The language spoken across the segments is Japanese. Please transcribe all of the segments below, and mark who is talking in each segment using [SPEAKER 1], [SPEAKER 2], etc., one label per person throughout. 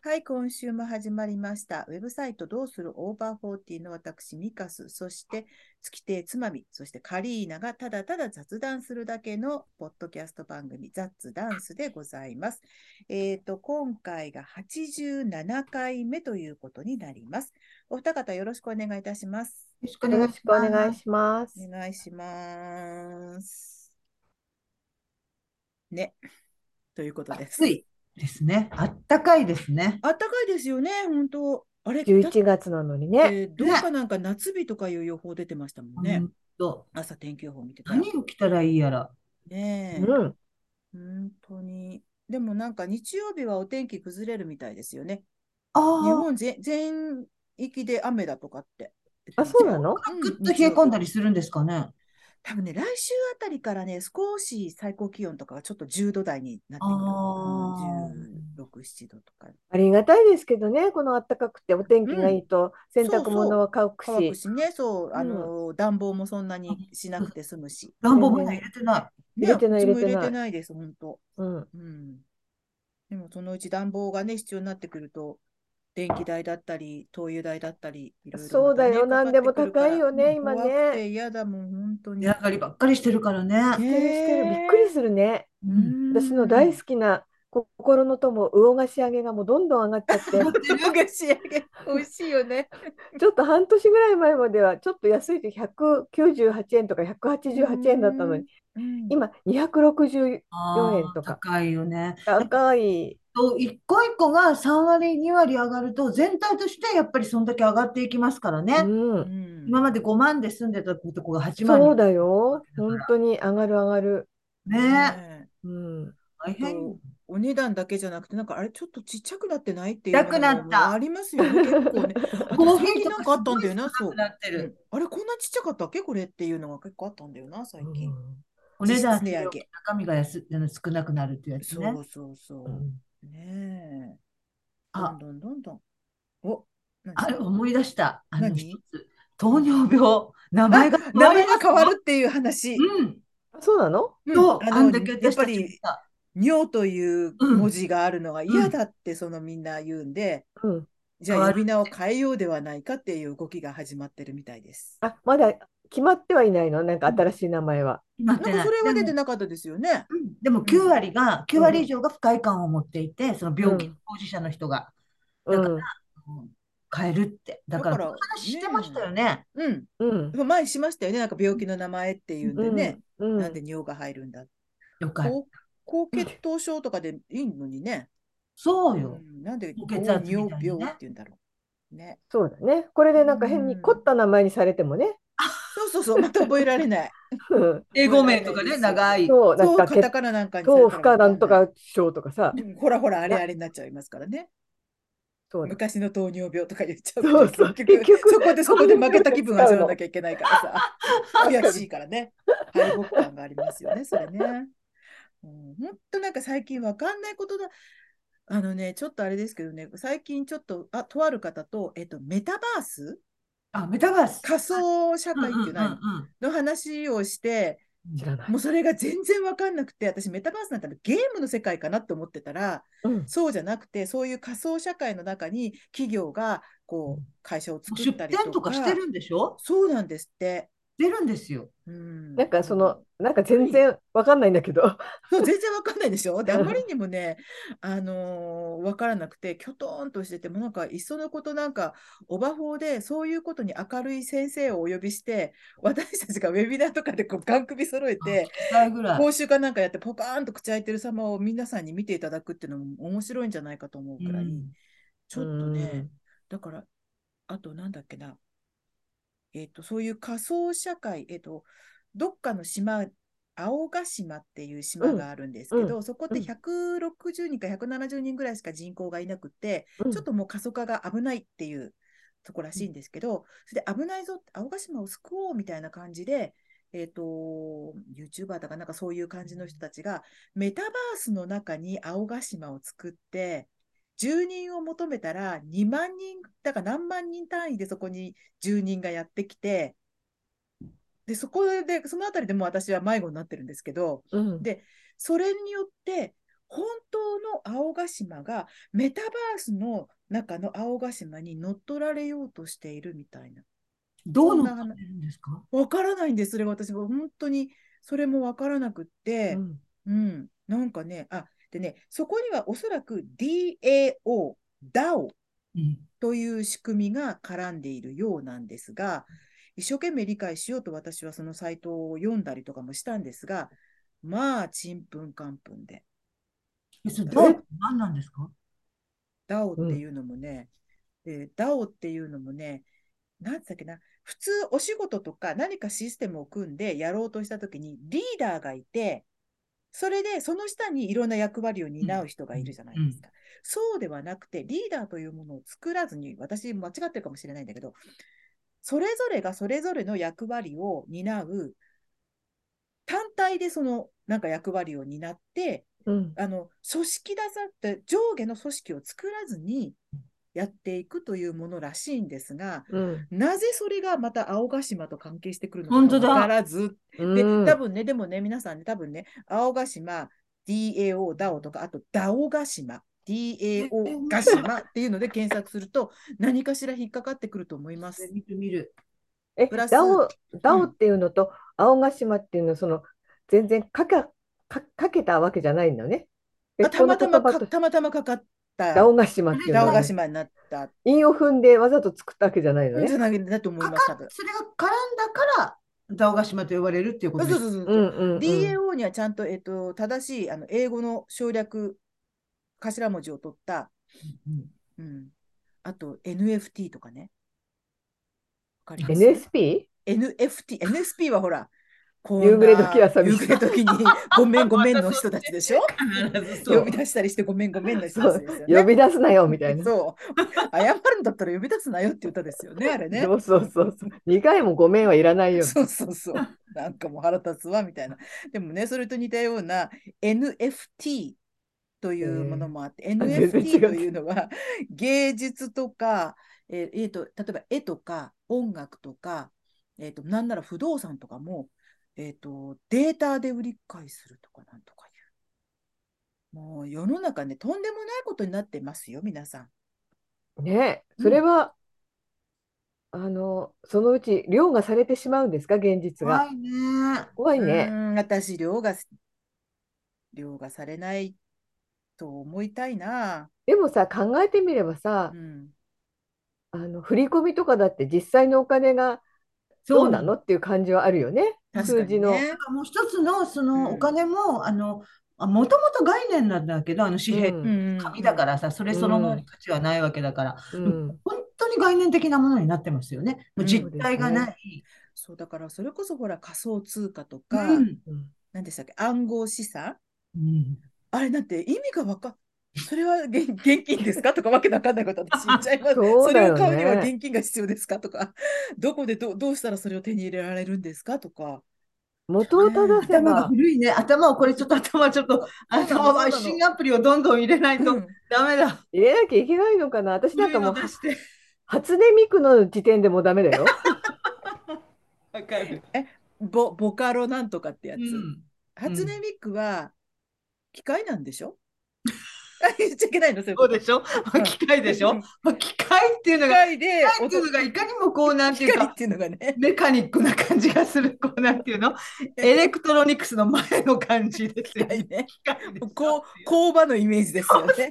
[SPEAKER 1] はい、今週も始まりました。ウェブサイトどうするオーバーフォーティーの私、ミカス、そして月亭つまみ、そしてカリーナがただただ雑談するだけのポッドキャスト番組、ザッツダンスでございます。えっ、と、今回が87回目ということになります。お二方よろしくお願いいたします。
[SPEAKER 2] よろしくお願いします。
[SPEAKER 3] よろしくお願いします。
[SPEAKER 1] お願いします。ね、ということです。
[SPEAKER 2] 暑いですね。あったかいですね。
[SPEAKER 1] あったかいですよね、本当あれ、だっ
[SPEAKER 3] 11月なのにね。
[SPEAKER 1] えーどうかなんか夏日とかいう予報出てましたもんね
[SPEAKER 2] ほ。んと
[SPEAKER 1] 朝天気予報見てたら。
[SPEAKER 2] 何を着たらいいやら。
[SPEAKER 1] ねえ、
[SPEAKER 3] うん。
[SPEAKER 1] 本当に。でもなんか日曜日はお天気崩れるみたいですよね。日
[SPEAKER 2] あ
[SPEAKER 1] 本ぜ全域で雨だとかって。
[SPEAKER 3] あ、そうなの
[SPEAKER 2] あ、ぐっと冷え込んだ
[SPEAKER 1] り。
[SPEAKER 2] りするんですかね。
[SPEAKER 1] 多分ね、来週あたりからね、少し最高気温とかがちょっと10度台になってくる。
[SPEAKER 2] あー
[SPEAKER 1] うん16、7度とか。
[SPEAKER 3] ありがたいですけどね、この暖かくてお天気がいいと洗
[SPEAKER 1] そうそ
[SPEAKER 3] 濯
[SPEAKER 1] う
[SPEAKER 3] 物は乾く
[SPEAKER 1] 乾く
[SPEAKER 3] し、
[SPEAKER 1] しね、そう、あの、暖房もそんなにしなくて済むし。
[SPEAKER 2] 暖房も今入れてな
[SPEAKER 1] ね
[SPEAKER 3] 入れてない
[SPEAKER 1] 私も入
[SPEAKER 3] 入れてない
[SPEAKER 1] れてないです、本当。
[SPEAKER 3] うん、
[SPEAKER 1] うん。でもそのうち暖房がね、必要になってくると、電気代だったり、灯油代だったり、いろいろ
[SPEAKER 3] そうだよ
[SPEAKER 1] またね
[SPEAKER 3] なんでも高いよね
[SPEAKER 1] かかってくるから
[SPEAKER 3] 今ね
[SPEAKER 1] 怖くて嫌だもん、本当
[SPEAKER 2] い。
[SPEAKER 1] に。
[SPEAKER 2] 値上がりばっかりしてるからね。
[SPEAKER 3] びっくりしてるびっくりするね。
[SPEAKER 2] う。
[SPEAKER 1] うんん
[SPEAKER 3] 私の大好きな心の友魚菓子揚げがもうどんどん上がっちゃって、
[SPEAKER 1] 魚が仕上げ、美味しいよね。
[SPEAKER 3] ちょっと半年ぐらい前まではちょっと安い時198円とか188円だったのに、
[SPEAKER 1] うん、
[SPEAKER 3] 今260
[SPEAKER 2] あー
[SPEAKER 3] 4円とか
[SPEAKER 2] 高いよね。
[SPEAKER 3] 高い。
[SPEAKER 2] と、一個一個が3割、2割上がると、全体としてやっぱりそんだけ上がっていきますから
[SPEAKER 3] う
[SPEAKER 2] ね。
[SPEAKER 3] ん。
[SPEAKER 2] 今まで5万で住んでたとこが8万
[SPEAKER 3] そう
[SPEAKER 2] に。
[SPEAKER 3] だよ。本当に上がる上がる。
[SPEAKER 1] で
[SPEAKER 2] ね。
[SPEAKER 3] うん。
[SPEAKER 2] 大変よ。
[SPEAKER 1] お値段だけじゃなくて、なんかあれ、ちょっとちっちゃくなってないっていう
[SPEAKER 2] ちっちゃくなった
[SPEAKER 1] のがありますよね、結構 ね。あ
[SPEAKER 2] コーヒー
[SPEAKER 1] 最近
[SPEAKER 2] とか
[SPEAKER 1] なんかあったんだよな、
[SPEAKER 2] 高
[SPEAKER 1] そう
[SPEAKER 2] く。なって
[SPEAKER 1] う
[SPEAKER 2] る
[SPEAKER 1] ん。あれ、こんなちっちゃかったっけこれっていうのが結構あったんだよな、最近。
[SPEAKER 2] お値段
[SPEAKER 1] 実質値上げ
[SPEAKER 2] より中身が安あの少なくなるっていうやつ
[SPEAKER 1] そ
[SPEAKER 2] ね。
[SPEAKER 1] うそうそう。ねえ。ど
[SPEAKER 2] あ
[SPEAKER 1] ん、どんどんどん。お、何
[SPEAKER 2] あれ思い出した。あの
[SPEAKER 1] 何
[SPEAKER 2] 一つ糖尿病。名前が
[SPEAKER 1] 名前が変わ
[SPEAKER 2] る。
[SPEAKER 1] るっていう話。
[SPEAKER 2] うん。
[SPEAKER 3] そうなの
[SPEAKER 1] うん
[SPEAKER 2] と、
[SPEAKER 1] あ
[SPEAKER 2] あん
[SPEAKER 1] の
[SPEAKER 2] だけ
[SPEAKER 1] やっ
[SPEAKER 2] 私
[SPEAKER 1] ぱ
[SPEAKER 2] たち
[SPEAKER 1] り、
[SPEAKER 2] さ
[SPEAKER 1] 尿という文字があるのが嫌だって、そのみんな言うんで、
[SPEAKER 3] うん。
[SPEAKER 1] じゃ
[SPEAKER 2] 変
[SPEAKER 1] あ
[SPEAKER 2] わ
[SPEAKER 1] 呼
[SPEAKER 2] る
[SPEAKER 1] び名を変えようではないかっていう動きが始まってるみたいです。
[SPEAKER 3] あ、まだ決まってはいないのなんか新しい名前は。
[SPEAKER 2] 決まっ
[SPEAKER 1] な
[SPEAKER 2] て
[SPEAKER 1] んか
[SPEAKER 2] ない。
[SPEAKER 1] それは出て
[SPEAKER 2] でも
[SPEAKER 1] なかったですよね。
[SPEAKER 2] うんでも9割が、9割以上が不快感を持っていて、その病気の当事者の人がだから
[SPEAKER 3] うん。
[SPEAKER 2] 変えるって。だから、
[SPEAKER 1] だから
[SPEAKER 2] 話してましたよね。
[SPEAKER 1] うん。
[SPEAKER 3] うん。
[SPEAKER 1] 前しましたよね。なんか病気の名前っていうんでね。
[SPEAKER 3] うん。
[SPEAKER 1] なんで尿が入るんだ。
[SPEAKER 2] よかった。
[SPEAKER 1] 高高血糖症とかでいいのにね。
[SPEAKER 2] そうよ。
[SPEAKER 1] うんなんで糖
[SPEAKER 2] 高血圧みたいに
[SPEAKER 1] 尿
[SPEAKER 2] ね
[SPEAKER 1] 病って言うんだろう。ね。
[SPEAKER 3] そうだね。これでなんか変
[SPEAKER 1] うん
[SPEAKER 3] に凝った名前にされてもね。
[SPEAKER 1] そうそうそう、また覚えられ ない。
[SPEAKER 3] うん
[SPEAKER 2] 英語名とかね、長い。
[SPEAKER 3] そう、な
[SPEAKER 1] そ
[SPEAKER 3] ん
[SPEAKER 1] う、
[SPEAKER 3] か
[SPEAKER 1] カ
[SPEAKER 3] 血
[SPEAKER 1] タカナなんかにされ
[SPEAKER 3] 糖
[SPEAKER 1] た
[SPEAKER 3] 不
[SPEAKER 1] らわかん
[SPEAKER 3] 可
[SPEAKER 1] ない
[SPEAKER 3] なんとか症とかさ。
[SPEAKER 1] うんほらほら、あれあれになっちゃいますからね。
[SPEAKER 3] そうだ。
[SPEAKER 1] 昔の糖尿病とか言っちゃう
[SPEAKER 3] そう
[SPEAKER 1] と
[SPEAKER 3] そう
[SPEAKER 1] 結
[SPEAKER 3] 結
[SPEAKER 1] 局、
[SPEAKER 3] 局
[SPEAKER 1] そこでそこで負けた気分味わわなきゃいけないからさ。
[SPEAKER 3] うの
[SPEAKER 1] 悔しいからね。敗北感がありますよね、それね。うんほんとなんか最近わかんないことだ。あのね、ちょっとあれですけどね、最近ちょっと、あ、とある方と、えっと、メタバース
[SPEAKER 2] あ、メタバース。
[SPEAKER 1] 仮想社
[SPEAKER 2] うん
[SPEAKER 1] 会っていうのはあるの
[SPEAKER 2] うんうんうん
[SPEAKER 1] の話をして、
[SPEAKER 3] 知らない。
[SPEAKER 1] もうそれが全然わかんなくて、私メタバースなんてあのゲームの世界かなって思ってたら、
[SPEAKER 3] うん。
[SPEAKER 1] そうじゃなくて、そういう仮想社会の中に企業がこう
[SPEAKER 2] う
[SPEAKER 1] ん会社を作
[SPEAKER 2] 出
[SPEAKER 1] ったり
[SPEAKER 2] 店とかしてるんでしょ
[SPEAKER 1] そうなんですって。
[SPEAKER 2] 出るんですよ。
[SPEAKER 1] うん、
[SPEAKER 3] なんかその、なんか全然わかんないんだけど。
[SPEAKER 1] そう全然わかんないで しょであまりにもね、あのー、わからなくてきょとんとしててもなんかいっそのことなんかオバフォーでそういうことに明るい先生をお呼びして私たちがウェビナーとかでこうガン首揃えて
[SPEAKER 2] 1回ぐらい。
[SPEAKER 1] 講習かなんかやってポカーンと口開いてる様を皆さんに見ていただくっていうのも面白いんじゃないかと思うくらい、
[SPEAKER 2] うん
[SPEAKER 1] ちょっとね、だからあとなんだっけなえっ、とそういう仮想社会えっ、とどっかの島青ヶ島っていう島があるんですけど、そこって
[SPEAKER 3] うん
[SPEAKER 1] 160人か170人ぐらいしか人口がいなくて、
[SPEAKER 3] うん
[SPEAKER 1] ちょっともう過疎化が危ないっていうとこらしいんですけど、それで危ないぞって、青ヶ島を救おうみたいな感じで、えっ、と、YouTuber だかなんかそういう感じの人たちが、メタバースの中に青ヶ島を作って、住人を求めたら2万人、だから何万人単位でそこに住人がやってきて、で、そこで、そのあたりでもう私は迷子になってるんですけど、
[SPEAKER 3] うん。
[SPEAKER 1] でそれによって本当の青ヶヶ島がメタバースの中の青ヶ島に乗っ取られようとしているみたいな。
[SPEAKER 2] どうなってるんですか
[SPEAKER 1] わからないんです、それが私も本当にそれもわからなくって、
[SPEAKER 2] うん
[SPEAKER 1] うん、なんかね、あ、でね、そこにはおそらく DAO、DAO
[SPEAKER 2] うん
[SPEAKER 1] という仕組みが絡んでいるようなんですが、一生懸命理解しようと私はそのサイトを読んだりとかもしたんですが、まあ、ちんぷんかんぷんで。
[SPEAKER 2] えそ
[SPEAKER 1] え
[SPEAKER 2] れどう何なんですか
[SPEAKER 1] DAO
[SPEAKER 3] うん
[SPEAKER 1] っていうのもね、えー DAO っていうのもね、なんつったっけな、普通お仕事とか何かシステムを組んでやろうとしたときにリーダーがいて、それでその下にいろんな役割を担う人がいるじゃないですか。そうではなくて、リーダーというものを作らずに、私間違ってるかもしれないんだけど、それぞれがそれぞれの役割を担う、単体でそのなんか役割を担って、
[SPEAKER 3] うん
[SPEAKER 1] あの組織ださって上下の組織を作らずにやっていくというものらしいんですが、
[SPEAKER 3] うん
[SPEAKER 1] なぜそれがまた青ヶ島と関係してくるの
[SPEAKER 2] 本
[SPEAKER 1] か
[SPEAKER 2] 当だ
[SPEAKER 1] わからず、で、
[SPEAKER 3] うん
[SPEAKER 1] 多分ね、でもね、皆さんね、多分ね、青ヶ島、DAO、DAO とか、あと、DAO ヶ島、DAO ヶ島っていうので検索すると、何かしら引っかかってくると思いま
[SPEAKER 2] それ
[SPEAKER 1] す。
[SPEAKER 2] 見る見る。
[SPEAKER 3] え、
[SPEAKER 1] プラス
[SPEAKER 3] ダオ、ダ
[SPEAKER 1] う
[SPEAKER 3] オ
[SPEAKER 1] ん
[SPEAKER 3] っていうのと青ヶ島っていうのはその全然かか、か、かけたわけじゃないのね。
[SPEAKER 1] あ
[SPEAKER 3] 別
[SPEAKER 1] た
[SPEAKER 3] 個の
[SPEAKER 1] またま
[SPEAKER 3] 言
[SPEAKER 1] か、
[SPEAKER 3] 葉と
[SPEAKER 1] たまたまかか った、
[SPEAKER 3] ダオヶ島っていうの
[SPEAKER 1] ダ
[SPEAKER 3] は
[SPEAKER 1] オ
[SPEAKER 3] ね
[SPEAKER 1] ヶ島になった、
[SPEAKER 3] 韻を踏んでわざと作ったわけじゃないの
[SPEAKER 1] じゃ
[SPEAKER 3] ね。
[SPEAKER 1] ないだと思います、多分。
[SPEAKER 2] それが絡んだから、ダオガ島と呼ばれるっていうこと
[SPEAKER 1] そう
[SPEAKER 2] です
[SPEAKER 1] そうそうそう。
[SPEAKER 3] うんうんうん。
[SPEAKER 1] DAO にはちゃんと、えっと、正しいあの英語の省略頭文字を取った、
[SPEAKER 2] うん
[SPEAKER 1] うん、あと NFT とかね。わかります
[SPEAKER 3] NSP?
[SPEAKER 1] ?NFT、NSP はほら、こ
[SPEAKER 3] 夕暮れ時やさみ
[SPEAKER 1] 夕暮れ時にごめんごめんの人たちで しょ
[SPEAKER 2] 必ず そ
[SPEAKER 1] 呼
[SPEAKER 2] う
[SPEAKER 1] び。出したりしてごめんごめんの人たちですよね。
[SPEAKER 3] 呼び出すなよみたいな。
[SPEAKER 1] そう。謝るんだったら呼び出すなよって歌ですよね、あれね。
[SPEAKER 3] そうそうそうそう。2回もごめんはいらないよ。
[SPEAKER 1] そうそうそう。 なんかもう腹立つわみたいな。でもね、それと似たような NFT というものもあって、
[SPEAKER 3] 全然違
[SPEAKER 1] NFT
[SPEAKER 3] う
[SPEAKER 1] というのは芸術とか、えーえーと例えば絵とか音楽とか、えー、となんなら不動産とかも、えー、とデータで売り買いするとかなんとかいう。もう世の中ね、とんでもないことになってますよ、皆さん。
[SPEAKER 3] ねえそれは、あの、そのうち、凌駕されてしまうんですか、現実
[SPEAKER 2] 怖
[SPEAKER 3] が。
[SPEAKER 2] いね。
[SPEAKER 3] 怖いね
[SPEAKER 1] う。ーん私、凌駕す、凌駕されないと思いたいな。
[SPEAKER 3] でもさ、考えてみればさ
[SPEAKER 1] う、ん。
[SPEAKER 3] あの、振り込みとかだって実際のお金がどうなのっていう感じはあるよね。
[SPEAKER 1] 確か
[SPEAKER 3] 数字
[SPEAKER 1] に
[SPEAKER 3] の。
[SPEAKER 1] ね。
[SPEAKER 2] もう一つのその
[SPEAKER 1] うん
[SPEAKER 2] お金も、あのあもともと概念なんだけどあの紙幣、
[SPEAKER 3] うん
[SPEAKER 1] うん
[SPEAKER 2] 紙だからさそれそのものに価値はないわけだから、
[SPEAKER 3] うん。
[SPEAKER 2] 本当に概念的なものになってますよねもう実体がない、
[SPEAKER 1] そうだから、それこそほら、仮想通貨と
[SPEAKER 2] う
[SPEAKER 1] か、
[SPEAKER 2] ん
[SPEAKER 3] うん
[SPEAKER 1] 何でしたっけ、暗号資産
[SPEAKER 2] うん
[SPEAKER 1] あれなんて意味がわかんそれは現現金ですかとかわけわかんないこと私言っちゃいます。
[SPEAKER 3] そうだ
[SPEAKER 1] れ
[SPEAKER 3] よ
[SPEAKER 1] を買うには
[SPEAKER 3] ね
[SPEAKER 1] 現金が必要ですかとか、どこでどどうしたらそれを手に入れられるんですかとか。
[SPEAKER 3] 元を正せ
[SPEAKER 2] 頭が
[SPEAKER 3] ば、
[SPEAKER 2] 古いね頭をこれちょっと頭ちょっと頭は
[SPEAKER 1] そうなの
[SPEAKER 2] 新アプリをどんどん入れないと
[SPEAKER 1] うん
[SPEAKER 2] ダメだ、
[SPEAKER 3] 入れなきゃいけないのかな。私なん
[SPEAKER 2] 古い
[SPEAKER 3] かも
[SPEAKER 2] の
[SPEAKER 3] う、
[SPEAKER 2] 出して
[SPEAKER 3] 初音ミクの時点でもうダメ だよ。
[SPEAKER 2] わかる、
[SPEAKER 1] ボボカロなんとかってや
[SPEAKER 2] う
[SPEAKER 1] つ。
[SPEAKER 2] ん、
[SPEAKER 1] 初音ミクは機械なんでしょ、 あ言っちゃいけないのそういう
[SPEAKER 2] そ
[SPEAKER 1] こ
[SPEAKER 2] う
[SPEAKER 1] と
[SPEAKER 2] でしょ
[SPEAKER 1] うん
[SPEAKER 2] 機械でし
[SPEAKER 1] う
[SPEAKER 2] ょ
[SPEAKER 1] ん
[SPEAKER 2] 機械っていうの
[SPEAKER 1] 機
[SPEAKER 2] が
[SPEAKER 1] 械で
[SPEAKER 2] 機械っていうのがいかにもこうなん
[SPEAKER 1] 機
[SPEAKER 2] ていうか
[SPEAKER 1] 械っていうのがね。
[SPEAKER 2] メカニックな感じがする、こうなんていうの、エレクトロニクスの前の感じです
[SPEAKER 1] 機
[SPEAKER 2] よ
[SPEAKER 1] 械
[SPEAKER 2] ね。
[SPEAKER 1] ね
[SPEAKER 2] 機械でしょ
[SPEAKER 1] こう工場のイメージですよね。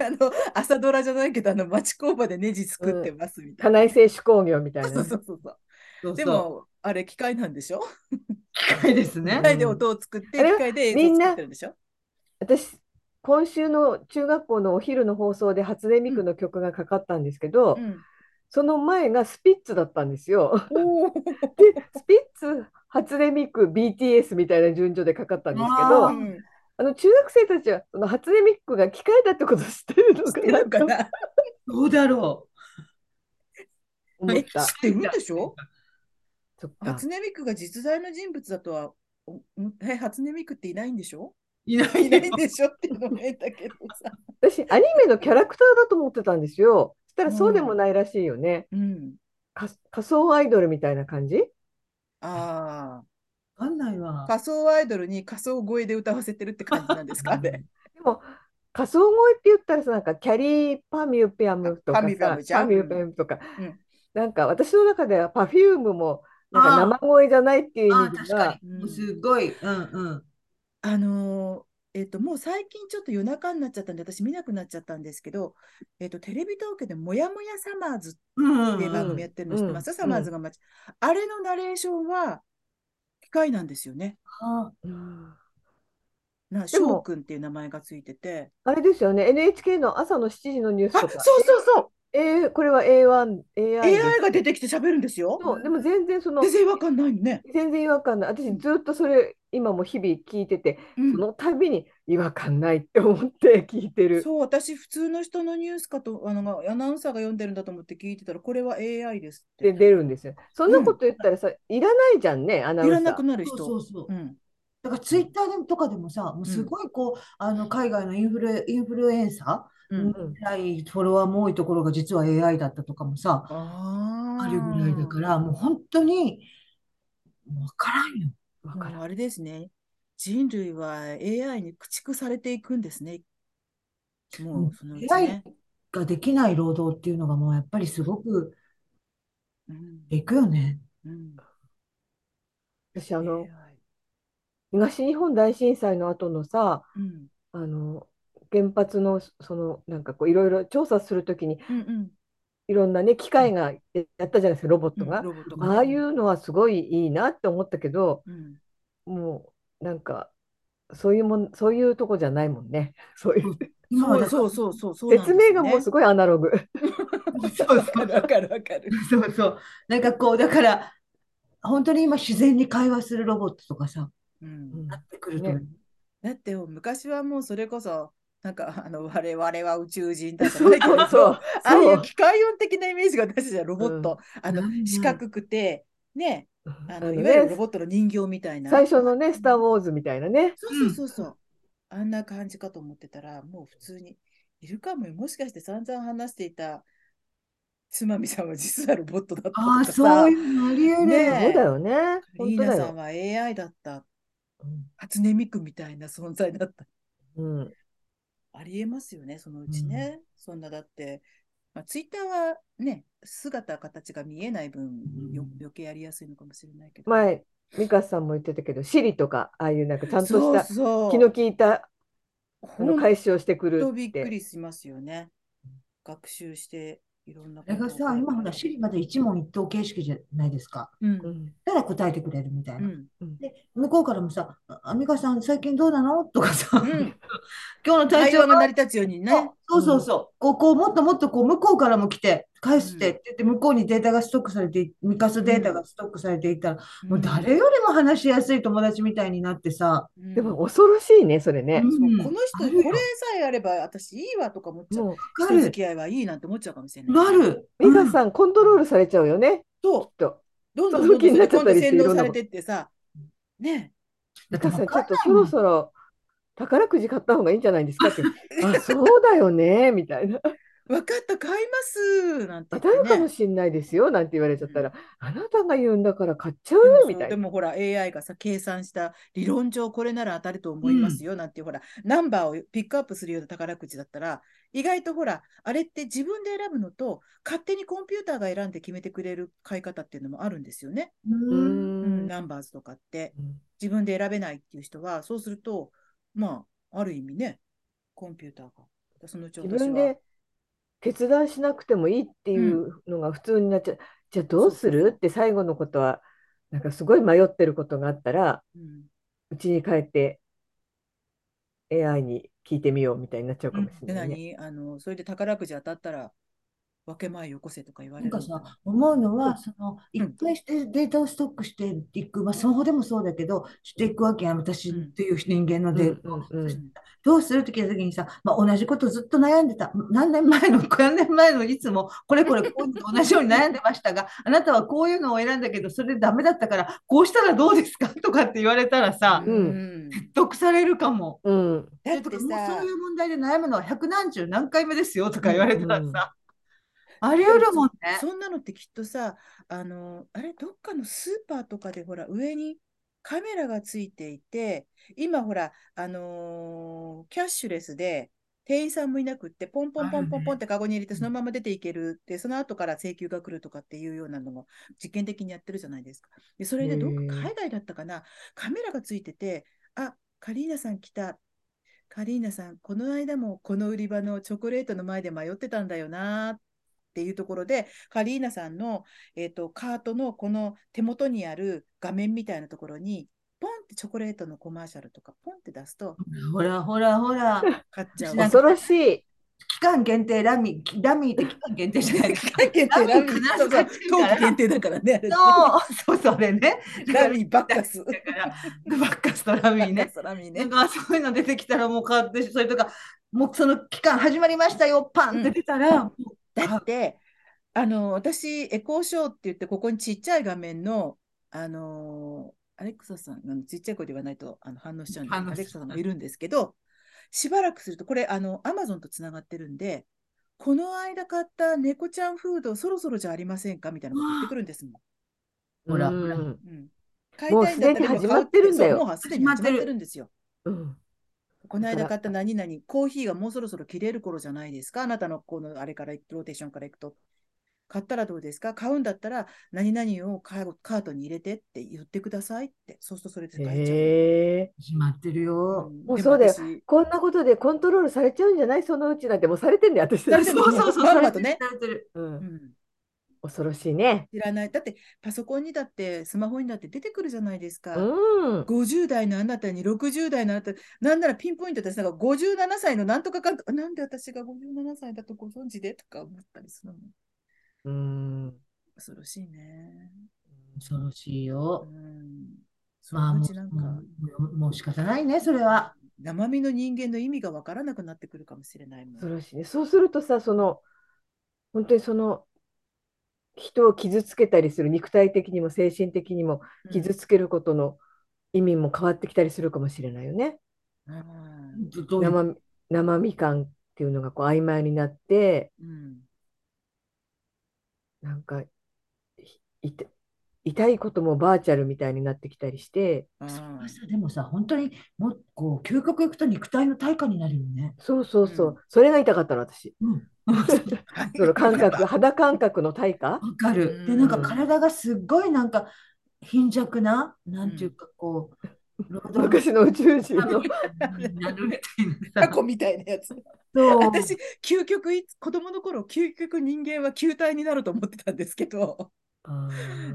[SPEAKER 1] あの朝ドラじゃないけどあの町工場でネジ作ってますみた
[SPEAKER 3] 家
[SPEAKER 1] いな。
[SPEAKER 3] 内製手工業みたいな
[SPEAKER 1] そう
[SPEAKER 3] ね。
[SPEAKER 1] そうそうそう。
[SPEAKER 2] そうそう
[SPEAKER 1] でもあれ機械なんでしょ
[SPEAKER 2] 機械です
[SPEAKER 1] 機
[SPEAKER 2] ね。
[SPEAKER 1] 械で音を作って
[SPEAKER 3] あれ
[SPEAKER 1] 機
[SPEAKER 3] は
[SPEAKER 1] 械で映
[SPEAKER 3] み
[SPEAKER 1] 像
[SPEAKER 3] んな
[SPEAKER 1] 作ってるんでしょ
[SPEAKER 3] 私、今週の中学校のお昼の放送で初音ミクの曲がかかったんですけど、
[SPEAKER 1] うん、
[SPEAKER 3] その前がスピッツだったんですよ。
[SPEAKER 1] おー
[SPEAKER 3] で、スピッツ、初音ミク、BTS みたいな順序でかかったんですけど、
[SPEAKER 2] あ
[SPEAKER 1] う
[SPEAKER 2] ー
[SPEAKER 3] あ
[SPEAKER 1] ん、
[SPEAKER 3] の中学生たちはその初音ミクが機械だってことを知ってるの
[SPEAKER 1] 知っ
[SPEAKER 3] か
[SPEAKER 1] てるのか
[SPEAKER 3] なと
[SPEAKER 1] な知
[SPEAKER 2] どうだろ
[SPEAKER 3] 思っ。
[SPEAKER 1] え知ったてるんでしょ
[SPEAKER 3] そっか
[SPEAKER 1] 初。音ミクが実在の人物だとは、おえ初音ミクっていないんでしょ
[SPEAKER 2] う。いない
[SPEAKER 1] いない
[SPEAKER 2] ね
[SPEAKER 1] ん。でしょっていうのも変だけどさ。
[SPEAKER 3] 私、アニメのキャラクターだと思ってたんですよ。そしたらそうでもないらしいよね。
[SPEAKER 1] うん。
[SPEAKER 3] か仮想アイドルみたいな感じ
[SPEAKER 1] あ
[SPEAKER 2] わかんない
[SPEAKER 1] あ。
[SPEAKER 2] わ。
[SPEAKER 1] 仮想アイドルに仮想声で歌わせてるって感じなんですかね。
[SPEAKER 3] でも仮想語彙って言ったらさ、なんかキャリーパミュピアムとか
[SPEAKER 1] パミュピア
[SPEAKER 3] さ
[SPEAKER 1] ムじゃん
[SPEAKER 3] パミュピアムとか
[SPEAKER 1] うん、
[SPEAKER 3] なんか私の中ではパフュームもなんか生声じゃないっていう意
[SPEAKER 2] ああ、
[SPEAKER 3] 味
[SPEAKER 2] 確
[SPEAKER 3] で
[SPEAKER 2] か
[SPEAKER 3] は、
[SPEAKER 2] に。すごい。うんうん。
[SPEAKER 1] あのーえっと、もう最近ちょっと夜中になっちゃったんで、私見なくなっちゃったんですけど、えっと、テレビ東京でもやもやサマーズ
[SPEAKER 2] うん
[SPEAKER 1] っていう番組やってるの知ってます、サマーズが待ち、あれのナレーションは機械なんですよね。
[SPEAKER 2] あ
[SPEAKER 3] うん
[SPEAKER 1] な、
[SPEAKER 3] でも
[SPEAKER 1] 翔くんっていう名前がついてて。
[SPEAKER 3] あれですよね、NHK の朝の7時のニュース
[SPEAKER 1] あ、
[SPEAKER 3] と
[SPEAKER 1] そう
[SPEAKER 3] か、
[SPEAKER 1] そうそ
[SPEAKER 3] えーこれは A1、
[SPEAKER 1] う。
[SPEAKER 3] AI です
[SPEAKER 1] AI が出てきて喋るんですよ。
[SPEAKER 3] そうでも全然その、
[SPEAKER 1] 全然違和感ないよね。
[SPEAKER 3] 全然違和感ない。私ずっとそれ、今も日々聞いてて、
[SPEAKER 1] うん
[SPEAKER 3] その度に違和感ないって思って聞いてる。
[SPEAKER 1] そう、私、普通の人のニュースかと、あの、アナウンサーが読んでるんだと思って聞いてたら、これは AI ですって。
[SPEAKER 3] で出るんですよ。そんなこと言ったらさ、いらないじゃんね、アナウ
[SPEAKER 1] い
[SPEAKER 3] ン
[SPEAKER 1] ら
[SPEAKER 3] サ
[SPEAKER 1] なく
[SPEAKER 3] ー。
[SPEAKER 1] なる
[SPEAKER 2] そ
[SPEAKER 1] 人。
[SPEAKER 2] うそうそ
[SPEAKER 1] う
[SPEAKER 2] う。
[SPEAKER 1] ん。
[SPEAKER 2] だからツイッターとかでもさ、もうすごいこう、あの海外のインフルエ、インフルエンサ
[SPEAKER 1] う
[SPEAKER 3] うん
[SPEAKER 1] ん。
[SPEAKER 2] ー、ないフォロワーも多いところが実は AI だったとかもさ、
[SPEAKER 1] あ
[SPEAKER 2] あ
[SPEAKER 1] あ
[SPEAKER 2] るぐらいだから、もう本当に、わからんよ。
[SPEAKER 3] わ
[SPEAKER 1] も
[SPEAKER 3] か
[SPEAKER 1] う
[SPEAKER 3] らん
[SPEAKER 1] あれですね。人類は AI に駆逐されていくんですね。もうそのうち
[SPEAKER 2] AI
[SPEAKER 1] ね。
[SPEAKER 2] ができない労働っていうのがもうやっぱりすごく
[SPEAKER 1] うん
[SPEAKER 2] いくよね。
[SPEAKER 1] うん
[SPEAKER 3] 私あの
[SPEAKER 1] AI
[SPEAKER 3] 東日本大震災の後のさ、
[SPEAKER 1] うん
[SPEAKER 3] あの原発のそのなんかこういろいろ調査するときに
[SPEAKER 1] うんうん
[SPEAKER 3] いろんなね機械がやったじゃないですかロボッ
[SPEAKER 1] う
[SPEAKER 3] ト
[SPEAKER 1] ん
[SPEAKER 3] が。
[SPEAKER 1] ロボットがね
[SPEAKER 3] ああいうのはすごいいいなって思ったけど、
[SPEAKER 1] うん
[SPEAKER 3] もうなんかそういうもんそういうとこじゃないもん ね。そういう
[SPEAKER 2] 今はだか
[SPEAKER 1] そ
[SPEAKER 2] ら
[SPEAKER 1] うそうそうそうそうなん
[SPEAKER 3] 説
[SPEAKER 1] ですよ
[SPEAKER 3] 明がもう
[SPEAKER 1] ね
[SPEAKER 3] す。ごいアナログ。
[SPEAKER 1] そうそうわかるわかる。
[SPEAKER 2] そうそう。なんかこう、だから、本当に今自然に会話するロボットとかさ、
[SPEAKER 1] うん
[SPEAKER 3] うん
[SPEAKER 2] なってくると思う。
[SPEAKER 1] だってもう昔はもうそれこそ、なんかあの我々は宇宙人 だと
[SPEAKER 3] そう
[SPEAKER 1] か
[SPEAKER 3] そうそう。
[SPEAKER 1] ああい
[SPEAKER 3] そう
[SPEAKER 1] 機械音的なイメージが私じゃロボット、あの
[SPEAKER 2] うん
[SPEAKER 1] 四角くて、ね、あの
[SPEAKER 3] あの
[SPEAKER 1] いわゆる
[SPEAKER 3] ね
[SPEAKER 1] ロボットの人形みたいな。
[SPEAKER 3] 最初のね、スター・ウォーズみたいなね。
[SPEAKER 1] そうそうそうそう。あんな感じかと思ってたら、もう普通にいるかもよ。もしかして散々話していたつまみさんは実はロボットだったとか
[SPEAKER 2] ああ、
[SPEAKER 1] さ
[SPEAKER 2] そういうのあり得る。
[SPEAKER 1] ね
[SPEAKER 3] そうだよね。本
[SPEAKER 1] リー
[SPEAKER 3] 当
[SPEAKER 1] ナ
[SPEAKER 3] だ
[SPEAKER 1] さん
[SPEAKER 3] よ。
[SPEAKER 1] は AI だった。
[SPEAKER 3] うん
[SPEAKER 1] 初音ミクみたいな存在だった。
[SPEAKER 3] うん。
[SPEAKER 1] ありえますよね、そのうちね。そんなだって、まあ、ツイッターはね、姿、形が見えない分、よ
[SPEAKER 2] うん
[SPEAKER 1] 余計やりやすいのかもしれないけど。
[SPEAKER 3] 前、美香さんも言ってたけど、シリとか、ああいうなんかちゃんとし
[SPEAKER 1] そう
[SPEAKER 3] た
[SPEAKER 1] そう。
[SPEAKER 3] 気の利いたあの
[SPEAKER 1] 本
[SPEAKER 3] 返しをしてく
[SPEAKER 1] ちょ
[SPEAKER 3] る
[SPEAKER 1] っとび
[SPEAKER 3] っ
[SPEAKER 1] っく
[SPEAKER 3] て。
[SPEAKER 1] りしますよね。学習していろんな
[SPEAKER 2] あれが
[SPEAKER 1] を
[SPEAKER 2] さ、今ほら、シリまで一問一答形式じゃないですか。
[SPEAKER 1] うん
[SPEAKER 3] う。ん
[SPEAKER 2] ただ答えてくれるみたいうな。
[SPEAKER 1] ん。
[SPEAKER 2] で、向こうからもさ、あアンミカさん、最近どうなのとかさ、
[SPEAKER 1] う ん。
[SPEAKER 2] 今日の体
[SPEAKER 1] 会
[SPEAKER 2] 調
[SPEAKER 1] 話が
[SPEAKER 2] は
[SPEAKER 1] 成り立つようにね。
[SPEAKER 2] そうそうそう。こう、こうもっともっとこう向こうからも来て、返してって言って、向こうにデータがストックされてい、ミカスデータがストックされていったら、もう誰よりも話しやすい友達みたいになってさ、
[SPEAKER 1] うん
[SPEAKER 3] でも恐ろしいね、それね
[SPEAKER 2] う。
[SPEAKER 1] そうんこの
[SPEAKER 2] あ
[SPEAKER 1] 人、
[SPEAKER 2] るよ
[SPEAKER 1] これさえあれば私いいわとか思っちゃう。
[SPEAKER 3] も
[SPEAKER 2] わか
[SPEAKER 1] 人
[SPEAKER 2] る、
[SPEAKER 1] 付き合いはいいなんて思っちゃうかもしれない。
[SPEAKER 2] なる。
[SPEAKER 3] う、美
[SPEAKER 2] う
[SPEAKER 3] 香
[SPEAKER 2] ん
[SPEAKER 3] さん、コントロールされちゃうよね、
[SPEAKER 1] と、
[SPEAKER 3] と。
[SPEAKER 1] どんどん
[SPEAKER 3] その
[SPEAKER 1] どん
[SPEAKER 3] 気
[SPEAKER 1] どん
[SPEAKER 3] に
[SPEAKER 1] そ
[SPEAKER 3] な
[SPEAKER 1] れ
[SPEAKER 3] っちゃ
[SPEAKER 1] 今度洗
[SPEAKER 3] ったりしてい
[SPEAKER 1] 脳
[SPEAKER 3] ろん
[SPEAKER 1] さ
[SPEAKER 3] なこ
[SPEAKER 1] れ
[SPEAKER 3] と
[SPEAKER 1] てってさ、ね
[SPEAKER 2] だ
[SPEAKER 3] 美
[SPEAKER 2] って
[SPEAKER 3] 香
[SPEAKER 2] わ
[SPEAKER 3] さん、ちょ
[SPEAKER 2] か
[SPEAKER 3] っと
[SPEAKER 2] ん
[SPEAKER 3] そ
[SPEAKER 2] ないも
[SPEAKER 3] ろ
[SPEAKER 2] ん
[SPEAKER 3] そろ宝くじ買った方がいいんじゃないですかって。あ、そうだよね、みたいな。
[SPEAKER 1] 分かった、買いますなんて
[SPEAKER 3] 当た
[SPEAKER 1] 言って
[SPEAKER 3] る
[SPEAKER 1] ね
[SPEAKER 3] かもしれないですよ、なんて言われちゃったら、あなたが言うんだから買っちゃう
[SPEAKER 1] でも
[SPEAKER 3] よ、
[SPEAKER 1] そう
[SPEAKER 3] みたい
[SPEAKER 1] で
[SPEAKER 3] な。
[SPEAKER 1] もほら AI がさ計算した理論上これなら当たると思いますよなんて、ほらナンバーをピックアップするような宝くじだったら意外とほらあれって自分で選ぶのと勝手にコンピューターが選んで決めてくれる買い方っていうのもあるんですよね、
[SPEAKER 3] うー
[SPEAKER 2] うん
[SPEAKER 1] うん
[SPEAKER 3] ん。
[SPEAKER 1] ナンバーズとかって自分で選べないっていう人はそうするとまあある意味ねコンピューターがそのうち
[SPEAKER 3] 自
[SPEAKER 1] 私は
[SPEAKER 3] 分で決断しなくてもいいっていうのが普通になっちゃう。じゃあどうす
[SPEAKER 1] そうそう
[SPEAKER 3] る
[SPEAKER 1] そう
[SPEAKER 3] って最後のことは、なんかすごい迷ってることがあったら、
[SPEAKER 1] うん
[SPEAKER 3] うちに帰って AI に聞いてみようみたいになっちゃうかもし
[SPEAKER 1] で
[SPEAKER 3] れないね。
[SPEAKER 1] 何あのそれで宝くじ当たったら分け前よこせとか言わ
[SPEAKER 2] な
[SPEAKER 1] れる
[SPEAKER 2] んか
[SPEAKER 1] のな
[SPEAKER 2] さ、思うのは、そ
[SPEAKER 1] う
[SPEAKER 2] の、
[SPEAKER 1] ん
[SPEAKER 2] 一回してデータをストックしていく、まあ、スマホでもそうだけど、していくわけやん、私っていう人間の
[SPEAKER 3] うん
[SPEAKER 2] データを。
[SPEAKER 3] うんう
[SPEAKER 1] うんん
[SPEAKER 2] どうするって聞いた時にさ、まあ、同じことずっと悩んでた。何年前の、何年前のいつも、これこれ、こういうのと同じように悩んでましたが、あなたはこういうのを選んだけど、それダメだったから、こうしたらどうですかとかって言われたらさ、
[SPEAKER 1] うん
[SPEAKER 2] 説得されるかも。
[SPEAKER 3] うん
[SPEAKER 1] だって
[SPEAKER 2] もう
[SPEAKER 1] さ
[SPEAKER 2] そういう問題で悩むのは百何十何回目ですよとか言われたら
[SPEAKER 3] うん
[SPEAKER 2] さ、あり得るもんね。
[SPEAKER 1] そんなのってきっとさあのあれどっかのスーパーとかでほら上にカメラがついていて今ほらあのーキャッシュレスで店員さんもいなくって、ポンポンポンポンポンってカゴに入れて、
[SPEAKER 2] うん
[SPEAKER 1] そのまま出ていけるって、その後から請求が来るとかっていうようなのも実験的にやってるじゃないですか。で、それでどっ
[SPEAKER 3] へー
[SPEAKER 1] か海外だったかな、カメラがついてて、あ、カリーナさん来た。カリーナさん、この間もこの売り場のチョコレートの前で迷ってたんだよなっていうところで、カリーナさんの、えっとカートのこの手元にある画面みたいなところに、ポンってチョコレートのコマーシャルとかポンって出すと
[SPEAKER 2] ほらほらほら、
[SPEAKER 1] 買っちゃう。
[SPEAKER 2] なんか
[SPEAKER 3] 恐ろしい。
[SPEAKER 2] 期間限定ラミ、ラミーって期間限定じ ゃないですか。
[SPEAKER 1] 限定ラミー
[SPEAKER 2] ラ
[SPEAKER 1] そう
[SPEAKER 2] ミー
[SPEAKER 1] そう
[SPEAKER 2] かな
[SPEAKER 1] 冬季限定だからね。あれね
[SPEAKER 2] そう、そう、それね。
[SPEAKER 1] ラミーバッカス。
[SPEAKER 2] だから、バッカスとラミーね。
[SPEAKER 1] ラミー
[SPEAKER 2] な
[SPEAKER 1] ね
[SPEAKER 2] ん。かそういうの出てきたらもう買ってそれとかもうその期間始まりましたよパンって出たら、もう
[SPEAKER 1] だって、あの、私、エコーショーって言って、ここにちっちゃい画面の、あのーアレクサさん、あのちっちゃい声で言わないとあの反応しちゃうんで、
[SPEAKER 2] 反応
[SPEAKER 1] ア
[SPEAKER 2] しちゃう
[SPEAKER 1] レクサさんがいるんですけど、しばらくすると、これ、あの、アマゾンとつながってるんで、この間買った猫ちゃんフード、そろそろじゃありませんかみたいなこと言ってくるんですも
[SPEAKER 2] ほら
[SPEAKER 3] うん
[SPEAKER 1] ん。うん、買
[SPEAKER 3] もう
[SPEAKER 1] いたいんだったら
[SPEAKER 3] すでに始まってるんだよ
[SPEAKER 1] そうもうすでに始まってるんですよ。
[SPEAKER 3] うん
[SPEAKER 1] この
[SPEAKER 3] だか
[SPEAKER 1] 間
[SPEAKER 3] ら
[SPEAKER 1] 買った何々、コーヒーがもうそろそろ切れる頃じゃないですか。あなたのこのあれから、ローテーションから行くと。買ったらどうですか買うんだったら、何々をカーカートに入れてって言ってくださいって。そうするとそれで買えちゃう。
[SPEAKER 3] へえ。
[SPEAKER 2] 始まってるよ。
[SPEAKER 1] ん
[SPEAKER 3] もうそうだよ
[SPEAKER 1] でも私
[SPEAKER 3] こんなことでコントロールされちゃうんじゃないそのうちなんてもうされてんだよ、私
[SPEAKER 1] さ
[SPEAKER 2] そ
[SPEAKER 1] れ
[SPEAKER 2] う
[SPEAKER 1] てる
[SPEAKER 2] そうそうそう
[SPEAKER 1] まんま
[SPEAKER 2] れ
[SPEAKER 1] と
[SPEAKER 2] て
[SPEAKER 1] ね
[SPEAKER 2] るされてる
[SPEAKER 3] う、
[SPEAKER 1] うんん
[SPEAKER 3] 恐ろしいね。
[SPEAKER 1] 知らない。だって、パソコンにだって、スマホにだって出てくるじゃないですか。
[SPEAKER 3] うん。
[SPEAKER 1] 50代のあなたに60代のあなた、なんならピンポイントで私なんか57歳のなんとかかんとか、なんで私が57歳だとご存知でとか思ったりするの。
[SPEAKER 3] うん。
[SPEAKER 1] 恐ろしいね。
[SPEAKER 2] 恐ろしいうよ。
[SPEAKER 1] ん。そ
[SPEAKER 2] まあ
[SPEAKER 1] のう
[SPEAKER 2] も
[SPEAKER 1] ち
[SPEAKER 2] う
[SPEAKER 1] なんか、
[SPEAKER 2] もうもう仕方ないねそれは。
[SPEAKER 1] 生身の人間の意味がわからなくなってくるかもしれないもん。
[SPEAKER 3] 恐ろしいね。そうするとさ、その、本当にその、人を傷つけたりする、肉体的にも精神的にも
[SPEAKER 1] うん
[SPEAKER 3] 傷つけることの意味も変わってきたりするかもしれないよね。
[SPEAKER 1] うん
[SPEAKER 2] どどういう
[SPEAKER 3] 生生み感っていうのがこう曖昧になって、
[SPEAKER 1] うん。
[SPEAKER 3] なんか、いいて痛いこともバーチャルみたいになってきたりして、
[SPEAKER 1] あ
[SPEAKER 2] それは
[SPEAKER 1] ー
[SPEAKER 2] さでもさ本当にもうこう究極いくと肉体の対価になるよ ね。
[SPEAKER 3] そうそうそうう、それが痛かったの、私。
[SPEAKER 2] うん、
[SPEAKER 3] その感覚、肌感覚の対価
[SPEAKER 2] わか
[SPEAKER 1] う
[SPEAKER 2] る。
[SPEAKER 1] ん
[SPEAKER 2] で、なんか体がすっごいなんか貧弱な、なんていうかこ う、労働
[SPEAKER 3] 昔の宇宙人の。
[SPEAKER 2] 力になるみたい
[SPEAKER 1] タ
[SPEAKER 2] な。
[SPEAKER 1] コみたいなやつ。
[SPEAKER 2] そう、
[SPEAKER 1] 私、究極い、子供の頃、究極人間は球体になると思ってたんですけど、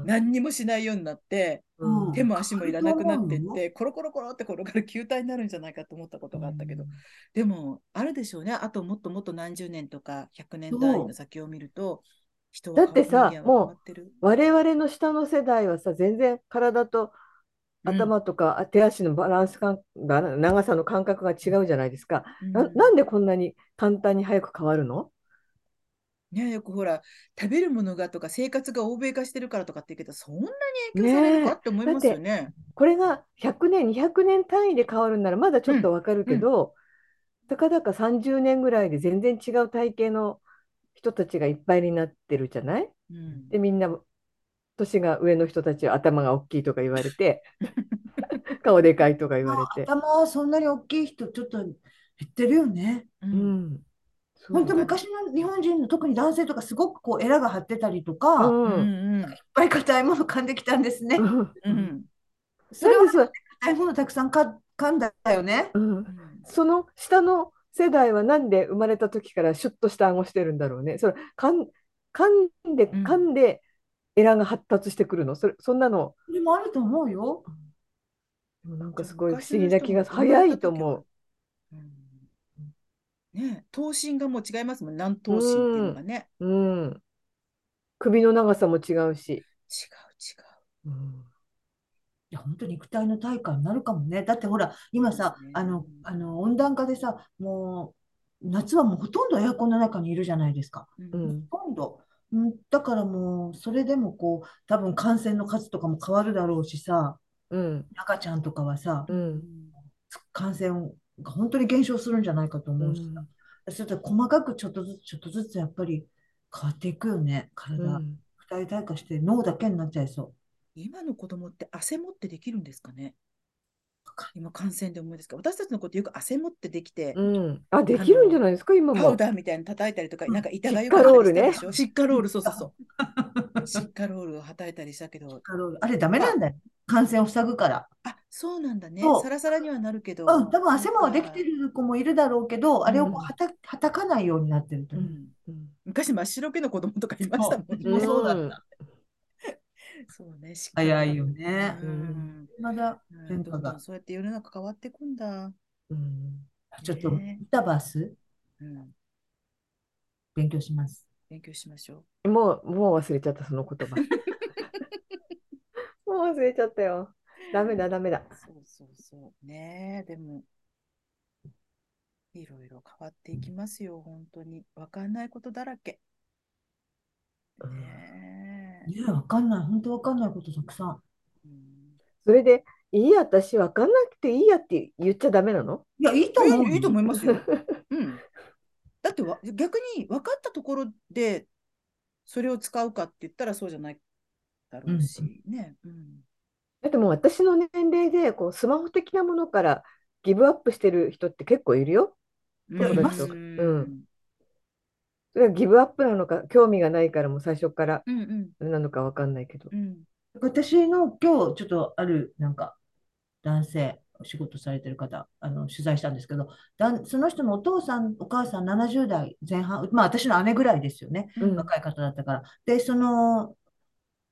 [SPEAKER 1] 何にもしないようになって、
[SPEAKER 2] うん
[SPEAKER 1] 手も足もいらなくなってっ
[SPEAKER 2] 変わると思う
[SPEAKER 1] て、コロコロコロって転がる球体になるんじゃないかと思ったことがあったけど、でも、あるでしょうね。あともっともっと何十年とか、100年代の先を見ると、人は
[SPEAKER 3] だってさ
[SPEAKER 1] 変わ人間は変わってる
[SPEAKER 3] 我々の下の世代はさ、全然体と頭とかあ手足のバランス感、バラ長さの感覚が違うじゃないですか。
[SPEAKER 1] うん
[SPEAKER 3] な、なんでこんなに簡単に早く変わるの
[SPEAKER 1] ね、よくほら、食べるものがとか、生活が欧米化してるからとかって言うけど、そんなに影響されるか
[SPEAKER 3] ね
[SPEAKER 1] って思いますよね。
[SPEAKER 3] これが100年、200年単位で変わるんならまだちょっとわかるけど、たかだか30年ぐらいで全然違う体型の人たちがいっぱいになってるじゃない
[SPEAKER 1] うん
[SPEAKER 3] でみんな年が上の人たちは頭が大きいとか言われ て顔でかいとか言わ
[SPEAKER 2] まあ
[SPEAKER 3] れて、
[SPEAKER 2] 頭はそんなに大きい人、ちょっと減ってるよね。
[SPEAKER 1] う
[SPEAKER 3] うんん、そう
[SPEAKER 2] 本当、昔の日本人の、特に男性とか、すごくこう、エラが張ってたりとか、いっ
[SPEAKER 1] う
[SPEAKER 3] う
[SPEAKER 1] んう
[SPEAKER 3] ん
[SPEAKER 1] ん
[SPEAKER 2] ぱい硬いもの噛んできたんですね
[SPEAKER 3] う。ん
[SPEAKER 1] うん
[SPEAKER 2] それは
[SPEAKER 3] なんで
[SPEAKER 2] 硬いものたくさんか噛んだよね。
[SPEAKER 3] そうんその下の世代はなんで生まれた時からシュッとした顎してるんだろうねそれ噛ん噛んで
[SPEAKER 1] うん
[SPEAKER 3] 噛んでエラが発達してくるのそれそんなの
[SPEAKER 2] それもあると思うよ。
[SPEAKER 3] でもなんかすごい不思議な気が早いと思う。
[SPEAKER 1] うんね、頭身がもう違いますもん、何頭身っていうのがね。
[SPEAKER 3] うん、首の長さも違うし、
[SPEAKER 1] 違う違う。
[SPEAKER 3] うん
[SPEAKER 2] いや、本当に肉体の対価になるかもね。だってほら、今さ
[SPEAKER 1] そうですね、
[SPEAKER 2] あの、あの温暖化でさ、もう夏はもうほとんどエアコンの中にいるじゃないですか。
[SPEAKER 1] う
[SPEAKER 3] うんん
[SPEAKER 2] ほとんど。うん、だからもう、それでもこう、多分感染の数とかも変わるだろうしさ、
[SPEAKER 3] うん
[SPEAKER 2] 赤ちゃんとかはさ、
[SPEAKER 3] うん
[SPEAKER 2] 感染が本当に減少するんじゃないかと
[SPEAKER 3] う
[SPEAKER 2] 思うし
[SPEAKER 3] ん
[SPEAKER 2] さ、それと細かくちょっとずつ、ちょっとずつやっぱり変わっていくよね、体。
[SPEAKER 3] うん
[SPEAKER 2] 肉体退化して脳だけになっちゃいそう。
[SPEAKER 1] 今の子供って汗持ってできるんですかね今感染で思いですけど、私たちのことよく汗もってできて、
[SPEAKER 3] うん。あ、できるんじゃないですか、今
[SPEAKER 1] パウ
[SPEAKER 3] も。
[SPEAKER 1] ダーみたいに叩いたりとか、なんか板がよ
[SPEAKER 3] シッカロールね
[SPEAKER 1] でしょ。シッカロール、そうそうそう。シッカロールを叩いたりしたけど、
[SPEAKER 2] カロールあれダメなんだよ。感染を塞ぐから。
[SPEAKER 1] あ、そうなんだね
[SPEAKER 2] そ。う
[SPEAKER 1] サラサラにはなるけど。
[SPEAKER 2] うん、多分汗もできてる子もいるだろうけど、あれをこうはた、はたかないようになってると
[SPEAKER 1] う
[SPEAKER 2] 思う。
[SPEAKER 1] ん。昔真っ白けの子供とかいましたもん
[SPEAKER 2] も
[SPEAKER 1] ね。
[SPEAKER 2] そうだ
[SPEAKER 3] う
[SPEAKER 2] っ
[SPEAKER 3] ん
[SPEAKER 2] た。
[SPEAKER 1] そうね、シッカロール
[SPEAKER 2] 早いよね。
[SPEAKER 1] うん。
[SPEAKER 2] まだ、
[SPEAKER 1] う
[SPEAKER 2] 文
[SPEAKER 1] ん
[SPEAKER 2] 化
[SPEAKER 1] ど
[SPEAKER 2] が
[SPEAKER 1] んどんそうやって世の中変わっていくんだ。
[SPEAKER 3] うん。
[SPEAKER 2] ちょっと、
[SPEAKER 1] ね
[SPEAKER 2] メタバース
[SPEAKER 1] うん。
[SPEAKER 2] 勉強します。
[SPEAKER 1] 勉強しましょう。
[SPEAKER 3] もう、もう忘れちゃった、その言葉。もう忘れちゃったよ。ダメだ、ダメだ。
[SPEAKER 1] そうそうそう。ねえ、でも、いろいろ変わっていきますよ、本当に。わかんないことだらけ。ねえ。
[SPEAKER 2] ねえ、わかんない。本当わかんないことたくさん。
[SPEAKER 1] うん
[SPEAKER 3] それで、いいや、私、わかんなくていいやって言っちゃダメなの
[SPEAKER 2] いや、いいと思うよ。
[SPEAKER 1] いいいいと思いますよ。 うん。だってわ逆に分かったところでそれを使うかって言ったらそうじゃないだろうし、ね。うん。
[SPEAKER 3] だってもう私の年齢で、こう、スマホ的なものからギブアップしてる人って結構いるよ。
[SPEAKER 2] やいます
[SPEAKER 1] う
[SPEAKER 3] うんんそれはギブアップなのか、興味がないからもう最初から
[SPEAKER 1] うんうん
[SPEAKER 3] なのかわかんないけど。
[SPEAKER 1] うん。
[SPEAKER 2] 私の今日ちょっとあるなんか男性お仕事されてる方あの取材したんですけどだんその人のお父さんお母さん70代前半まあ私の姉ぐらいですよね
[SPEAKER 3] うん
[SPEAKER 2] 若い方だったからでその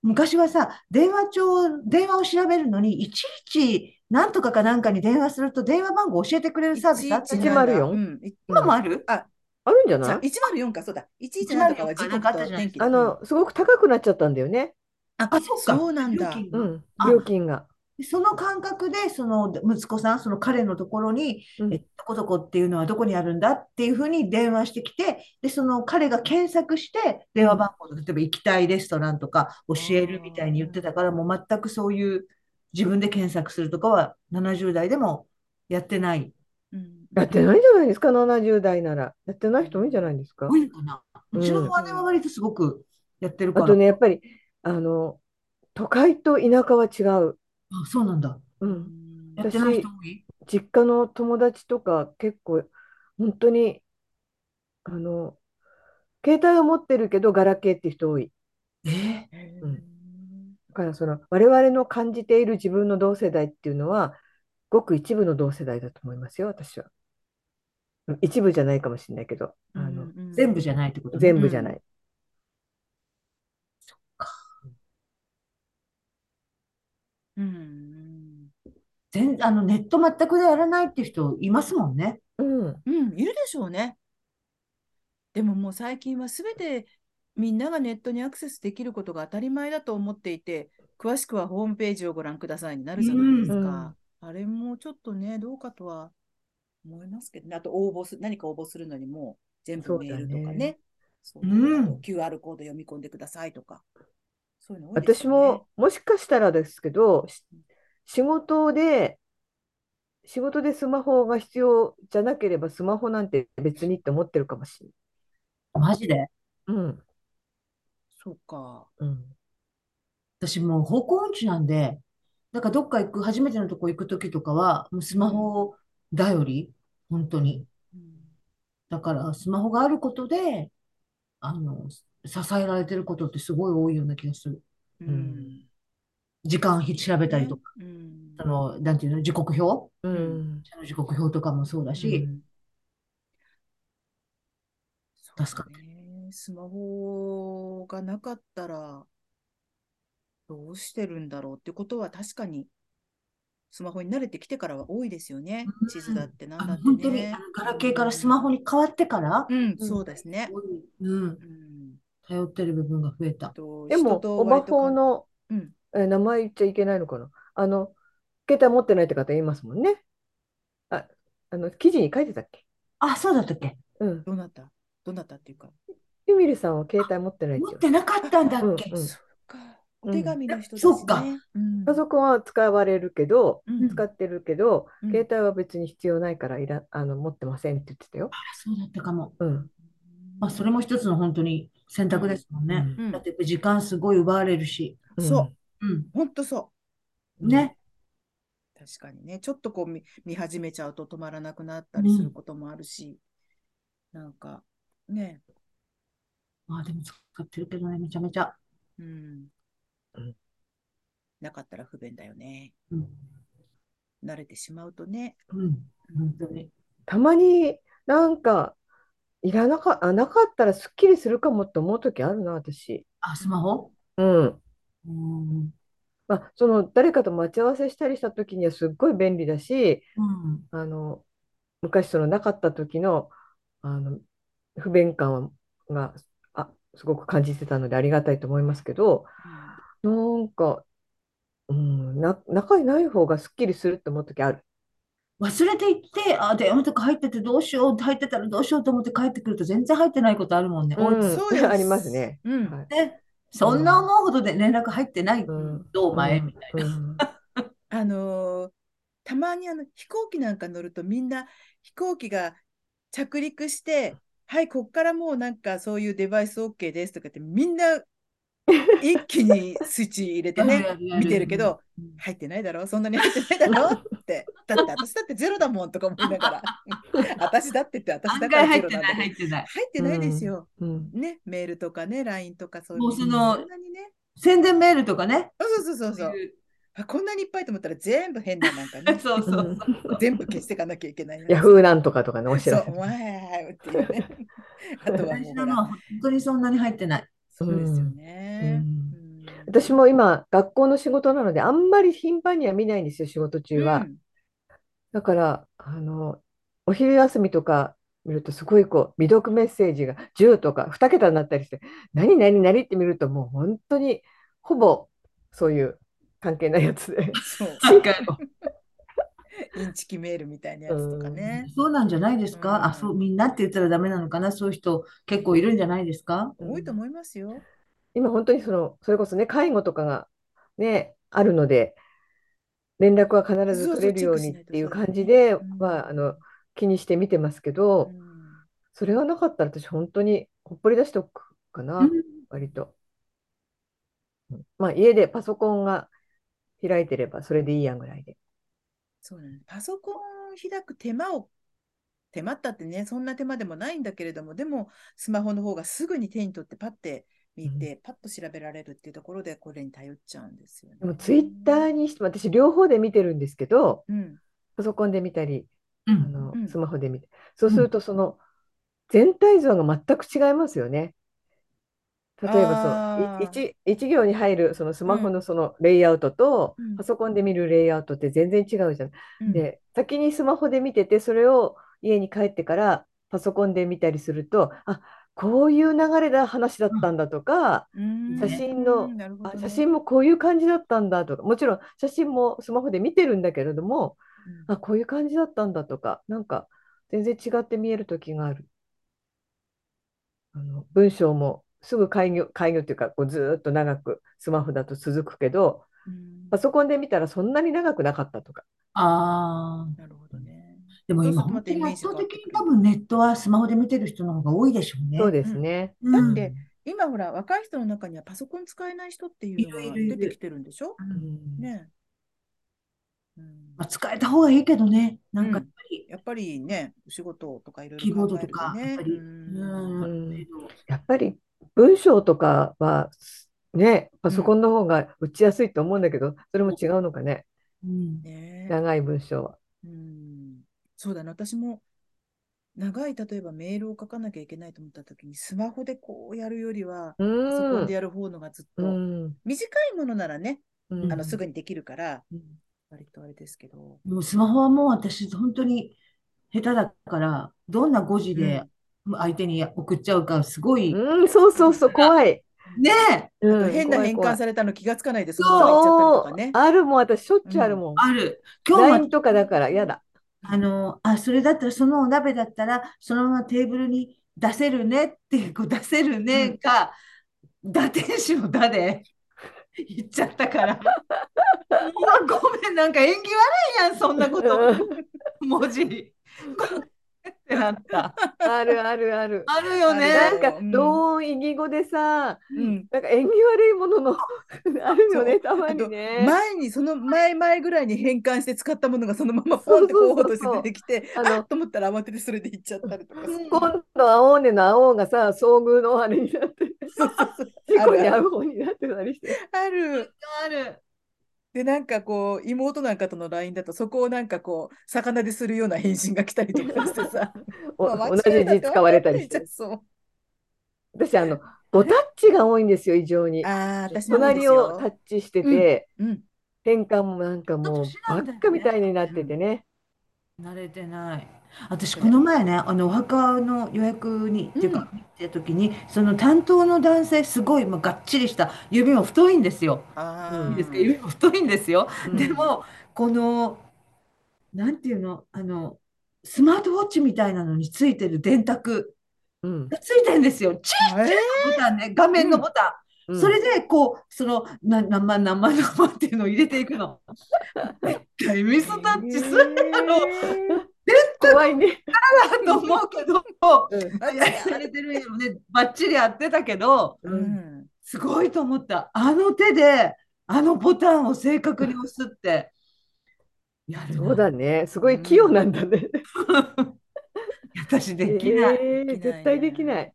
[SPEAKER 2] 昔はさ電話帳電話を調べるのにいちいちなんとかかなんかに電話すると電話番号教えてくれるサービスあったじゃない
[SPEAKER 3] 110
[SPEAKER 1] うん。い
[SPEAKER 2] 今もある
[SPEAKER 1] あ、
[SPEAKER 3] あるんじゃな
[SPEAKER 1] さ
[SPEAKER 3] い
[SPEAKER 1] 104か、そうだ。117とかは時刻と天気だ
[SPEAKER 3] あの、すごく高くなっちゃったんだよね。
[SPEAKER 1] あ
[SPEAKER 2] あそうか
[SPEAKER 1] そうなんだ
[SPEAKER 2] 料。金が
[SPEAKER 3] うん。
[SPEAKER 2] あ
[SPEAKER 3] 料金が。
[SPEAKER 2] その感覚で、その息子さん、その彼のところに、
[SPEAKER 3] うん
[SPEAKER 2] えどこどこっていうのはどこにあるんだっていうふうに電話してきて、で、その彼が検索して、電話番号とか、例えば行きたいレストランとか教えるみたいに言ってたから、もう全くそういう自分で検索するとかは70代でもやってない。
[SPEAKER 1] うん
[SPEAKER 3] やってないんじゃないですか、70代なら。やってない人多いんじゃないですか。
[SPEAKER 2] 多いのかな
[SPEAKER 3] う
[SPEAKER 2] うんちの姉は割とすごくやってるか
[SPEAKER 3] あ
[SPEAKER 2] ら。
[SPEAKER 3] とね、やっぱり、あの、都会と田舎は違う。
[SPEAKER 2] あ、そうなんだ。
[SPEAKER 3] うん。
[SPEAKER 2] やってない人多い
[SPEAKER 3] 実家の友達とか結構、本当に、あの、携帯を持ってるけど、ガラケーって人多い。
[SPEAKER 2] えー
[SPEAKER 1] へー
[SPEAKER 3] うんだから、その、我々の感じている自分の同世代っていうのは、ごく一部の同世代だと思いますよ、私は。うん一部じゃないかもしれないけど、あの、
[SPEAKER 1] うんうん
[SPEAKER 2] 全部じゃないってことね
[SPEAKER 3] 全部じゃない。
[SPEAKER 1] うん
[SPEAKER 2] 全あのネット全くでやらないっていう人いますもんね。
[SPEAKER 3] う
[SPEAKER 1] う
[SPEAKER 3] ん。
[SPEAKER 1] ん、いるでしょうね。でももう最近はすべてみんながネットにアクセスできることが当たり前だと思っていて、詳しくはホームページをご覧くださいになるじゃないですか。あれもちょっとね、どうかとは思いますけどね、あと応募す、何か応募するのにも全
[SPEAKER 3] そ
[SPEAKER 1] 部
[SPEAKER 3] う
[SPEAKER 1] メ
[SPEAKER 3] だ
[SPEAKER 1] ー
[SPEAKER 3] ね
[SPEAKER 1] ルとかね、そう
[SPEAKER 2] うん
[SPEAKER 1] あと QR コード読み込んでくださいとか、そういうの多いです
[SPEAKER 3] 私
[SPEAKER 1] よね。
[SPEAKER 3] ももしかしたらですけど、し仕事で、仕事でスマホが必要じゃなければスマホなんて別にって思ってるかもしれ
[SPEAKER 2] マジで。
[SPEAKER 3] ない。うん。
[SPEAKER 1] そうか。
[SPEAKER 3] うん。
[SPEAKER 2] 私もう方向音痴なんで、だからどっか行く、初めてのとこ行くときとかは、もうスマホ頼り、本当に。
[SPEAKER 1] うん
[SPEAKER 2] だからスマホがあることで、あの、支えられてることってすごい多いような気がする。
[SPEAKER 1] うん
[SPEAKER 2] 時間ひ調べたりとか、
[SPEAKER 1] うん
[SPEAKER 2] その、なんていうの、時刻表
[SPEAKER 3] うん。
[SPEAKER 2] その時刻表とかもそうだし、
[SPEAKER 1] そう
[SPEAKER 2] 助かっ
[SPEAKER 1] ね。スマホがなかったら、どうしてるんだろうってことは確かに、スマホに慣れてきてからは多いですよね。
[SPEAKER 2] うん
[SPEAKER 1] 地図だってなん
[SPEAKER 2] あ
[SPEAKER 1] だ
[SPEAKER 2] の、
[SPEAKER 1] って
[SPEAKER 2] 本当に、
[SPEAKER 1] ね
[SPEAKER 2] あ。の、ガラケーからスマホに変わってから、
[SPEAKER 1] うん、そうですね。
[SPEAKER 2] うん、
[SPEAKER 1] うん、
[SPEAKER 2] 頼ってる部分が増えた。
[SPEAKER 1] と
[SPEAKER 3] で
[SPEAKER 1] 人
[SPEAKER 3] も、
[SPEAKER 1] と
[SPEAKER 3] オバ
[SPEAKER 1] 割と
[SPEAKER 3] フォーの、
[SPEAKER 1] うん
[SPEAKER 3] え、名前言っちゃいけないのかな。あの、携帯持ってないって方いますもんね。あ、あの、記事に書いてたっけ
[SPEAKER 2] あ、そうだったっけ
[SPEAKER 3] うん。
[SPEAKER 1] どなたどなたっていうか。
[SPEAKER 3] ゆみりさんは携帯持ってないって
[SPEAKER 2] 持
[SPEAKER 3] 言
[SPEAKER 2] っ
[SPEAKER 3] う。
[SPEAKER 2] てなかったんだっけ
[SPEAKER 3] うんうん
[SPEAKER 1] そうか。お手紙の人です
[SPEAKER 2] う
[SPEAKER 1] ね。
[SPEAKER 2] んそうか
[SPEAKER 1] うん。
[SPEAKER 3] パソコンは使われるけど、
[SPEAKER 1] うん
[SPEAKER 3] 使ってるけど、
[SPEAKER 1] うん
[SPEAKER 3] 携帯は別に必要ないからいら、あの、持ってませんって言ってたよ。
[SPEAKER 2] あそうだったかも。
[SPEAKER 3] うん。
[SPEAKER 2] まあ、それも一つの本当に選択ですもんね。
[SPEAKER 1] うん
[SPEAKER 2] だって時間すごい奪われるし。
[SPEAKER 1] そう。
[SPEAKER 2] うん。
[SPEAKER 1] 本当そ
[SPEAKER 2] ね。
[SPEAKER 1] 確かにね、ちょっとこう見見始めちゃうと止まらなくなったりすることもあるし、なんかね、
[SPEAKER 2] まあでも使ってるけどね、めちゃめちゃ。
[SPEAKER 1] うん
[SPEAKER 3] うん、
[SPEAKER 1] なかったら不便だよね。
[SPEAKER 2] うん。
[SPEAKER 1] 慣れてしまうとね。
[SPEAKER 2] うん。本当に。
[SPEAKER 3] たまになんか、いらなか、あ、なかったらすっきりするかもって思う時あるな、私。
[SPEAKER 2] あ、スマホ
[SPEAKER 3] うん。
[SPEAKER 2] うん。
[SPEAKER 3] まあ、その誰かと待ち合わせしたりした時にはすっごい便利だし、
[SPEAKER 2] うん。
[SPEAKER 3] あの昔そのなかった時の、あの不便感があすごく感じてたのでありがたいと思いますけど、なんか、うん、な仲にない方がすっきりするって思う時ある。
[SPEAKER 2] 忘れていって、あ、電話とか入っててどうしよう、入ってたらどうしようと思って帰ってくると全然入ってないことあるもんね。
[SPEAKER 3] うん
[SPEAKER 2] おい
[SPEAKER 1] そうです
[SPEAKER 3] ありますね。
[SPEAKER 1] うん、
[SPEAKER 3] はい
[SPEAKER 2] で、そんな思うほどで連絡入ってない
[SPEAKER 3] うん
[SPEAKER 2] どう前みたい
[SPEAKER 3] うん
[SPEAKER 1] あのーたまにあの飛行機なんか乗るとみんな飛行機が着陸して、はい、こっからもうなんかそういうデバイス OK ですとかってみん な一気にスイッチ入れて
[SPEAKER 2] な。
[SPEAKER 1] ね、
[SPEAKER 2] やるやる
[SPEAKER 1] 見てるけど、
[SPEAKER 2] うん
[SPEAKER 1] 入ってないだろそんなに入ってないだろって。だって私だってゼロだもんとか思いながら。私だってって私
[SPEAKER 2] 案
[SPEAKER 1] だから
[SPEAKER 2] 外入
[SPEAKER 1] ゼ
[SPEAKER 2] っ
[SPEAKER 1] ロ
[SPEAKER 2] て
[SPEAKER 1] なん
[SPEAKER 2] な
[SPEAKER 1] だ
[SPEAKER 2] い、
[SPEAKER 1] け
[SPEAKER 2] 入
[SPEAKER 1] ど。
[SPEAKER 2] ってない。
[SPEAKER 1] 入ってないですよ。
[SPEAKER 3] うん
[SPEAKER 1] ね、メールとかね、LINE とかそういう
[SPEAKER 2] もうその
[SPEAKER 1] んなにね。
[SPEAKER 2] 宣伝メールとかね。
[SPEAKER 1] あそうそうそうそう。あこんなにいっぱいと思ったら全部変ななんかね。
[SPEAKER 2] そうそう
[SPEAKER 3] う
[SPEAKER 2] そう。
[SPEAKER 3] ん
[SPEAKER 1] 全部消していかなきゃいけないな。
[SPEAKER 3] ヤフーなんとかとかのお知
[SPEAKER 1] そう、
[SPEAKER 3] ら
[SPEAKER 1] わ
[SPEAKER 3] せ。
[SPEAKER 1] ーいっていうね。 あとはもう
[SPEAKER 2] 大事
[SPEAKER 1] ほ
[SPEAKER 2] なの
[SPEAKER 1] ら、
[SPEAKER 2] は本当にそんなに入ってない。
[SPEAKER 1] そうですよね。
[SPEAKER 3] うん
[SPEAKER 1] うん
[SPEAKER 3] 私も今、学校の仕事なので、あんまり頻繁には見ないんですよ、仕事中は。
[SPEAKER 1] うん
[SPEAKER 3] だから、あの、お昼休みとか見ると、すごいこう、未読メッセージが10とか2桁になったりして、何何何って見ると、もう本当に、ほぼそういう関係ないやつで。
[SPEAKER 1] そう、
[SPEAKER 2] なん か
[SPEAKER 1] インチキメールみたいなやつとかね。
[SPEAKER 2] そうなんじゃないです
[SPEAKER 1] うん
[SPEAKER 2] か。あ、そう、みんなって言ったらダメなのかな。そういう人結構いるんじゃないですか。
[SPEAKER 3] うん
[SPEAKER 1] 多いと思いますよ。
[SPEAKER 3] 今、本当にその、それこそね、介護とかがね、あるので、連絡は必ず取れるようにっていう感じで
[SPEAKER 1] そうそうチェックしないとそうだねうん
[SPEAKER 3] は、あの、気にして見てますけど、
[SPEAKER 1] うん
[SPEAKER 3] それがなかったら私本当にほっぽり出しておくかな、
[SPEAKER 2] うん
[SPEAKER 3] 割と。うんまあ家でパソコンが開いてればそれでいいやぐらいで。
[SPEAKER 1] そうなんですパソコン開く手間を、手間ったってね、そんな手間でもないんだけれども、でも、スマホの方がすぐに手に取って、パッて見て、パッと調べられるっていうところで、これに頼っちゃうんですよね。
[SPEAKER 3] でもツイッターにして、私両方で見てるんですけど、
[SPEAKER 1] うん、
[SPEAKER 3] パソコンで見たり、
[SPEAKER 2] う
[SPEAKER 3] あ
[SPEAKER 2] ん。
[SPEAKER 3] の
[SPEAKER 1] うん
[SPEAKER 3] スマホで見て。そうするとその全体像が全く違いますよね。例えば
[SPEAKER 1] あ
[SPEAKER 3] そ
[SPEAKER 1] ー
[SPEAKER 3] の一一行に入るそのスマホのそのレイアウトと
[SPEAKER 1] うん
[SPEAKER 3] パソコンで見るレイアウトって全然違うじゃん。
[SPEAKER 1] うん
[SPEAKER 3] で、先にスマホで見てて、それを家に帰ってからパソコンで見たりすると、あ、こういう流れだ話だったんだとか、
[SPEAKER 1] うん
[SPEAKER 2] 写
[SPEAKER 3] 真の
[SPEAKER 1] うんなるほ
[SPEAKER 3] あ、
[SPEAKER 1] どね
[SPEAKER 3] 写真もこういう感じだったんだとか、もちろん写真もスマホで見てるんだけれども、
[SPEAKER 1] うん
[SPEAKER 3] あ、こういう感じだったんだとか、なんか全然違って見える時がある。あの文章もすぐ開業、開業っていうか、こうずーっと長くスマホだと続くけど、
[SPEAKER 1] うん
[SPEAKER 3] パソコンで見たらそんなに長くなかったとか。
[SPEAKER 2] ああ。
[SPEAKER 1] なるほどね。
[SPEAKER 2] でも
[SPEAKER 1] そうする
[SPEAKER 2] 今、
[SPEAKER 1] とまた
[SPEAKER 2] 本当
[SPEAKER 1] イ
[SPEAKER 2] に
[SPEAKER 1] メー
[SPEAKER 2] 圧
[SPEAKER 1] ジが変
[SPEAKER 2] 倒
[SPEAKER 1] わって
[SPEAKER 2] 的
[SPEAKER 1] くる
[SPEAKER 2] に多分ネットはスマホで見てる人の方が多いでしょうね。
[SPEAKER 3] そうですね。
[SPEAKER 2] うん
[SPEAKER 1] だって、今ほら、若い人の中にはパソコン使えない人っていうのが
[SPEAKER 2] いるいる
[SPEAKER 1] 出
[SPEAKER 2] いる
[SPEAKER 1] てきてるんでしょ
[SPEAKER 2] うん
[SPEAKER 3] うん
[SPEAKER 1] ねえ。うん
[SPEAKER 2] まあ、使えた方がいいけどね。なんかやっぱり、
[SPEAKER 1] やっぱりね、お仕事とかいろい
[SPEAKER 2] キー
[SPEAKER 1] ろ
[SPEAKER 2] ボード
[SPEAKER 1] 考える
[SPEAKER 2] と
[SPEAKER 1] と
[SPEAKER 2] か、やっ
[SPEAKER 1] ね
[SPEAKER 2] ぱ。り、
[SPEAKER 1] うん
[SPEAKER 2] うん
[SPEAKER 3] うんやっぱり文章とかはね、パソコンの方が打ちやすいと思うんだけど、それも違うのかね、
[SPEAKER 2] うん
[SPEAKER 1] ねえ
[SPEAKER 3] 長い文章は。
[SPEAKER 1] うんそうだね、私も長い、例えばメールを書かなきゃいけないと思った時に、スマホでこうやるよりは、
[SPEAKER 3] う
[SPEAKER 1] パソコン
[SPEAKER 3] ん
[SPEAKER 1] で、やる方のがずっ
[SPEAKER 3] う
[SPEAKER 1] と、
[SPEAKER 3] ん、
[SPEAKER 1] 短いものならね、
[SPEAKER 3] うん
[SPEAKER 1] あのすぐにできるから、
[SPEAKER 3] うん
[SPEAKER 1] 割とあれですけど。
[SPEAKER 2] もうスマホはもう私、本当に下手だから、どんな誤字で相手に送っちゃうか、すごい。
[SPEAKER 3] うん、そうそうそう、怖い。
[SPEAKER 2] ねえ、
[SPEAKER 3] う
[SPEAKER 1] あと
[SPEAKER 3] ん、
[SPEAKER 1] 変な
[SPEAKER 3] 怖い
[SPEAKER 1] 変
[SPEAKER 3] 怖い
[SPEAKER 1] 換されたの気がつかないで、そ
[SPEAKER 2] そう
[SPEAKER 1] のまま行っちゃったりとかね
[SPEAKER 3] そう。あるもん、私しょっちゅうあるもん。
[SPEAKER 2] ある。今日は
[SPEAKER 3] LINE とかだから嫌だ。
[SPEAKER 2] あの、あ、それだったら、そのお鍋だったら、そのままテーブルに出せるねっていう、こう出せるねか、堕天使のだで 言っちゃったから。 うわごめん、なんか縁起悪いやん、そんなこと。文字。てなった。
[SPEAKER 3] あるあるある。
[SPEAKER 2] あるよね。
[SPEAKER 3] なんか
[SPEAKER 1] う、ん
[SPEAKER 3] 同音異義語でさ、
[SPEAKER 1] うん
[SPEAKER 3] なんか縁起悪いものの あるよね、たま
[SPEAKER 1] あ
[SPEAKER 3] に
[SPEAKER 1] と
[SPEAKER 3] ね。
[SPEAKER 1] 前にその前前ぐらいに変換して使ったものがそのままポンって候補として出てきて
[SPEAKER 3] あの
[SPEAKER 1] と思ったら慌ててそれで行っちゃったりとか
[SPEAKER 2] うん
[SPEAKER 3] 今度青おねの青がさ遭遇のあれになって
[SPEAKER 1] そうそうそう
[SPEAKER 3] 事故に
[SPEAKER 1] あるあ
[SPEAKER 3] 遭
[SPEAKER 1] る
[SPEAKER 3] う方になってたりして
[SPEAKER 1] ある
[SPEAKER 2] ある。
[SPEAKER 1] でなんかこう妹なんかとの LINE だとそこをなんかこう魚でするような返信が来たりとかしてさ
[SPEAKER 3] お
[SPEAKER 1] まあ
[SPEAKER 3] 同じ字使われたりして
[SPEAKER 1] そう
[SPEAKER 3] 私あのボタッチが多いんですよ異常に
[SPEAKER 1] ああ私もそうです
[SPEAKER 3] 隣をタッ
[SPEAKER 1] よ、
[SPEAKER 3] チしてて、
[SPEAKER 1] うん、
[SPEAKER 3] 転換もなんかもう
[SPEAKER 2] 私
[SPEAKER 3] ば
[SPEAKER 2] なんだよね
[SPEAKER 3] っかみたいになっててね
[SPEAKER 2] 慣れてない。私、この前ね、あのお墓の予約に、っていうか、行った時に、その担当の男性、すごい、まあ、がっちりした、指も太いんですよ。
[SPEAKER 1] あ
[SPEAKER 3] う
[SPEAKER 1] ー
[SPEAKER 3] ん
[SPEAKER 2] いいですか、指も太いんですよ。
[SPEAKER 1] うん
[SPEAKER 2] でも、この、なんていうの、あの、スマートウォッチみたいなのについてる電卓
[SPEAKER 3] うん、
[SPEAKER 2] がついてるんですよ。ちっちゃいボタンね、画面のボタン。
[SPEAKER 3] うん
[SPEAKER 2] それでこうそのな何万何万何万っていうのを入れていくの。絶対ミスタッチするだろう
[SPEAKER 3] 怖いね、
[SPEAKER 2] なと思うけど、
[SPEAKER 3] うん
[SPEAKER 1] あれ
[SPEAKER 2] やら れてるよね、ばっちりやってたけど、
[SPEAKER 1] う、ん、
[SPEAKER 2] すごいと思った。あの手であのボタンを正確に押すって。やるな
[SPEAKER 3] そうだねすごい器用なんだね、
[SPEAKER 2] 私できない。
[SPEAKER 3] えー
[SPEAKER 1] できない
[SPEAKER 3] 絶対できない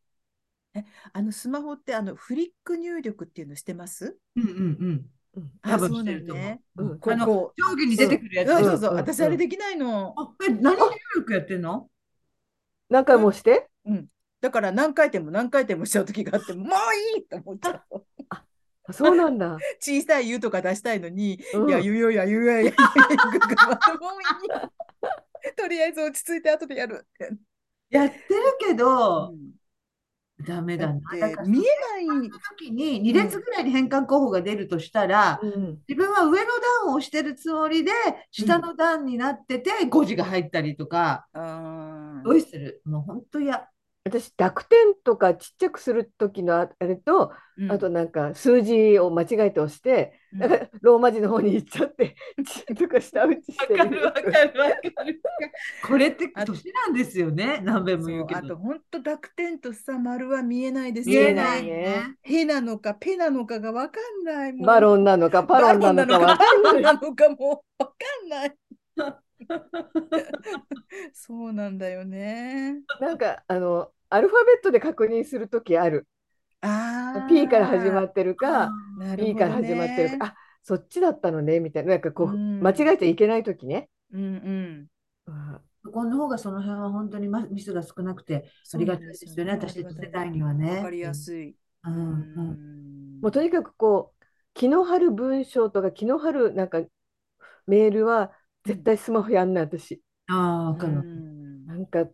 [SPEAKER 1] あのスマホってあのフリック入力っていうのしてます
[SPEAKER 2] うんうんうん。
[SPEAKER 3] うん
[SPEAKER 2] 多分してると思
[SPEAKER 1] あ
[SPEAKER 2] う。
[SPEAKER 3] うん
[SPEAKER 1] そう
[SPEAKER 2] あ
[SPEAKER 1] な
[SPEAKER 2] の
[SPEAKER 1] んこ
[SPEAKER 2] 上下に出てくる
[SPEAKER 1] う
[SPEAKER 2] やつ
[SPEAKER 1] そう
[SPEAKER 2] でし
[SPEAKER 1] そ
[SPEAKER 2] ょ
[SPEAKER 1] うそう
[SPEAKER 3] うん
[SPEAKER 1] 私あれできないの、
[SPEAKER 2] あえ何入力やってんの
[SPEAKER 3] 何回もして
[SPEAKER 1] だから何回転も何回転もしちゃう時があってもういいって思っちゃう
[SPEAKER 3] あそうなんだ、
[SPEAKER 1] 小さい「ゆ」とか出したいのに「
[SPEAKER 3] うん
[SPEAKER 1] いやゆよやゆよやゆよや」ぐぐぐもういいとりあえず落ち着いて後でやるって、
[SPEAKER 2] やってるけど、
[SPEAKER 1] う
[SPEAKER 2] ダメ
[SPEAKER 1] ん、だ
[SPEAKER 2] だ
[SPEAKER 1] っ
[SPEAKER 2] な。だ
[SPEAKER 1] て
[SPEAKER 2] から
[SPEAKER 1] 見えない
[SPEAKER 2] 時に2列ぐらいに変換候補が出るとしたら、
[SPEAKER 3] うん
[SPEAKER 2] 自分は上の段を押してるつもりで、下の段になってて、5時が入ったりとか、
[SPEAKER 1] あ
[SPEAKER 2] どうするもう本当や。
[SPEAKER 3] 私濁点とかちっちゃくする時のああれと、
[SPEAKER 1] ー
[SPEAKER 3] あとなんか数字を間違えて押して、
[SPEAKER 1] うん
[SPEAKER 3] なんかローマ字の方に行っちゃって、ちとか下打ちしてる。
[SPEAKER 2] るわかる。 これって年なんですよね、何べも
[SPEAKER 1] そ
[SPEAKER 2] 言う
[SPEAKER 1] う
[SPEAKER 2] け
[SPEAKER 1] あと
[SPEAKER 2] ど。
[SPEAKER 1] 本当濁点とさ丸は見えないです
[SPEAKER 3] 見
[SPEAKER 1] よ
[SPEAKER 3] え
[SPEAKER 1] ね
[SPEAKER 3] ないね。
[SPEAKER 1] へなのかペなのかがわかんないもう
[SPEAKER 3] バロンなのかパ
[SPEAKER 1] バ
[SPEAKER 3] ロン
[SPEAKER 1] ロ
[SPEAKER 3] な
[SPEAKER 1] ンな
[SPEAKER 3] のか
[SPEAKER 1] の
[SPEAKER 3] わ
[SPEAKER 1] か
[SPEAKER 3] か
[SPEAKER 1] バロ
[SPEAKER 3] んない
[SPEAKER 1] ンなのかもうわかんないそうなんだよね
[SPEAKER 3] なんかあのアルファベットで確認する時ある。
[SPEAKER 1] ああ
[SPEAKER 3] P から始まってるか、
[SPEAKER 1] なるほど
[SPEAKER 3] B から始まってる
[SPEAKER 1] ね
[SPEAKER 3] か、あそっちだったのねみたいな、なんかこう、
[SPEAKER 1] うん
[SPEAKER 3] 間違えちゃいけない時ね。
[SPEAKER 1] うんうん。
[SPEAKER 3] うん
[SPEAKER 2] そこの方がその辺は本当にまミスが少なくて、ありがたいですよね、私たち世代にはね。
[SPEAKER 1] わかりやすい。
[SPEAKER 2] う
[SPEAKER 1] うん
[SPEAKER 2] うん
[SPEAKER 1] ん
[SPEAKER 3] もうとにかくこう、気の張る文章とか気の張るなんかメールは絶対スマホやんない私。
[SPEAKER 2] ああ、わか
[SPEAKER 1] う
[SPEAKER 2] る。
[SPEAKER 1] ん
[SPEAKER 3] なんか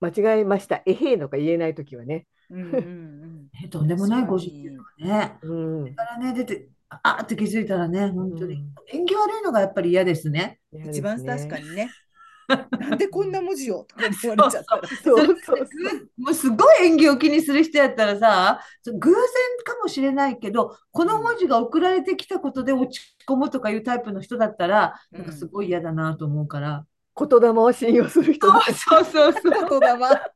[SPEAKER 3] 間違えました、えへーのか言えないときはね。
[SPEAKER 1] うんうん
[SPEAKER 2] えとんでもない5時っていうのはね。
[SPEAKER 3] うん、
[SPEAKER 2] だからね、出て、ああーって気づいたらね、本当
[SPEAKER 3] う
[SPEAKER 2] に
[SPEAKER 3] ん。
[SPEAKER 2] 縁起悪いのがやっぱり嫌ですね。
[SPEAKER 1] う
[SPEAKER 3] 嫌
[SPEAKER 1] ん
[SPEAKER 3] です
[SPEAKER 1] 一番確か
[SPEAKER 3] ね。
[SPEAKER 1] にね。なんでこんな文字をとか言 われちゃったら。
[SPEAKER 3] そうそう
[SPEAKER 2] ぐもうすごい縁起を気にする人やったらさ、そう偶然かもしれないけど、この文字が送られてきたことで落ち込むとかいうタイプの人だったら、
[SPEAKER 1] うん
[SPEAKER 2] なんかすごい嫌だなと思うから。
[SPEAKER 3] そう。言霊を信用する人だ。
[SPEAKER 2] そうそうそう。
[SPEAKER 1] 言葉。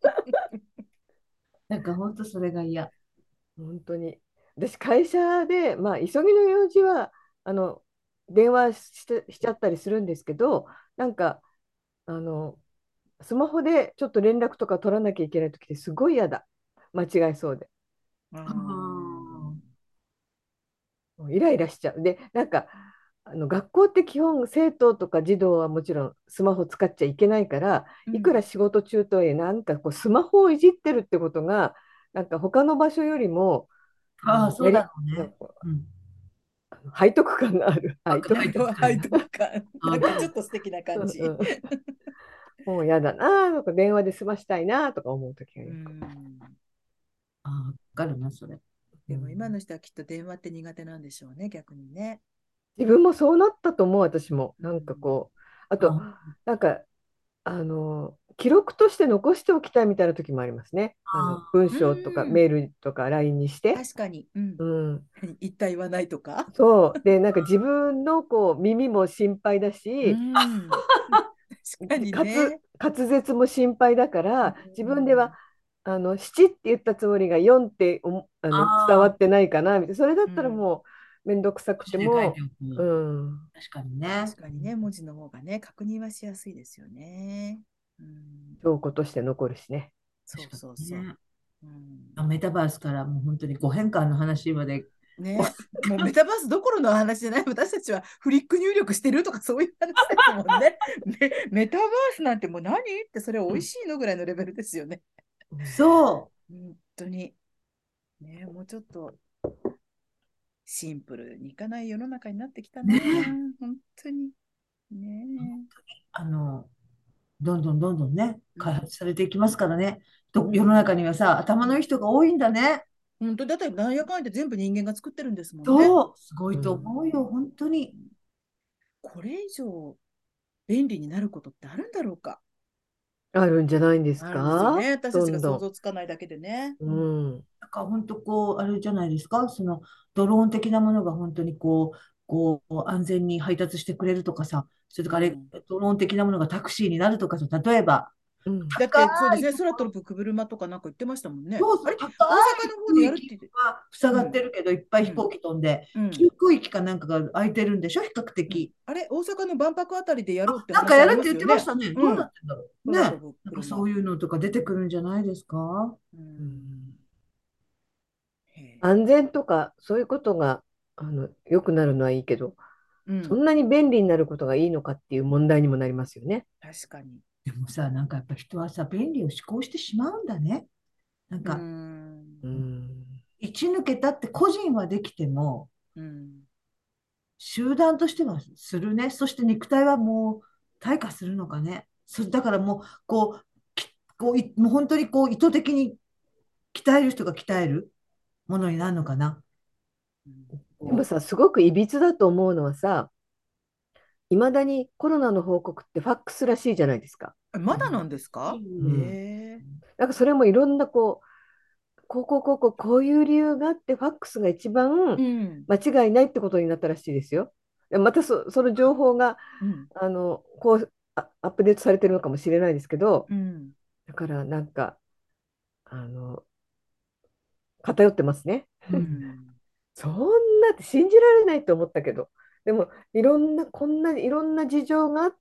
[SPEAKER 2] なんか本当それが嫌。
[SPEAKER 3] 本当に。私、会社で、まあ、急ぎの用事は、あの、電話してしちゃったりするんですけど、なんか、あの、スマホでちょっと連絡とか取らなきゃいけないときってすごい嫌だ。間違えそうで。
[SPEAKER 2] あー
[SPEAKER 3] もうイライラしちゃう。で、なんか、あの学校って基本生徒とか児童はもちろんスマホ使っちゃいけないから、いくら仕事中とはいえなんかこうスマホをいじってるってことがなんか他の場所よりも
[SPEAKER 2] あー、そうだろう
[SPEAKER 3] なん
[SPEAKER 2] ね。
[SPEAKER 3] かこ
[SPEAKER 2] うん
[SPEAKER 3] う背徳感がある背徳
[SPEAKER 1] 言葉背徳感。
[SPEAKER 2] あー
[SPEAKER 1] なんかちょっと素敵な
[SPEAKER 3] 感
[SPEAKER 1] 感じ。
[SPEAKER 3] うんうんもうやだなとか電話で済ましたいなとか思う時がよ
[SPEAKER 1] う
[SPEAKER 3] く
[SPEAKER 1] ん
[SPEAKER 2] あーわかるな、それ。
[SPEAKER 1] でも今の人はきっと電話って苦手なんでしょうね、逆にね。
[SPEAKER 3] 自分もそうなったと思う私もなんかこうあと
[SPEAKER 2] あ
[SPEAKER 3] なんかあの記録として残しておきたいみたいな時もありますねあ
[SPEAKER 2] あ
[SPEAKER 3] の文章とか
[SPEAKER 1] うん
[SPEAKER 3] メールとか LINE にして。
[SPEAKER 1] 確かに。うん
[SPEAKER 3] う。ん
[SPEAKER 1] 言った言わないとか。
[SPEAKER 3] そうでなんか自分のこう耳も心配だし、
[SPEAKER 1] うん確かに
[SPEAKER 3] 滑
[SPEAKER 1] ね。
[SPEAKER 3] 滑舌も心配だから
[SPEAKER 1] うん
[SPEAKER 3] 自分ではあの7って言ったつもりが4っておもあの
[SPEAKER 2] あー
[SPEAKER 3] 伝わってないかなみたいなそれだったら
[SPEAKER 1] うん
[SPEAKER 3] もう面倒くさくて
[SPEAKER 2] 口で書い
[SPEAKER 3] も
[SPEAKER 2] て、おく
[SPEAKER 3] うん、
[SPEAKER 2] 確かにね。
[SPEAKER 1] 確かにね、文字の方がね、確認はしやすいですよね。うん、
[SPEAKER 3] 証拠として残るしね。
[SPEAKER 1] そう
[SPEAKER 2] 確か
[SPEAKER 1] そう
[SPEAKER 2] に
[SPEAKER 1] そう。
[SPEAKER 2] ね
[SPEAKER 1] うん
[SPEAKER 2] メタバースからもう本当に5変換の話まで、
[SPEAKER 1] ね、 もうメタバースどころの話じゃない、 私たちはフリック入力してるとかそういう話ですもんね。 メメタバースなんてもう何ってそれ美味しいのぐらいのレベルですよね。
[SPEAKER 2] そ
[SPEAKER 1] 本当に。ね、もうちょっとシンプルにいかない世の中になってきたんだな、
[SPEAKER 2] ね
[SPEAKER 1] 本当に。ね
[SPEAKER 2] う、あの、どんどんどんどんね、開発されていきますからね。と世の中にはさ、頭のいい人が多いんだね。
[SPEAKER 1] 本当だってなんやかんやって全部人間が作ってるんですもんね。
[SPEAKER 2] そう、すごいと思うよ、本当に。
[SPEAKER 1] これ以上便利になることってあるんだろうか。
[SPEAKER 3] あるんじゃないんです
[SPEAKER 1] あるんですよ
[SPEAKER 3] か
[SPEAKER 1] ね。私たちが
[SPEAKER 3] どんど
[SPEAKER 1] 想
[SPEAKER 3] ん
[SPEAKER 1] 像つかないだけでね。
[SPEAKER 3] うん、
[SPEAKER 2] なんか本当こう、あれじゃないですか、そのドローン的なものが本当にこう、こう安全に配達してくれるとかさ、それとかあれ、
[SPEAKER 1] うん
[SPEAKER 2] ドローン的なものがタクシーになるとかさ、例えば、
[SPEAKER 3] うん
[SPEAKER 1] だって
[SPEAKER 2] 高い
[SPEAKER 1] そうですね、空飛ぶ車とかなんか言ってましたもんね。
[SPEAKER 2] そうそう
[SPEAKER 1] あれ、大
[SPEAKER 2] 高
[SPEAKER 1] 阪
[SPEAKER 2] い
[SPEAKER 1] の方でやるって言って。
[SPEAKER 2] は塞がってるけど、いっぱい飛行機飛んで、
[SPEAKER 1] うん
[SPEAKER 2] 休空域かなんかが空いてるんでしょ、比較的。
[SPEAKER 1] あれ、大阪の万博あたりでやろうって
[SPEAKER 2] なんかやるって
[SPEAKER 1] 話あり
[SPEAKER 2] 言って
[SPEAKER 1] ま
[SPEAKER 2] ますしたね。
[SPEAKER 1] ん
[SPEAKER 2] どうなってんだろう。ね。
[SPEAKER 1] よね。
[SPEAKER 2] な
[SPEAKER 1] 空
[SPEAKER 2] んか
[SPEAKER 1] 飛ぶ
[SPEAKER 2] そういうのとか出てくるんじゃないですか。
[SPEAKER 1] 車う
[SPEAKER 3] うん
[SPEAKER 1] んへえ
[SPEAKER 3] 安全とかそういうことがあの良くなるのはいいけど、
[SPEAKER 1] うん
[SPEAKER 3] そんなに便利になることがいいのかっていう問題にもなりますよね。
[SPEAKER 1] 確かに。
[SPEAKER 2] でもさ、なんかやっぱ人はさ、便利を嗜好してしまうんだね。なん
[SPEAKER 1] う
[SPEAKER 2] か、
[SPEAKER 1] ん
[SPEAKER 3] うん、
[SPEAKER 2] 一抜けたって個人はできても、
[SPEAKER 1] うん
[SPEAKER 2] 集団としてはするね。そして肉体はもう退化するのかね。そだからもう、こう、きこういもう本当にこう意図的に鍛える人が鍛えるものになるのかな。
[SPEAKER 3] でもさ、すごくいびつだと思うのはさ、いまだにコロナの報告ってファックスらしいじゃないですか。
[SPEAKER 1] えまだなんですか
[SPEAKER 3] うん
[SPEAKER 1] へえ
[SPEAKER 3] なんかそれもいろんなこう、こうこうこうこうこういう理由があって、ファックスが一
[SPEAKER 1] う
[SPEAKER 3] 番
[SPEAKER 1] ん
[SPEAKER 3] 間違いないってことになったらしいですよ。でまたそ、その情報が
[SPEAKER 1] うん
[SPEAKER 3] あのこうあアップデートされてるのかもしれないですけど、
[SPEAKER 1] うん
[SPEAKER 3] だからなんか、あの、偏ってますね。
[SPEAKER 1] うん
[SPEAKER 3] そんなって信じられないと思ったけど、でもいろんな、こんないろんな事情があっ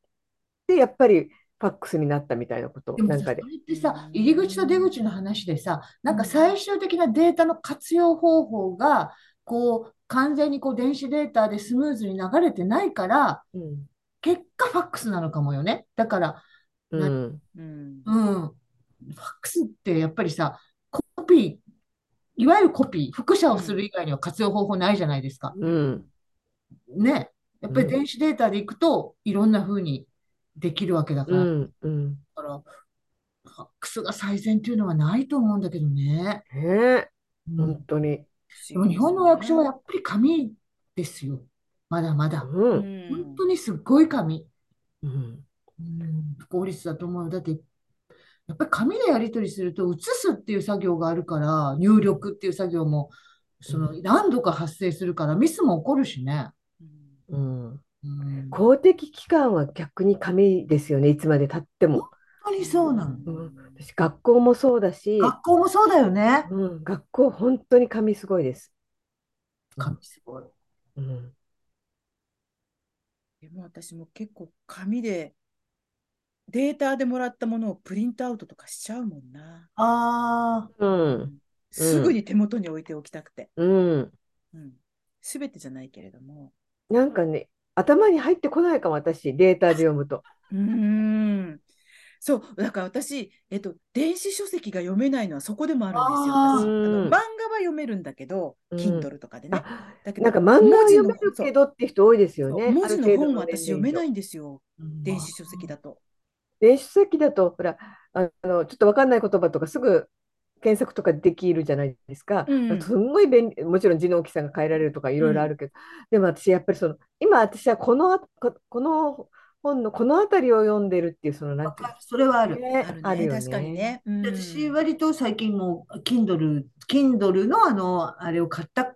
[SPEAKER 3] て、やっぱりファックスになったみたいなこと、
[SPEAKER 2] でも
[SPEAKER 3] な
[SPEAKER 2] さ
[SPEAKER 3] んかで
[SPEAKER 2] そ。れってさ、入り口と出口の話でさ、なんか
[SPEAKER 1] うん
[SPEAKER 2] 最終的なデータの活用方法が、こう、完全にこう電子データでスムーズに流れてないから、
[SPEAKER 3] うん。
[SPEAKER 2] 結果ファックスなのかもよね。だから、
[SPEAKER 3] うん。
[SPEAKER 1] うん
[SPEAKER 2] うん、ファックスってやっぱりさ、コピー、いわゆるコピー、複写をする以外には活用方法ないじゃないですか。
[SPEAKER 3] うん。
[SPEAKER 2] ね。やっぱり電子データでいくと、いろんな風にできるわけだか
[SPEAKER 3] う
[SPEAKER 2] ら、
[SPEAKER 3] ん。うん。
[SPEAKER 2] だから、ファックスが最善っていうのはないと思うんだけどね。
[SPEAKER 3] ねえ、
[SPEAKER 2] うん
[SPEAKER 3] 本当に。
[SPEAKER 2] でも日本の役所はやっぱり紙ですよ。まだまだ。
[SPEAKER 3] う。
[SPEAKER 1] うんん
[SPEAKER 2] 本当にすっごい紙。
[SPEAKER 3] うん。
[SPEAKER 2] うん、不効率だと思うよ。だって、やっぱり紙でやり取りすると、写すっていう作業があるから、入力っていう作業も、その何度か発生するから、ミスも起こるしね。
[SPEAKER 1] うん
[SPEAKER 3] うん。
[SPEAKER 2] うん、本
[SPEAKER 3] 公的機関は逆に紙ですよね、いつまで経っても。
[SPEAKER 2] 当にそうなの。
[SPEAKER 1] うん
[SPEAKER 3] 私、学校もそうだし、
[SPEAKER 2] 学校もそうだよね。
[SPEAKER 3] うん、学校、本当に紙すごいです。
[SPEAKER 2] 紙すごい。
[SPEAKER 3] うん。
[SPEAKER 1] でも私も結構紙でデータでもらったものをプリントアウトとかしちゃうもんな。
[SPEAKER 2] ああ、
[SPEAKER 3] うん。
[SPEAKER 1] すぐに手元に置いておきたくて。
[SPEAKER 3] うん。
[SPEAKER 1] うん。すべてじゃないけれども。
[SPEAKER 3] なんかね、頭に入ってこないかも、私、データで読むと。
[SPEAKER 1] うーん。そう、だから私、えっと、電子書籍が読めないのはそこでもあるんですよ。
[SPEAKER 2] あー
[SPEAKER 1] 私あの
[SPEAKER 3] うん
[SPEAKER 1] 漫画は読めるんだけど、
[SPEAKER 3] うん
[SPEAKER 1] Kindle とかでね。
[SPEAKER 3] あ、
[SPEAKER 1] だけど
[SPEAKER 3] なんか漫画は
[SPEAKER 1] 文字
[SPEAKER 3] 読
[SPEAKER 1] の
[SPEAKER 3] めるけどって人多いですよ
[SPEAKER 1] そう
[SPEAKER 3] ね。
[SPEAKER 1] 文字
[SPEAKER 3] あ
[SPEAKER 1] の
[SPEAKER 3] る程
[SPEAKER 1] 本
[SPEAKER 3] 度
[SPEAKER 1] は
[SPEAKER 3] の年
[SPEAKER 1] 私読めな
[SPEAKER 3] 齢以上
[SPEAKER 1] いんですよ。電子書籍だと。
[SPEAKER 3] 電子書籍だと、ほら、あの、ちょっとわかんない言葉とかすぐ検索とかできるじゃないですか。
[SPEAKER 1] うん
[SPEAKER 3] だからすんごい便利、もちろん字の大きさが変えられるとかいろいろあるけど、でも私やっぱりその、今私はこのあ、ここの本のこの辺りを読んでるっていう、そのなん
[SPEAKER 2] わ
[SPEAKER 3] ていう
[SPEAKER 2] かる。それはあ
[SPEAKER 3] の
[SPEAKER 2] る。
[SPEAKER 3] ね
[SPEAKER 1] あるね、
[SPEAKER 3] あるよ
[SPEAKER 1] 確かにね。うん
[SPEAKER 2] で私、割と最近もう Kindle、Kindle のあの、あれを買った、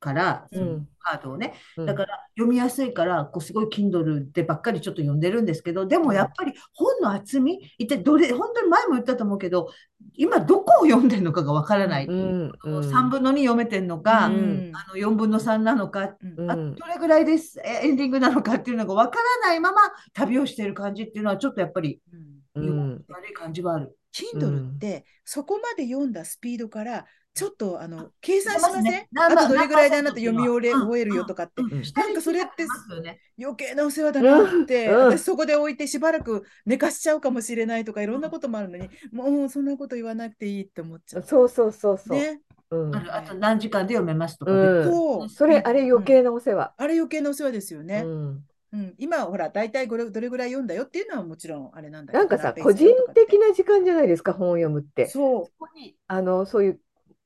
[SPEAKER 2] から、
[SPEAKER 1] う
[SPEAKER 2] その
[SPEAKER 3] ん
[SPEAKER 2] カードをね。
[SPEAKER 3] うん
[SPEAKER 2] だから読みやすいから、こうすごい Kindle でばっかりちょっと読んでるんですけど、でもやっぱり本の厚み、一体どれ、本当に前も言ったと思うけど、今どこを読んでるのかがわからない。
[SPEAKER 3] うんうん
[SPEAKER 2] 3分の2読めてんのか、
[SPEAKER 3] ん
[SPEAKER 2] あの4分の3なのか、
[SPEAKER 1] うん
[SPEAKER 3] うん
[SPEAKER 2] あどれぐらいです、えエンディングなのかっていうのがわからないまま旅をしてる感じっていうのはちょっとやっぱり
[SPEAKER 1] うん
[SPEAKER 3] うん
[SPEAKER 2] 悪い感じはある。
[SPEAKER 1] Kindle って、そこまで読んだスピードから、ちょっとあの計算しません、
[SPEAKER 2] 出ますね
[SPEAKER 1] あとどれぐらいだなと
[SPEAKER 2] 何
[SPEAKER 1] 読
[SPEAKER 2] パーセント
[SPEAKER 1] み終え
[SPEAKER 2] うんうん
[SPEAKER 1] 終えるよとかって、なんかそれって余計なお世話だ
[SPEAKER 3] う
[SPEAKER 1] なんって、
[SPEAKER 3] うん
[SPEAKER 1] 私そこで置いてしばらく寝かしちゃうかもしれないとか、いろんなこともあるのに、もうもうそんなこと言わなくていいって思っちゃう。
[SPEAKER 3] そうそうそうそう。
[SPEAKER 1] ね、
[SPEAKER 3] うん
[SPEAKER 2] あるあと何時間で読めますとかね、
[SPEAKER 3] うん
[SPEAKER 1] そう。
[SPEAKER 3] それあれ余計なお世話。
[SPEAKER 1] あれ余計なお世話ですよね。
[SPEAKER 3] うん
[SPEAKER 1] うん、今ほら大体これどれぐらい読んだよっていうのはもちろんあれなんだけど
[SPEAKER 3] なんかさ
[SPEAKER 1] ペー
[SPEAKER 3] 個
[SPEAKER 1] ジ数
[SPEAKER 3] 人
[SPEAKER 1] とかって
[SPEAKER 3] 的な時間じゃないですか本を読むって。
[SPEAKER 1] そ
[SPEAKER 2] ここに
[SPEAKER 3] あのそういう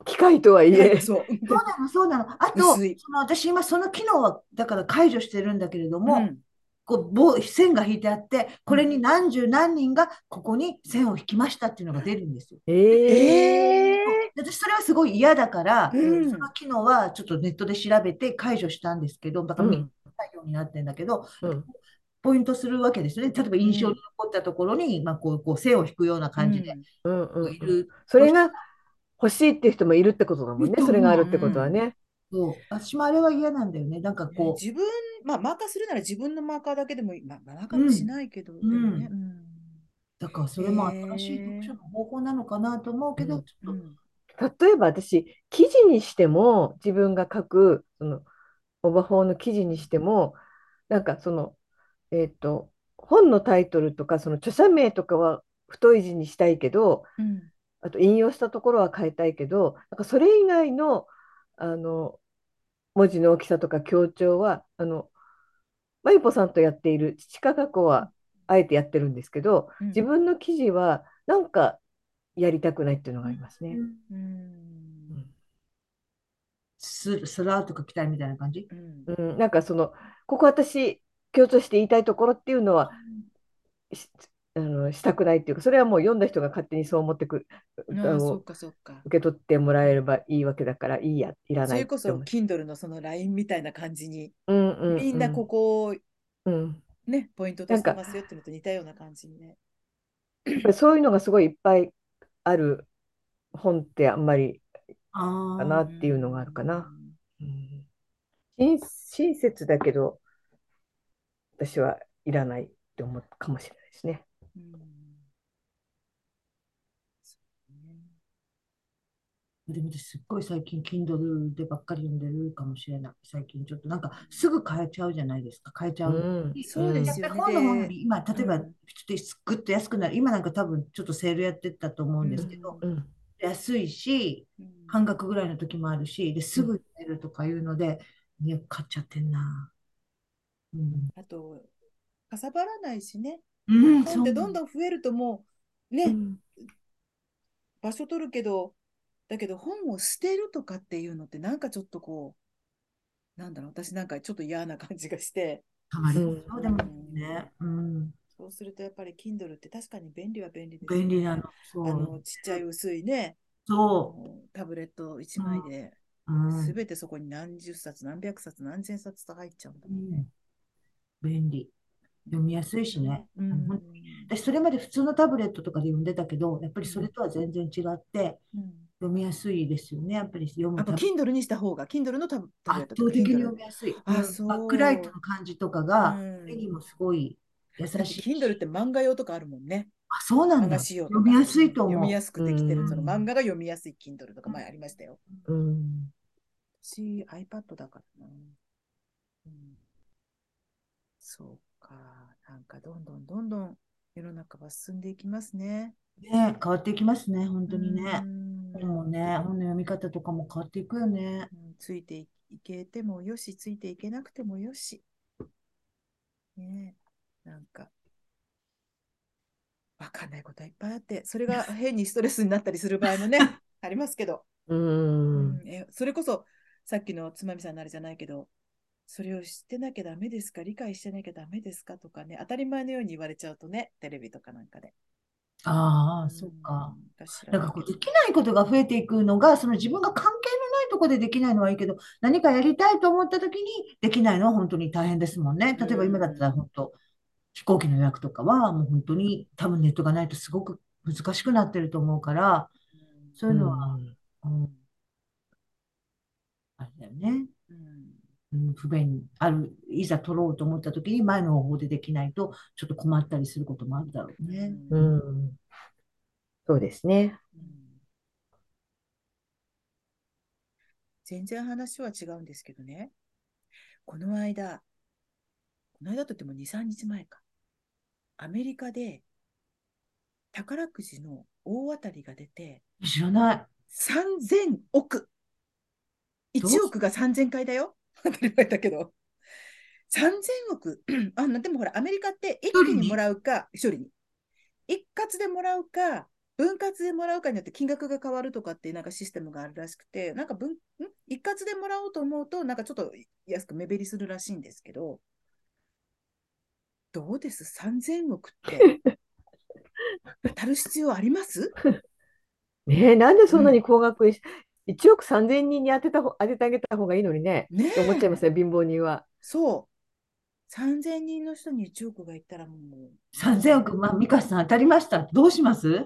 [SPEAKER 3] 機会と はいえ
[SPEAKER 1] う。そう
[SPEAKER 2] そうなの、そうなの。あと、
[SPEAKER 1] 薄い
[SPEAKER 2] その私今その機能はだから解除してるんだけれども、
[SPEAKER 1] うん
[SPEAKER 2] こう棒線が引いてあって、これに何十何人がここに線を引きましたっていうのが出るんですよ。
[SPEAKER 3] ええ
[SPEAKER 2] で私それはすごい嫌だから、
[SPEAKER 1] うん
[SPEAKER 2] その機能はちょっとネットで調べて解除したんですけど、だから見ないようになってんだけど、
[SPEAKER 3] うん
[SPEAKER 2] ポイントするわけですよね。例えば印象に残ったところに、まあこうこう線を引くような感じで、
[SPEAKER 3] うんうん
[SPEAKER 2] いる
[SPEAKER 3] それが欲しいって人もいるってことだもん
[SPEAKER 2] いると
[SPEAKER 3] ね。
[SPEAKER 2] 思う
[SPEAKER 3] それがあるってことはね。
[SPEAKER 2] そう私もあれは嫌なんだよね。なんか
[SPEAKER 1] うん
[SPEAKER 2] こう、
[SPEAKER 1] 自分、まあ、マーカーするなら自分のマーカーだけでもいい、まあ、マーカーもしないけど、でもね、
[SPEAKER 2] だからそれも新しい読書の方法なのかなと思うけど、
[SPEAKER 3] うん
[SPEAKER 2] ち
[SPEAKER 1] う
[SPEAKER 2] ょっ
[SPEAKER 1] ん
[SPEAKER 2] と
[SPEAKER 3] 例えば私記事にしても自分が書くそのオバホーの記事にしてもなんかそのえっ、と本のタイトルとかその著者名とかは太い字にしたいけど
[SPEAKER 1] うん
[SPEAKER 3] あと引用したところは変えたいけどなんかそれ以外のあの文字の大きさとか強調はあのまゆぽさんとやっている父か学校はあえてやってるんですけど
[SPEAKER 1] うん
[SPEAKER 3] 自分の記事はなんかやりたくないっていうのがありますね。
[SPEAKER 1] うん
[SPEAKER 2] ススラーとか来たいみたいな感じ。
[SPEAKER 1] うん
[SPEAKER 3] うん、なんかそのここ私強調して言いたいところっていうのはしあのしたくないっていうかそれはもう読んだ人が勝手にそう思ってくあ
[SPEAKER 1] ああ、
[SPEAKER 3] の
[SPEAKER 1] そうかそうか。
[SPEAKER 3] 受け取ってもらえればいいわけだからいいやいら
[SPEAKER 1] そ
[SPEAKER 3] ない
[SPEAKER 1] れ
[SPEAKER 3] っ
[SPEAKER 1] こ
[SPEAKER 3] て
[SPEAKER 1] そ
[SPEAKER 3] 思う
[SPEAKER 1] Kindle のその LINE みたいな感じに、
[SPEAKER 3] うんうん
[SPEAKER 1] みんなここを
[SPEAKER 3] うんうん
[SPEAKER 1] ね、ポイントとしてますよってのと似たような感じにね。
[SPEAKER 3] やっぱりそういうのがすごいいっぱいある本ってあんまり
[SPEAKER 2] ああ
[SPEAKER 3] かなっていうのがあるかな。うん親親切だけど私はいらないって思うかもしれないですね。
[SPEAKER 1] うん。そうね
[SPEAKER 2] でも私すっごい最近 Kindle でばっかり読んでるかもしれない。最近ちょっとなんかすぐ変えちゃうじゃないですか。変えちゃう。
[SPEAKER 3] ん
[SPEAKER 1] そうですよね
[SPEAKER 2] やっぱり本の方より今、例えば、
[SPEAKER 1] う
[SPEAKER 2] ち
[SPEAKER 1] ん
[SPEAKER 2] ょっとグッと安くなる。今なんか多分ちょっとセールやってたと思うんですけど、
[SPEAKER 3] うん
[SPEAKER 2] 安いし、
[SPEAKER 1] うん
[SPEAKER 2] 半額ぐらいの時もあるし、ですぐ買えるとかいうので、ね、買っちゃってんな。うん。
[SPEAKER 1] あと、かさばらないしね。
[SPEAKER 2] うん、
[SPEAKER 1] 本ってどん
[SPEAKER 2] ん。
[SPEAKER 1] どん増えるともう、ね、場所取るけど、だけど本を捨てるとかっていうのってなんかちょっとこう、なんだろう、私なんかちょっと嫌な感じがして、
[SPEAKER 2] たまりま
[SPEAKER 3] うん
[SPEAKER 2] すそうでもね、うん。
[SPEAKER 1] そうするとやっぱり Kindle って確かに便利は便利ですよね
[SPEAKER 2] 便利なの。そ
[SPEAKER 1] あの
[SPEAKER 2] う。
[SPEAKER 1] ちっちゃい薄いね、
[SPEAKER 2] そ
[SPEAKER 1] タブレット1枚で、
[SPEAKER 2] う。うん。
[SPEAKER 1] すべてそこに何十冊、何百冊、何千冊と入っちゃうんだ
[SPEAKER 2] う
[SPEAKER 1] もんね。
[SPEAKER 2] ん便利。読みやすいしね。
[SPEAKER 1] うん
[SPEAKER 2] うん私、それまで普通のタブレットとかで読んでたけど、やっぱりそれとは全然違って、
[SPEAKER 1] うん
[SPEAKER 2] 読みやすいですよね。やっぱり読む
[SPEAKER 1] やっぱ
[SPEAKER 2] タブ
[SPEAKER 1] Kindle にした方が、Kindle のタブタブレット
[SPEAKER 2] 圧倒
[SPEAKER 1] とか
[SPEAKER 2] 的に
[SPEAKER 1] Kindle
[SPEAKER 2] 読みやすい。
[SPEAKER 1] あ
[SPEAKER 2] うん
[SPEAKER 1] そう
[SPEAKER 2] バックライトの感じとかが、
[SPEAKER 1] うん
[SPEAKER 2] 目にもすごい優
[SPEAKER 1] だって
[SPEAKER 2] しいし。
[SPEAKER 1] Kindle って漫画用とかあるもんね。
[SPEAKER 2] あ、そうな
[SPEAKER 1] 漫
[SPEAKER 2] ん
[SPEAKER 1] 画
[SPEAKER 2] だ。
[SPEAKER 1] 仕様とか
[SPEAKER 2] 読みやすいと
[SPEAKER 1] 読
[SPEAKER 2] 思
[SPEAKER 1] み
[SPEAKER 2] う。
[SPEAKER 1] やすくできて
[SPEAKER 3] う
[SPEAKER 1] る。
[SPEAKER 3] ん
[SPEAKER 1] その漫画が読みやすい Kindle とか前ありましたよ。
[SPEAKER 3] うん
[SPEAKER 1] 私 iPad だからな。うん、そうか。なんかどんどんどんどん世の中は進んでいきますね。
[SPEAKER 2] ね、変わっていきますね。本当にね
[SPEAKER 1] う。ん
[SPEAKER 2] 本もね、本の読み方とかも変わっていくよね。
[SPEAKER 1] うんついていけてもよし、ついていけなくてもよし。ねえ、なんか、わかんないことはいっぱいあって、それが変にストレスになったりする場合も ね、ありますけど、
[SPEAKER 3] うん
[SPEAKER 1] うんえ、それこそさっきのつまみさんのあれじゃないけど、それを知ってなきゃダメですか、理解してなきゃダメですかとかね、当たり前のように言われちゃうとね、テレビとかなんかで。
[SPEAKER 2] ああ、
[SPEAKER 1] ん
[SPEAKER 2] そっか。。
[SPEAKER 1] 私ら
[SPEAKER 2] なん
[SPEAKER 1] は
[SPEAKER 2] かこうできないことが増えていくのが、その自分が関係のないいとこでできないのはいいけど、何かやりたいと思った時にできないのは本当に大変ですもんね。例えば今だったら本当、飛行機の予約とかはもう本当に多分ネットがないとすごく難しくなってると思うから、そういうのは、うんあれだよね。うん不便、ある、いざ取ろうと思った時に前の方法でできないと、ちょっと困ったりすることもあるだろうね。
[SPEAKER 3] うん、うんそうですね。
[SPEAKER 1] 全然話は違うんですけどね。この間、この間といっても2、3日前か。アメリカで宝くじの大当たりが出て、
[SPEAKER 2] 知らない。
[SPEAKER 1] 3000億。
[SPEAKER 2] どうし
[SPEAKER 1] 1億が3000回だよ。 当たり前だけど。3000億。 あ、なでもほら、アメリカって一
[SPEAKER 2] 人
[SPEAKER 1] 気
[SPEAKER 2] に
[SPEAKER 1] にもらうか、一人に。一括でもらうか、分割でもらうかによって金額が変わるとかっていうなんかシステムがあるらしくて、なんか分、ん一括でもらおうと思うと、なんかちょっと安く目減りするらしいんですけど、どうです ?3000 億って。 当たる必要あります
[SPEAKER 3] ねえ、なんでそんなに高額にし、1億3000人に当てた方、当ててあげた方がいいのにね、
[SPEAKER 1] ね
[SPEAKER 3] って思っちゃいますね、貧乏人は。
[SPEAKER 1] そう。3000人の人に1億がいったらもう。
[SPEAKER 2] 3000億、まあ、ミカさん当たりました。どうします
[SPEAKER 1] い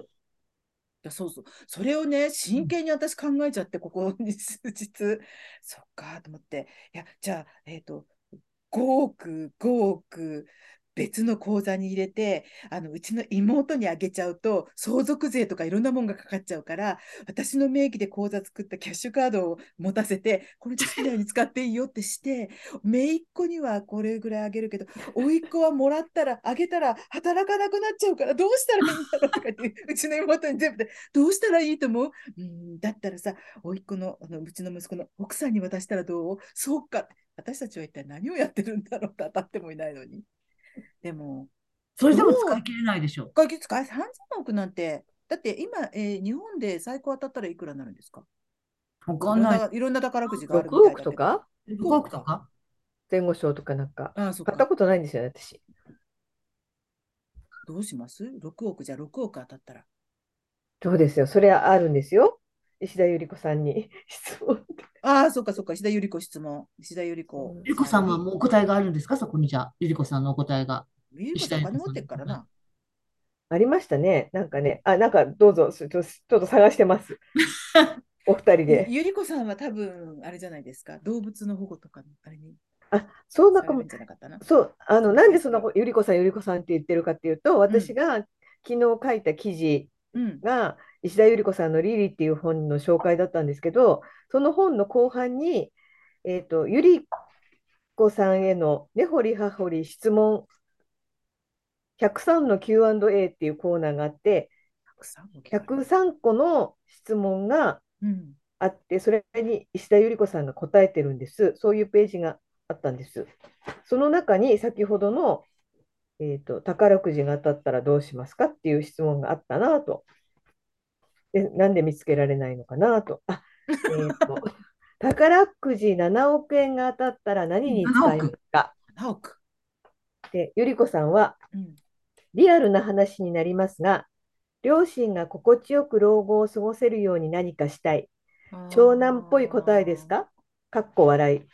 [SPEAKER 1] やそうそう。それをね、真剣に私考えちゃって、ここに数日。 そっか、と思って。いや、じゃあ、えっと、5億、5億、別の口座に入れて、あの、うちの妹にあげちゃうと、相続税とかいろんなもんがかかっちゃうから、私の名義で口座作ったキャッシュカードを持たせて、これで好きなように使っていいよってして、姪っ子にはこれぐらいあげるけど、甥っ子はもらったら、あげたら働かなくなっちゃうから、どうしたらいいんだろうとか言って、うちの妹に全部で、どうしたらいいと思ううん、だったらさ、甥っ子の、あの、うちの息子の奥さんに渡したらどうそうか。私たちは一体何をやってるんだろうと当たってもいないのに。でも、
[SPEAKER 2] それでも使い切れないでしょ。
[SPEAKER 1] 1ヶ月か3000億なんて、だって今、えー日本で最高当たったらいくらになるんですか
[SPEAKER 2] わ
[SPEAKER 1] い
[SPEAKER 2] か
[SPEAKER 1] ろ
[SPEAKER 2] ん
[SPEAKER 1] ん
[SPEAKER 2] ない。
[SPEAKER 1] ないろんな宝くじがある
[SPEAKER 3] 6
[SPEAKER 1] みたいだけ
[SPEAKER 3] 億
[SPEAKER 1] ど
[SPEAKER 3] とか
[SPEAKER 2] 5億とか
[SPEAKER 3] 前後賞とかなんか、
[SPEAKER 1] ああ、そっ
[SPEAKER 3] 買った
[SPEAKER 1] か。
[SPEAKER 3] ことないんですよね、私。
[SPEAKER 1] どうします ?6 億じゃ6億当たったら。
[SPEAKER 3] そうですよ、それはあるんですよ。石田ゆり子さんに質問。
[SPEAKER 1] ああ、そっかそっか。石田ゆり子質問。石田ゆり子。
[SPEAKER 2] ゆりこさんはもうお答えがあるんですかそこにじゃあ、ゆりこさんのお答えが。
[SPEAKER 1] ゆり子さんお金持ってっからな。
[SPEAKER 3] ありましたね、なんかね、あ、なんかどうぞ、ちょっとちょっと探してます。お二人で。
[SPEAKER 1] ゆり子さんは多分、あれじゃないですか。動物の保護とかの、あれに
[SPEAKER 3] あ、そう
[SPEAKER 1] さ
[SPEAKER 3] なん
[SPEAKER 1] れ
[SPEAKER 3] か
[SPEAKER 1] る
[SPEAKER 3] も
[SPEAKER 1] ん。じゃなかったな。
[SPEAKER 3] そう、あの、なんでそんなこゆりこさん、ゆりこさんって言ってるかっていうと、私が昨日書いた記事
[SPEAKER 1] うん。
[SPEAKER 3] が、石田ゆり子さんのリリーっていう本の紹介だったんですけど、その本の後半に、えっと、ゆり子さんへの根掘り葉掘り質問103の Q&A っていうコーナーがあって、
[SPEAKER 1] 103億
[SPEAKER 3] 103個の質問が
[SPEAKER 1] うん。
[SPEAKER 3] あって、それに石田ゆり子さんが答えてるんです。そういうページがあったんです。その中に先ほどの、えーと、宝くじが当たったらどうしますかっていう質問があったなと。で、なんで見つけられないのかなと。あ、えーと、宝くじ7億円が当たったら何に使いますか
[SPEAKER 1] 7億。
[SPEAKER 3] で、ゆり子さんは、
[SPEAKER 1] うん。
[SPEAKER 3] リアルな話になりますが、両親が心地よく老後を過ごせるように何かしたい。長男っぽい答えですかかっこ笑い。
[SPEAKER 1] うん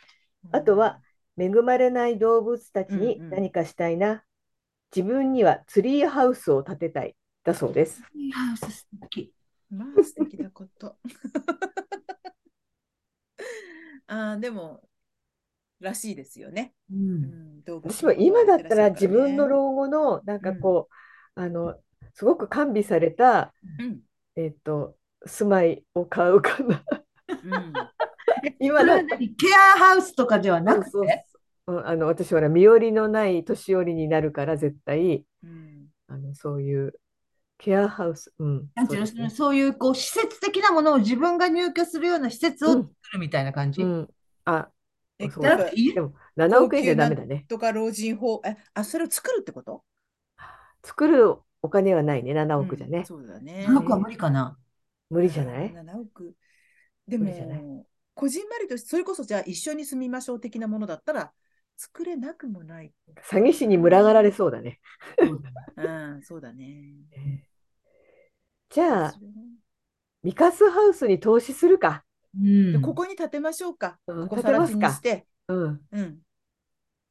[SPEAKER 3] あとは、恵まれない動物たちに
[SPEAKER 1] うんうん
[SPEAKER 3] 何かしたいな。自分にはツリーハウスを建てたい。だそうです。
[SPEAKER 2] いや、素敵。
[SPEAKER 1] まあ、素敵なこと。 ああ、でも、らしいですよね。
[SPEAKER 2] う。
[SPEAKER 1] うんん、動物
[SPEAKER 3] 私は今だったら自分の
[SPEAKER 1] ロ
[SPEAKER 3] 老後のなんかこう、あのすごく完備された、
[SPEAKER 1] うん。
[SPEAKER 3] えっと住まいを買うか な。
[SPEAKER 1] うん。
[SPEAKER 3] 今
[SPEAKER 2] それ
[SPEAKER 3] だ
[SPEAKER 2] は何ケアハウスとかではなくて
[SPEAKER 3] そうそううんあの私ほら身寄りのない年寄りになるから絶対
[SPEAKER 1] うん。
[SPEAKER 3] あのそういうケアハウス、うん、
[SPEAKER 2] なんていうの、
[SPEAKER 3] そうですね
[SPEAKER 2] そういうこう施設的なものを自分が入居するような施設を
[SPEAKER 3] うん
[SPEAKER 2] 作るみたいな感じ。
[SPEAKER 3] うん、あ
[SPEAKER 1] え、
[SPEAKER 3] そう
[SPEAKER 2] じゃ
[SPEAKER 1] な
[SPEAKER 2] な
[SPEAKER 1] か
[SPEAKER 2] んくていい
[SPEAKER 3] でも7億円じゃダメだね。
[SPEAKER 1] とか老人ホーム、え、あ、それを作るってこと
[SPEAKER 3] 作るお金はないね、7億じゃ
[SPEAKER 1] う
[SPEAKER 3] ね
[SPEAKER 1] ん。そうだね。
[SPEAKER 2] 7億は無理かな。
[SPEAKER 3] 無理じゃない
[SPEAKER 1] 7億。で
[SPEAKER 3] 無理じゃない
[SPEAKER 1] も、こじんまりとして、それこそじゃあ一緒に住みましょう的なものだったら、作れなくもない。
[SPEAKER 3] 詐欺師に群がられそうだね。
[SPEAKER 1] うん、そうだね。
[SPEAKER 3] じゃあ
[SPEAKER 1] そ、れね
[SPEAKER 3] ミカスハウスに投資するか。
[SPEAKER 2] うん
[SPEAKER 1] でここに建てましょうか。
[SPEAKER 3] うん
[SPEAKER 1] ここ
[SPEAKER 3] 建
[SPEAKER 1] さ
[SPEAKER 3] て
[SPEAKER 1] ら
[SPEAKER 3] ま
[SPEAKER 1] 地
[SPEAKER 3] す
[SPEAKER 1] に
[SPEAKER 3] か
[SPEAKER 1] して。
[SPEAKER 3] うん。
[SPEAKER 1] うん。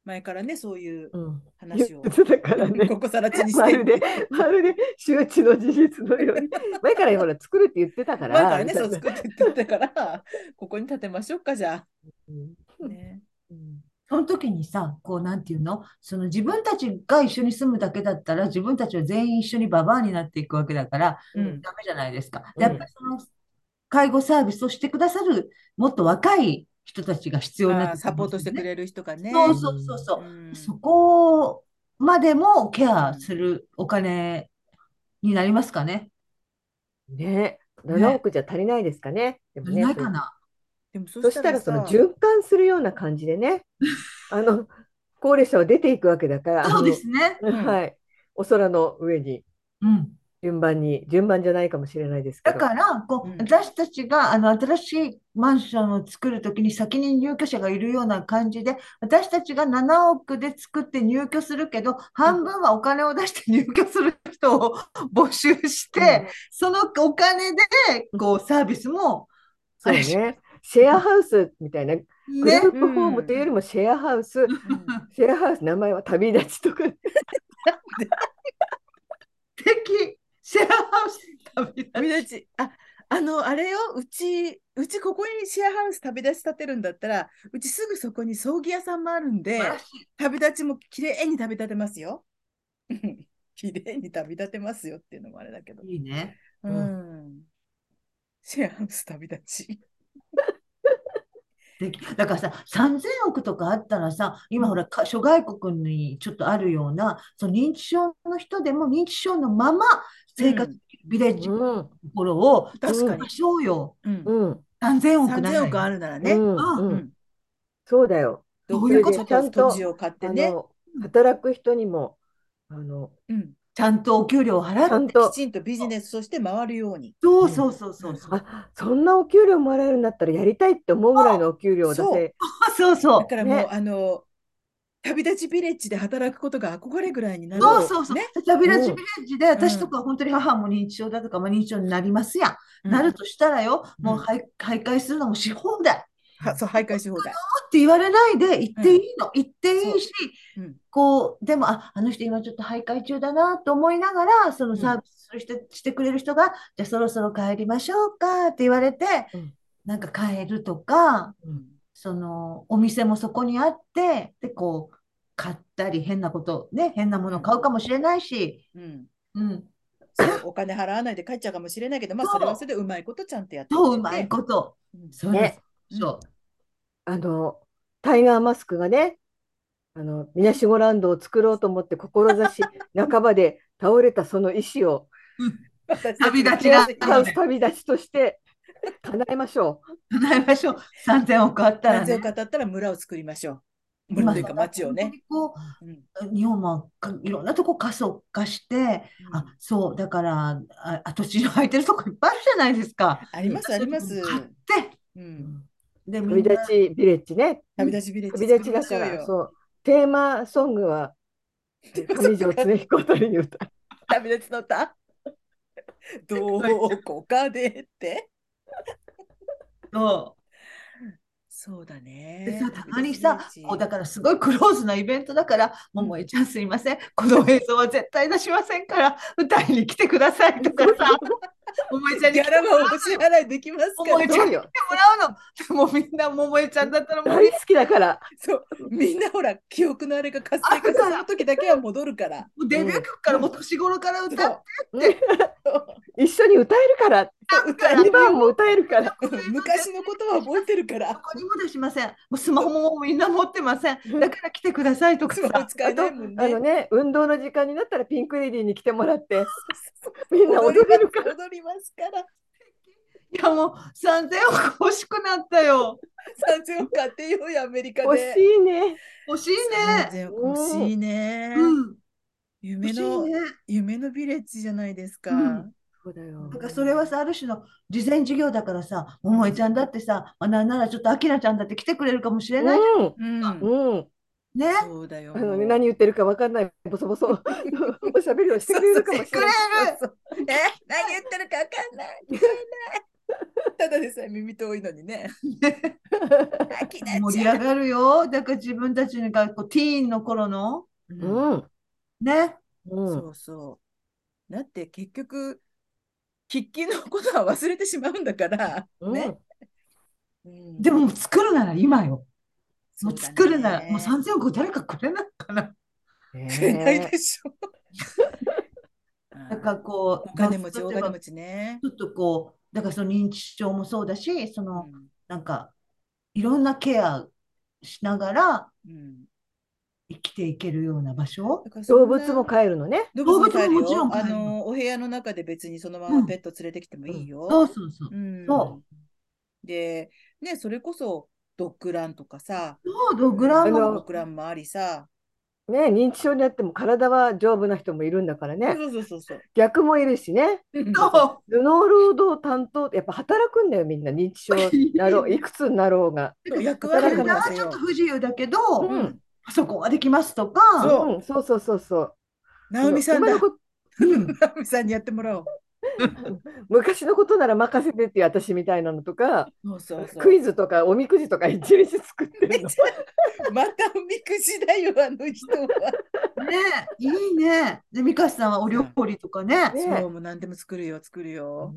[SPEAKER 1] 前からね、そういう
[SPEAKER 3] うん。
[SPEAKER 1] 話を、
[SPEAKER 3] 憂鬱 だから ね。
[SPEAKER 1] ここさら地にし
[SPEAKER 3] まる
[SPEAKER 1] て。
[SPEAKER 3] で、まるで周知の事実 のように。前からほら、作るって言ってたか
[SPEAKER 1] 前か
[SPEAKER 3] ら。
[SPEAKER 1] らね、
[SPEAKER 3] みた
[SPEAKER 1] そ
[SPEAKER 3] いうな
[SPEAKER 1] 作ってって言ったから、 ここに建てましょうか、じゃ
[SPEAKER 3] うん
[SPEAKER 1] あ。ね。
[SPEAKER 3] うん
[SPEAKER 2] その時にさ、こう、なんていうのその自分たちが一緒に住むだけだったら、自分たちは全員一緒にババアになっていくわけだから、
[SPEAKER 1] うん。
[SPEAKER 2] ダメじゃないですか。
[SPEAKER 3] うん
[SPEAKER 2] でやっぱりその、介護サービスをしてくださる、もっと若い人たちが必要になっ
[SPEAKER 1] あー
[SPEAKER 2] て
[SPEAKER 1] サポートしてく
[SPEAKER 2] る。
[SPEAKER 1] れる人がね。
[SPEAKER 2] そうそうそうそうう。
[SPEAKER 1] ん
[SPEAKER 2] そこまでもケアするお金になりますかね。
[SPEAKER 3] ね、
[SPEAKER 2] ね
[SPEAKER 3] 7億じゃ足りないですかね。でも
[SPEAKER 2] 足り
[SPEAKER 3] ね、
[SPEAKER 2] ないかな。
[SPEAKER 1] でもそ
[SPEAKER 3] そそしたらそ
[SPEAKER 1] さ
[SPEAKER 3] の循環するような感じでね、あの高齢者は出ていくわけだから、あの
[SPEAKER 2] そうですね。
[SPEAKER 1] ん
[SPEAKER 3] はい、お空の上に
[SPEAKER 2] うん。
[SPEAKER 3] 順番に順番じゃないかもしれないですけ
[SPEAKER 2] だ
[SPEAKER 3] ど、
[SPEAKER 2] から、こう、
[SPEAKER 1] うん
[SPEAKER 2] 私たちが、あの、新しいマンションを作るときに先に入居者がいるような感じで、私たちが7億で作って入居するけど、半分はお金を出して入居する人を 募集して、そのお金で、こう、サービスも、
[SPEAKER 3] そうね、シェアハウスみたいなグル
[SPEAKER 2] ね
[SPEAKER 3] ー、プホームというよりもシェアハウス、
[SPEAKER 1] うん
[SPEAKER 3] シェアハウス名前は旅立ちとか、
[SPEAKER 2] 素敵、シェアハウス旅立ち
[SPEAKER 1] 旅立ち、あ、あの、あれよ、うち、うちここにシェアハウス旅立ち建てるんだったら、うちすぐそこに葬儀屋さんもあるんで
[SPEAKER 2] 素晴、らしい
[SPEAKER 1] 旅立ちも綺麗に旅立てますよ。 うん綺麗に旅立てますよっていうのもあれだけど。
[SPEAKER 2] いいね。
[SPEAKER 1] う。
[SPEAKER 3] うん
[SPEAKER 1] シェアハウス旅立ち。
[SPEAKER 2] できだからさ、3000億とかあったらさ、今ほら、か諸外国にちょっとあるような、その認知症の人でも認知症のまま生活できるビレッジのと
[SPEAKER 3] うん
[SPEAKER 2] ころを
[SPEAKER 1] 確か
[SPEAKER 2] 作り
[SPEAKER 1] に
[SPEAKER 2] ま。しょうよ。
[SPEAKER 1] うん
[SPEAKER 3] うん
[SPEAKER 2] 3000億なら
[SPEAKER 1] 3000億あるなら
[SPEAKER 3] う
[SPEAKER 1] ね。
[SPEAKER 3] ん
[SPEAKER 2] あ
[SPEAKER 3] う、
[SPEAKER 1] うんん。
[SPEAKER 3] そうだよ。
[SPEAKER 1] どういうこ
[SPEAKER 3] そ
[SPEAKER 1] と
[SPEAKER 3] れでちゃんと
[SPEAKER 1] 土地を買って
[SPEAKER 3] あ
[SPEAKER 1] ね。
[SPEAKER 3] の働く人にもあの
[SPEAKER 1] うん。
[SPEAKER 2] ちゃんとお給料を払
[SPEAKER 3] ちゃ
[SPEAKER 2] っ
[SPEAKER 3] ん
[SPEAKER 2] て。
[SPEAKER 3] と
[SPEAKER 1] きちんとビジネスとして回るように。
[SPEAKER 2] そうそうそう そうそう。
[SPEAKER 3] あそんなお給料もらえるんだったらやりたいって思うぐらいのお給料を出せ
[SPEAKER 2] あそうそ
[SPEAKER 1] だ
[SPEAKER 2] う。
[SPEAKER 1] からもう
[SPEAKER 3] ね、
[SPEAKER 1] あの、旅立ちビレッジで働くことが憧れぐらいになる。
[SPEAKER 2] そうそうそう
[SPEAKER 1] ね。
[SPEAKER 2] 旅立ちビレッジで、私とか本当に母も認知症だとか、まあ、認知症になりますやん。なるとしたらよ、もう
[SPEAKER 1] うん
[SPEAKER 2] はい徘徊するのもし放題。
[SPEAKER 1] はそう、徘徊し放題。
[SPEAKER 2] って言われないで行っていいの、行っていいし、
[SPEAKER 1] うん
[SPEAKER 2] こう、でも、あ、あの人今ちょっと徘徊中だなと思いながら、そのサービスする人、してくれる人が、じゃあそろそろ帰りましょうかって言われて
[SPEAKER 3] うん、
[SPEAKER 2] なんか帰るとか、
[SPEAKER 1] うん
[SPEAKER 2] そのお店もそこにあって、で、こう、買ったり、変なこと、ね、変なもの買うかもしれないし、
[SPEAKER 1] うん。
[SPEAKER 2] うん、
[SPEAKER 1] そうお金払わないで帰っちゃうかもしれないけど、まあ、
[SPEAKER 2] そう
[SPEAKER 1] それはそれでうまいことちゃんとやってくれて
[SPEAKER 2] どううまいこと、
[SPEAKER 1] うん
[SPEAKER 2] そう
[SPEAKER 3] ね
[SPEAKER 2] ですそう、
[SPEAKER 3] あのタイガーマスクがねあのみなしごランドを作ろうと思って志半ばで倒れたその意思を
[SPEAKER 1] 私
[SPEAKER 2] 旅立ち
[SPEAKER 3] シェ
[SPEAKER 2] が
[SPEAKER 3] アハウス旅立ちとして叶えましょ
[SPEAKER 2] 叶えましょう。3000億あったら
[SPEAKER 1] 男性
[SPEAKER 2] ね
[SPEAKER 1] を。語ったら村を作りましょう。
[SPEAKER 2] 今
[SPEAKER 1] 村というか町を
[SPEAKER 2] 本当
[SPEAKER 1] ね。
[SPEAKER 2] にこ
[SPEAKER 1] うん
[SPEAKER 2] う日本もかいろんなとこ過疎化して、あ、そう、だから、あ、跡地の空いてるとこいっぱいあるじゃないですか。
[SPEAKER 1] あります、あります。
[SPEAKER 2] 買って、
[SPEAKER 1] う
[SPEAKER 3] う、
[SPEAKER 1] ん、
[SPEAKER 2] で、み
[SPEAKER 3] 旅
[SPEAKER 2] んな
[SPEAKER 3] 立ちビレッジね
[SPEAKER 1] 旅立ちビレッジ
[SPEAKER 3] 旅立ちだか
[SPEAKER 1] 作り
[SPEAKER 3] ら
[SPEAKER 1] ましょうよ
[SPEAKER 3] そうテーマソングは上条常彦あたりに歌 う
[SPEAKER 1] 旅立ちの 歌どこかでって。
[SPEAKER 2] と、
[SPEAKER 1] そうだ
[SPEAKER 2] で
[SPEAKER 1] ね
[SPEAKER 2] さ、。たまにさ、こう、だ
[SPEAKER 1] か
[SPEAKER 2] からすごいクローズなイベントだから、ももえちゃんすいません、この映像は絶対出しませんから、歌いに来てくださいとかさ、ももえちゃん
[SPEAKER 1] ギ
[SPEAKER 2] に来
[SPEAKER 1] ャ
[SPEAKER 2] て
[SPEAKER 1] ラはお支払いできますか
[SPEAKER 2] 思
[SPEAKER 1] ら
[SPEAKER 2] い。出
[SPEAKER 3] そうよ
[SPEAKER 2] もらうの。でもみんなももえちゃんだったらもう
[SPEAKER 3] 大好きだから
[SPEAKER 1] そう、みんなほら、記憶のあれが活性化する時だけは戻るから。
[SPEAKER 2] もうデビュー曲からもう年頃から歌って
[SPEAKER 3] 一緒に歌えるから
[SPEAKER 1] そう歌え
[SPEAKER 3] 2番も歌えるから
[SPEAKER 1] うん昔のことは覚えてるから
[SPEAKER 2] ど。こにも出しません。もうスマホもみんな持ってません。だから来てくださいとか
[SPEAKER 1] スマホ
[SPEAKER 2] さ。
[SPEAKER 1] 使えないもん
[SPEAKER 3] あの
[SPEAKER 1] ね。
[SPEAKER 3] ね、運動の時間になったらピンクレディーに来てもらって、みんな踊
[SPEAKER 1] りま
[SPEAKER 3] れ
[SPEAKER 1] す
[SPEAKER 3] るから。
[SPEAKER 1] 踊りますから。
[SPEAKER 2] いやもう3000億欲しくなったよ。
[SPEAKER 1] 三千億買ってようやアメリカ
[SPEAKER 3] 欲
[SPEAKER 1] で。
[SPEAKER 3] しいね。
[SPEAKER 2] 欲しいね。
[SPEAKER 1] 3000欲しいね。
[SPEAKER 2] うん。
[SPEAKER 1] 夢
[SPEAKER 2] 欲しい
[SPEAKER 1] の、
[SPEAKER 2] ね。
[SPEAKER 1] 夢のビレッジじゃないですか。
[SPEAKER 2] うん
[SPEAKER 3] そうだよ
[SPEAKER 2] だからそれはさ、ある種の事前事業だからさ、ももえちゃんだってさ、まあなんならちょっとあきらちゃんだって来てくれるかもしれない。
[SPEAKER 3] うん、
[SPEAKER 1] うん。
[SPEAKER 3] うん、
[SPEAKER 2] ね。
[SPEAKER 1] そうだよ。
[SPEAKER 3] あのね、何言ってるかわかんない、ボ ソボソ、おしゃべりをしてくれるかもし
[SPEAKER 2] く
[SPEAKER 3] れ
[SPEAKER 2] れ
[SPEAKER 3] ない。
[SPEAKER 2] る。
[SPEAKER 1] そうそうえ、何言ってるかわかんない。ただでさえ耳遠いのにね。飽きなっ
[SPEAKER 2] 盛
[SPEAKER 1] ち
[SPEAKER 2] り
[SPEAKER 1] ゃ
[SPEAKER 2] 上がるよ。だから自分たちがこうティーンの頃の、
[SPEAKER 1] う。
[SPEAKER 3] う
[SPEAKER 1] うん
[SPEAKER 3] ん。
[SPEAKER 2] ね。
[SPEAKER 3] う
[SPEAKER 1] そ
[SPEAKER 3] ん。
[SPEAKER 1] うそう。だって結局、喫緊のことは忘れてしまうんだから。
[SPEAKER 3] うん。
[SPEAKER 1] ね
[SPEAKER 2] でも、もう作るなら今よ。もう作るなら、もう
[SPEAKER 1] 三
[SPEAKER 2] 3000億誰かくれないかな。
[SPEAKER 1] くれない
[SPEAKER 3] ね
[SPEAKER 1] でし ょ。
[SPEAKER 2] なんかこう、
[SPEAKER 1] お金持ち、
[SPEAKER 2] 例え
[SPEAKER 1] お
[SPEAKER 2] ば
[SPEAKER 1] 金持ちね
[SPEAKER 2] ち。ょっとこう、だからその認知症もそうだし、その、
[SPEAKER 1] うん
[SPEAKER 2] なんか、いろんなケアしながら
[SPEAKER 1] うん
[SPEAKER 2] 生きていけるような場所
[SPEAKER 1] だからそん
[SPEAKER 3] 動
[SPEAKER 1] な
[SPEAKER 3] 物も飼えるのね。
[SPEAKER 1] 動物も飼えるよ
[SPEAKER 2] 動物ももちろん飼える
[SPEAKER 1] あの、お部屋の中で別にそのま
[SPEAKER 2] う
[SPEAKER 1] ま
[SPEAKER 2] ん
[SPEAKER 1] ペット連れてきてもいいよ。
[SPEAKER 2] そうそうそう。
[SPEAKER 1] うん
[SPEAKER 2] そ
[SPEAKER 1] で、ね、それこそドッグランとかさ、
[SPEAKER 2] そう、ドッグラ
[SPEAKER 3] あ
[SPEAKER 2] ン
[SPEAKER 1] ド
[SPEAKER 3] の
[SPEAKER 2] も、
[SPEAKER 1] ッグランもありさ、
[SPEAKER 3] ね、認知症になっても体は丈夫な人もいるんだからね。
[SPEAKER 1] そうそうそうそう。
[SPEAKER 3] 逆もいるしね。
[SPEAKER 2] そ
[SPEAKER 3] 頭脳労働担当、やっぱ働くんだよ、みんな。認知症にな ろう、いくつになろうが。
[SPEAKER 1] そう役
[SPEAKER 2] う、
[SPEAKER 1] 割
[SPEAKER 3] 働
[SPEAKER 1] を
[SPEAKER 3] か
[SPEAKER 1] こ
[SPEAKER 3] な
[SPEAKER 1] な
[SPEAKER 3] く
[SPEAKER 2] 体
[SPEAKER 1] せ
[SPEAKER 2] はちょ
[SPEAKER 1] よ
[SPEAKER 2] っと不自由だけど、
[SPEAKER 1] う。うん。
[SPEAKER 2] パソコンはできますとか、
[SPEAKER 1] そう
[SPEAKER 3] うん、そうそうそうそう。
[SPEAKER 1] ナオミさんだ。
[SPEAKER 3] 今のこ
[SPEAKER 2] うん
[SPEAKER 1] ナオミさんにやってもらおう。
[SPEAKER 3] 昔のことなら任せてっていう私みたいなのとか、
[SPEAKER 1] そうそうそう。
[SPEAKER 3] クイズとかおみくじとか一日作ってるの。
[SPEAKER 1] またおみくじだよ、あの人は。
[SPEAKER 2] ねえ、いいね。で、ミカさんはお料理とかね。
[SPEAKER 3] ね
[SPEAKER 1] そう、もう何でも作るよ、作るよ。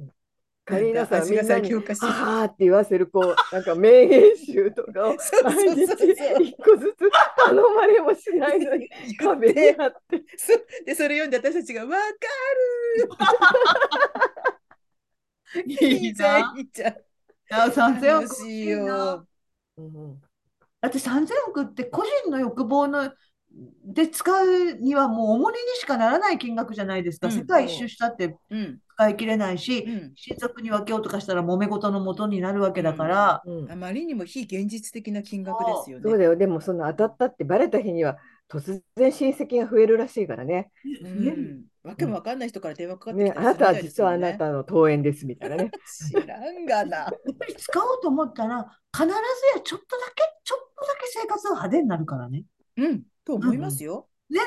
[SPEAKER 3] カリーナさん、
[SPEAKER 1] 味
[SPEAKER 3] み
[SPEAKER 1] が
[SPEAKER 3] んな
[SPEAKER 1] 最
[SPEAKER 3] に
[SPEAKER 1] 強化し
[SPEAKER 3] 「あー」って言わせるこうなんか名言集とかを
[SPEAKER 1] そうそう
[SPEAKER 3] 毎
[SPEAKER 1] そう
[SPEAKER 3] 日
[SPEAKER 1] そう
[SPEAKER 3] 一個ずつ頼まれもしないの に
[SPEAKER 1] 言っ
[SPEAKER 3] 壁に
[SPEAKER 1] て
[SPEAKER 3] 貼って
[SPEAKER 1] そうで、それ読んで私たちが、わかるい
[SPEAKER 2] い
[SPEAKER 1] い
[SPEAKER 2] い
[SPEAKER 1] じゃ
[SPEAKER 2] な。
[SPEAKER 1] ん、いいじゃん。
[SPEAKER 2] あ、3000億
[SPEAKER 1] 楽
[SPEAKER 2] 欲
[SPEAKER 1] しい
[SPEAKER 2] しいな。
[SPEAKER 1] よ。
[SPEAKER 3] うん
[SPEAKER 2] だって3000億って個人の欲望ので使うにはもう重荷にしかならない金額じゃないですか。
[SPEAKER 1] うん
[SPEAKER 2] 世界一周したって
[SPEAKER 1] うん、
[SPEAKER 2] 使い切れないし、
[SPEAKER 1] うん。
[SPEAKER 2] 親族に分けようとかしたら揉め事の元になるわけだから、
[SPEAKER 3] うん
[SPEAKER 1] あまりにも非現実的な金額ですよね。
[SPEAKER 3] そうだよでもその当たったってバレた日には突然親戚が増えるらしいからね
[SPEAKER 1] う
[SPEAKER 2] ね
[SPEAKER 1] ん、わけもわかんない人から電話かかってき
[SPEAKER 3] ね
[SPEAKER 1] た
[SPEAKER 3] あ
[SPEAKER 1] りする
[SPEAKER 3] なた
[SPEAKER 1] み
[SPEAKER 3] は
[SPEAKER 1] たいです
[SPEAKER 3] 実
[SPEAKER 1] も
[SPEAKER 3] はあ
[SPEAKER 1] ん
[SPEAKER 3] な
[SPEAKER 1] ね。
[SPEAKER 3] たの遠縁ですみたい なね
[SPEAKER 1] 知らんがな。
[SPEAKER 2] やっぱり使おうと思ったら必ずやちょっとだけ、ちょっとだけ生活が派手になるからね。
[SPEAKER 1] うん、と思いますよ。
[SPEAKER 2] ね、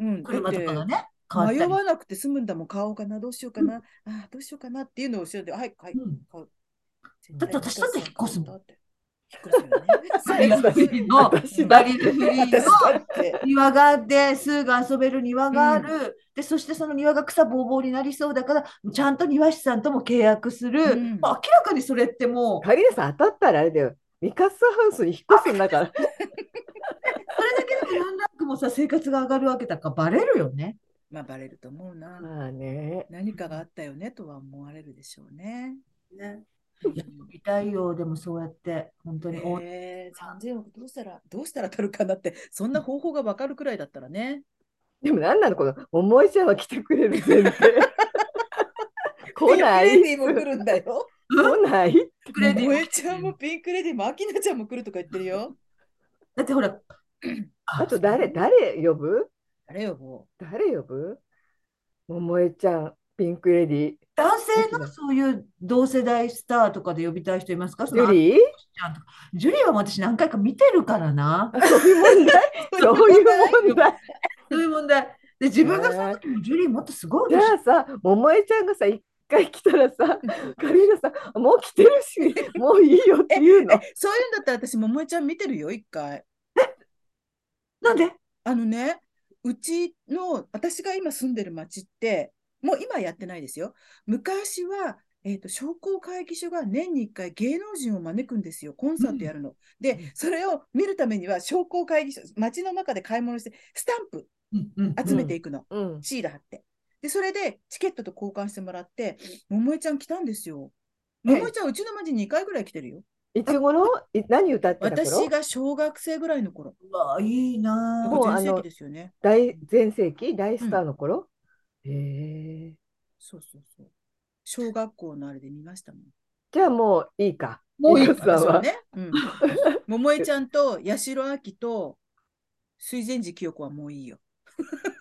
[SPEAKER 1] うん、だ
[SPEAKER 2] 車
[SPEAKER 1] っ
[SPEAKER 2] と
[SPEAKER 1] て
[SPEAKER 2] かがね、変わっ
[SPEAKER 1] 迷
[SPEAKER 2] たり。
[SPEAKER 1] わなくて済むんだもん、買おうかな、どうしようかな、あーどうしようかなっていうのを後ろで、はい、はい、
[SPEAKER 2] うん
[SPEAKER 1] 買う。
[SPEAKER 2] だって私だって引っ越すもん
[SPEAKER 1] だって 引っ
[SPEAKER 3] だ
[SPEAKER 1] 越すよね。
[SPEAKER 2] の
[SPEAKER 1] 私
[SPEAKER 2] バリアフリー
[SPEAKER 1] 私
[SPEAKER 2] の
[SPEAKER 1] だって。
[SPEAKER 2] 庭があって、すぐ遊べる庭がある、で、そしてその庭が草ぼうぼうになりそうだから、ちゃんと庭師さんとも契約する、
[SPEAKER 1] うん
[SPEAKER 2] まあ明らかにそれってもう、
[SPEAKER 3] カリーナさん当たったらあれだよミカスハウスに引っ越すん だから
[SPEAKER 2] それだけでも何ランクもさ、生活が上がるわけだから、バレるよね。
[SPEAKER 1] まあ、バレると思うな。
[SPEAKER 3] まあね
[SPEAKER 1] 何かがあったよねとは思われるでしょうね。
[SPEAKER 2] ね見たいよ、でもそうやって、本当に、お
[SPEAKER 1] えー、3000億どうしたら、どうしたら当たるかなって、そんな方法がわかるくらいだったらね。
[SPEAKER 3] でも何なのこの思いちゃんは来てくれる前 提来ない
[SPEAKER 1] ピンクレディーも来るんだよ。
[SPEAKER 3] 来ない
[SPEAKER 2] クレディ
[SPEAKER 1] 萌えちゃんもピンクレディーも、アキナちゃんも来るとか言ってるよ。
[SPEAKER 2] だってほら、
[SPEAKER 3] あと誰誰呼ぶ
[SPEAKER 1] あれよ、も
[SPEAKER 3] 誰呼ぶ桃江ちゃん、ピンクレディ、
[SPEAKER 2] 男性のそういう同世代スターとかで呼びたい人いますかそ
[SPEAKER 3] ジ
[SPEAKER 2] の
[SPEAKER 3] ュリー
[SPEAKER 2] ジュリーは私何回か見てるからな。
[SPEAKER 3] あそういう問題
[SPEAKER 1] う。
[SPEAKER 3] そういう問題
[SPEAKER 2] そういう問題。で、自分がその時もジュリーもっとすごい
[SPEAKER 3] じ
[SPEAKER 2] で
[SPEAKER 3] ゃ
[SPEAKER 2] しょ。
[SPEAKER 3] あさ、桃江ちゃんがさ、一回来たらさ、カリーナさん、もう来てる し、もういいよって言うの。
[SPEAKER 1] そういうんだったら私、ももえちゃん見てるよ、一回。
[SPEAKER 2] なんで
[SPEAKER 1] あのね、うちの、私が今住んでる町って、もう今はやってないですよ。昔は、えっと、商工会議所が年に1回芸能人を招くんですよ。コンサートやるの。
[SPEAKER 3] う
[SPEAKER 1] で
[SPEAKER 3] ん、
[SPEAKER 1] それを見るためには、商工会議所、町の中で買い物して、スタンプ
[SPEAKER 2] うんうん
[SPEAKER 1] 集めていくの。
[SPEAKER 3] うん。
[SPEAKER 1] シール貼って。で、それでチケットと交換してもらって、桃江ちゃん来たんですよ。
[SPEAKER 2] ええ
[SPEAKER 1] 桃江ちゃん、うちの町に2回ぐらい来てるよ。
[SPEAKER 3] いつ頃い何歌ってた
[SPEAKER 1] 私
[SPEAKER 3] 頃
[SPEAKER 1] が小学生ぐらいの頃。
[SPEAKER 2] うわ、いいな
[SPEAKER 3] もう
[SPEAKER 2] ぁ。
[SPEAKER 1] 全
[SPEAKER 3] あ
[SPEAKER 1] 盛
[SPEAKER 3] の
[SPEAKER 1] 期ですよね。
[SPEAKER 3] 大全盛期大スターの頃、へえ。
[SPEAKER 1] そうそうそう。小学校のあれで見ましたもん。
[SPEAKER 3] じゃあもういいか。
[SPEAKER 2] もういい
[SPEAKER 3] ミカさん
[SPEAKER 1] そう
[SPEAKER 3] は。
[SPEAKER 1] ね。 うん。桃江ちゃんと八代亜紀と水前寺清子はもういいよ。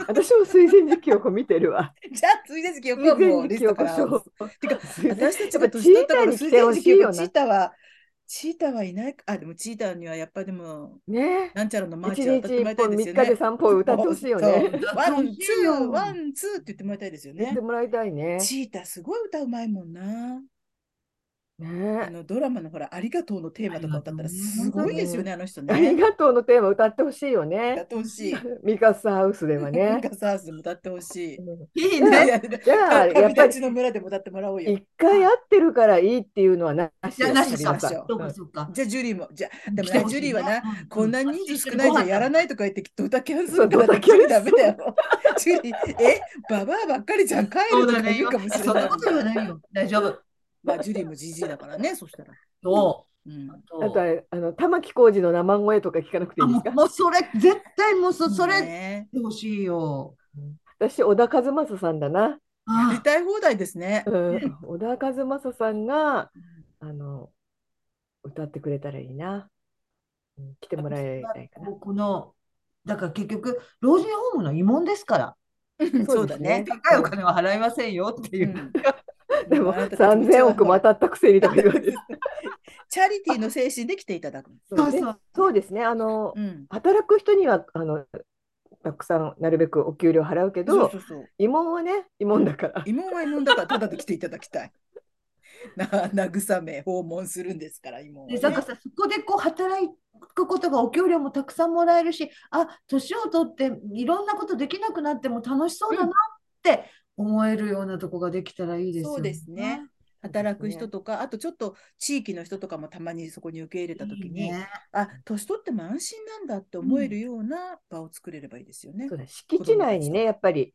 [SPEAKER 3] 私も水前寺清子見てるわ。
[SPEAKER 1] じゃあ、水前寺清子は
[SPEAKER 3] 水
[SPEAKER 1] も
[SPEAKER 3] 前
[SPEAKER 1] うリスト
[SPEAKER 3] 寺清
[SPEAKER 1] か
[SPEAKER 3] 子
[SPEAKER 1] ら。
[SPEAKER 3] 賞。
[SPEAKER 1] てか、
[SPEAKER 3] 水前
[SPEAKER 1] 私たち
[SPEAKER 3] や
[SPEAKER 1] が
[SPEAKER 3] っぱ
[SPEAKER 1] 年取った
[SPEAKER 3] チーター
[SPEAKER 1] 頃、
[SPEAKER 3] に
[SPEAKER 1] 水前
[SPEAKER 3] 来て
[SPEAKER 1] 寺
[SPEAKER 3] ほしい
[SPEAKER 1] 清
[SPEAKER 3] よ
[SPEAKER 1] 子、
[SPEAKER 3] な
[SPEAKER 1] チーターは、チーターはいないか、あ、でもチーターにはやっぱでも、
[SPEAKER 3] ねえ。
[SPEAKER 1] なんちゃらのマー
[SPEAKER 3] 一
[SPEAKER 1] チを歌って
[SPEAKER 3] 日
[SPEAKER 1] もらい
[SPEAKER 3] 一
[SPEAKER 1] たい
[SPEAKER 3] 本
[SPEAKER 1] です
[SPEAKER 3] 3
[SPEAKER 1] よ
[SPEAKER 3] 日で
[SPEAKER 1] ね。
[SPEAKER 3] 散歩を歌ってほしいよね。
[SPEAKER 1] そうワン、ツ
[SPEAKER 2] 歌ってほしい
[SPEAKER 1] ー、
[SPEAKER 2] よ
[SPEAKER 1] ワン、ツーって言ってもらいたいですよ
[SPEAKER 3] やっ
[SPEAKER 1] ね
[SPEAKER 3] て。もらいたいね。
[SPEAKER 1] チーター、すごい歌うまいもんな。あ
[SPEAKER 3] ね
[SPEAKER 1] のドラマのほら、ありがとうのテーマとか歌ったらすごいですよね、あの人
[SPEAKER 3] えあり
[SPEAKER 1] ね。
[SPEAKER 3] がとうのテーマ歌ってほしいよ
[SPEAKER 1] 歌っ
[SPEAKER 3] ね。
[SPEAKER 1] てほしい。
[SPEAKER 3] ミカスハウスでは
[SPEAKER 1] なん
[SPEAKER 3] ね。
[SPEAKER 1] かサースでも歌ってほしい。
[SPEAKER 3] うん
[SPEAKER 2] いい
[SPEAKER 1] いやい
[SPEAKER 2] ね。
[SPEAKER 1] や
[SPEAKER 3] じゃあ、やっ
[SPEAKER 1] 旅
[SPEAKER 3] ぱ
[SPEAKER 1] 立ちの
[SPEAKER 3] り
[SPEAKER 1] 村でも歌ってもらおうよ。
[SPEAKER 3] 一回会ってるからいいっていうのはなし
[SPEAKER 2] じゃあ
[SPEAKER 3] よ
[SPEAKER 2] なし
[SPEAKER 1] か
[SPEAKER 3] 皆さん
[SPEAKER 2] そう
[SPEAKER 3] う
[SPEAKER 2] か
[SPEAKER 3] ん
[SPEAKER 2] そうか。
[SPEAKER 1] じゃあ、ジュリーも、じゃあ、でも
[SPEAKER 2] 来て
[SPEAKER 1] ね、
[SPEAKER 2] ほ
[SPEAKER 1] ジュ
[SPEAKER 2] しい
[SPEAKER 1] リ
[SPEAKER 2] ね
[SPEAKER 1] ーはな、
[SPEAKER 2] うん
[SPEAKER 1] こんな人数少ないじゃやらないとか言って、ドタキャンす
[SPEAKER 3] そう
[SPEAKER 1] るから
[SPEAKER 3] ドタ
[SPEAKER 1] ね、
[SPEAKER 3] キ
[SPEAKER 1] ジュ
[SPEAKER 3] ャン
[SPEAKER 1] リーダメだよ。ジュリー、え、ババアばっかりじゃん、帰
[SPEAKER 2] そ
[SPEAKER 1] る
[SPEAKER 2] う
[SPEAKER 1] と
[SPEAKER 2] だ
[SPEAKER 1] か
[SPEAKER 2] ね
[SPEAKER 1] 言うかもしれ
[SPEAKER 2] そん
[SPEAKER 1] な
[SPEAKER 2] ないこ。と言わないよ。大丈夫。
[SPEAKER 1] まあ、ジュリーもじじいだからね、そしたら。
[SPEAKER 2] そ
[SPEAKER 1] うん
[SPEAKER 2] う。
[SPEAKER 3] あとはあの玉置浩二の生声とか聞かなくてい
[SPEAKER 2] あ
[SPEAKER 3] いで
[SPEAKER 2] も
[SPEAKER 3] す
[SPEAKER 2] う
[SPEAKER 3] か
[SPEAKER 2] もうそれ絶対もうそそれやっ
[SPEAKER 1] ね
[SPEAKER 2] てほしいよ。
[SPEAKER 3] 私小田和正さんだな、
[SPEAKER 1] やり
[SPEAKER 2] あ
[SPEAKER 1] たい放題ですね
[SPEAKER 3] う。ん
[SPEAKER 2] うん
[SPEAKER 3] 小田和正さんがあの歌ってくれたらいいな、うん来てもらいたいかな
[SPEAKER 2] 僕のだから結局老人ホームの慰問ですから
[SPEAKER 1] うんそうだね。
[SPEAKER 2] 高いお金は払いませんよっていうう。
[SPEAKER 1] ん
[SPEAKER 3] でも
[SPEAKER 1] あなたたち
[SPEAKER 3] 3000億またったくせにとか言われて
[SPEAKER 1] チャリティーの精神で来ていただく。
[SPEAKER 3] そう
[SPEAKER 2] そう
[SPEAKER 3] で
[SPEAKER 2] そう
[SPEAKER 3] そうですねあの、
[SPEAKER 1] うん。
[SPEAKER 3] 働く人にはあのたくさんなるべくお給料払うけ
[SPEAKER 1] そう
[SPEAKER 3] ど
[SPEAKER 1] そうそう。
[SPEAKER 3] 慰問はね慰問だから
[SPEAKER 1] 慰問は慰問だから、ただで来ていただきたい。 な慰め、訪問するんですから、慰問はね
[SPEAKER 2] で、なんかさ、そこでこう働くことがお給料もたくさんもらえるし、あ、年を取っていろんなことできなくなっても楽しそうだなって思えるようなとこができたらいいです
[SPEAKER 1] そう
[SPEAKER 2] よ
[SPEAKER 1] ですね。働く人とか、あとちょっと地域の人とかもたまにそこに受け入れたときに、
[SPEAKER 2] いいね
[SPEAKER 1] あ、年取っても安心なんだって思えるような場を作れればいいですよね
[SPEAKER 3] そう。だ敷地内にねやっぱり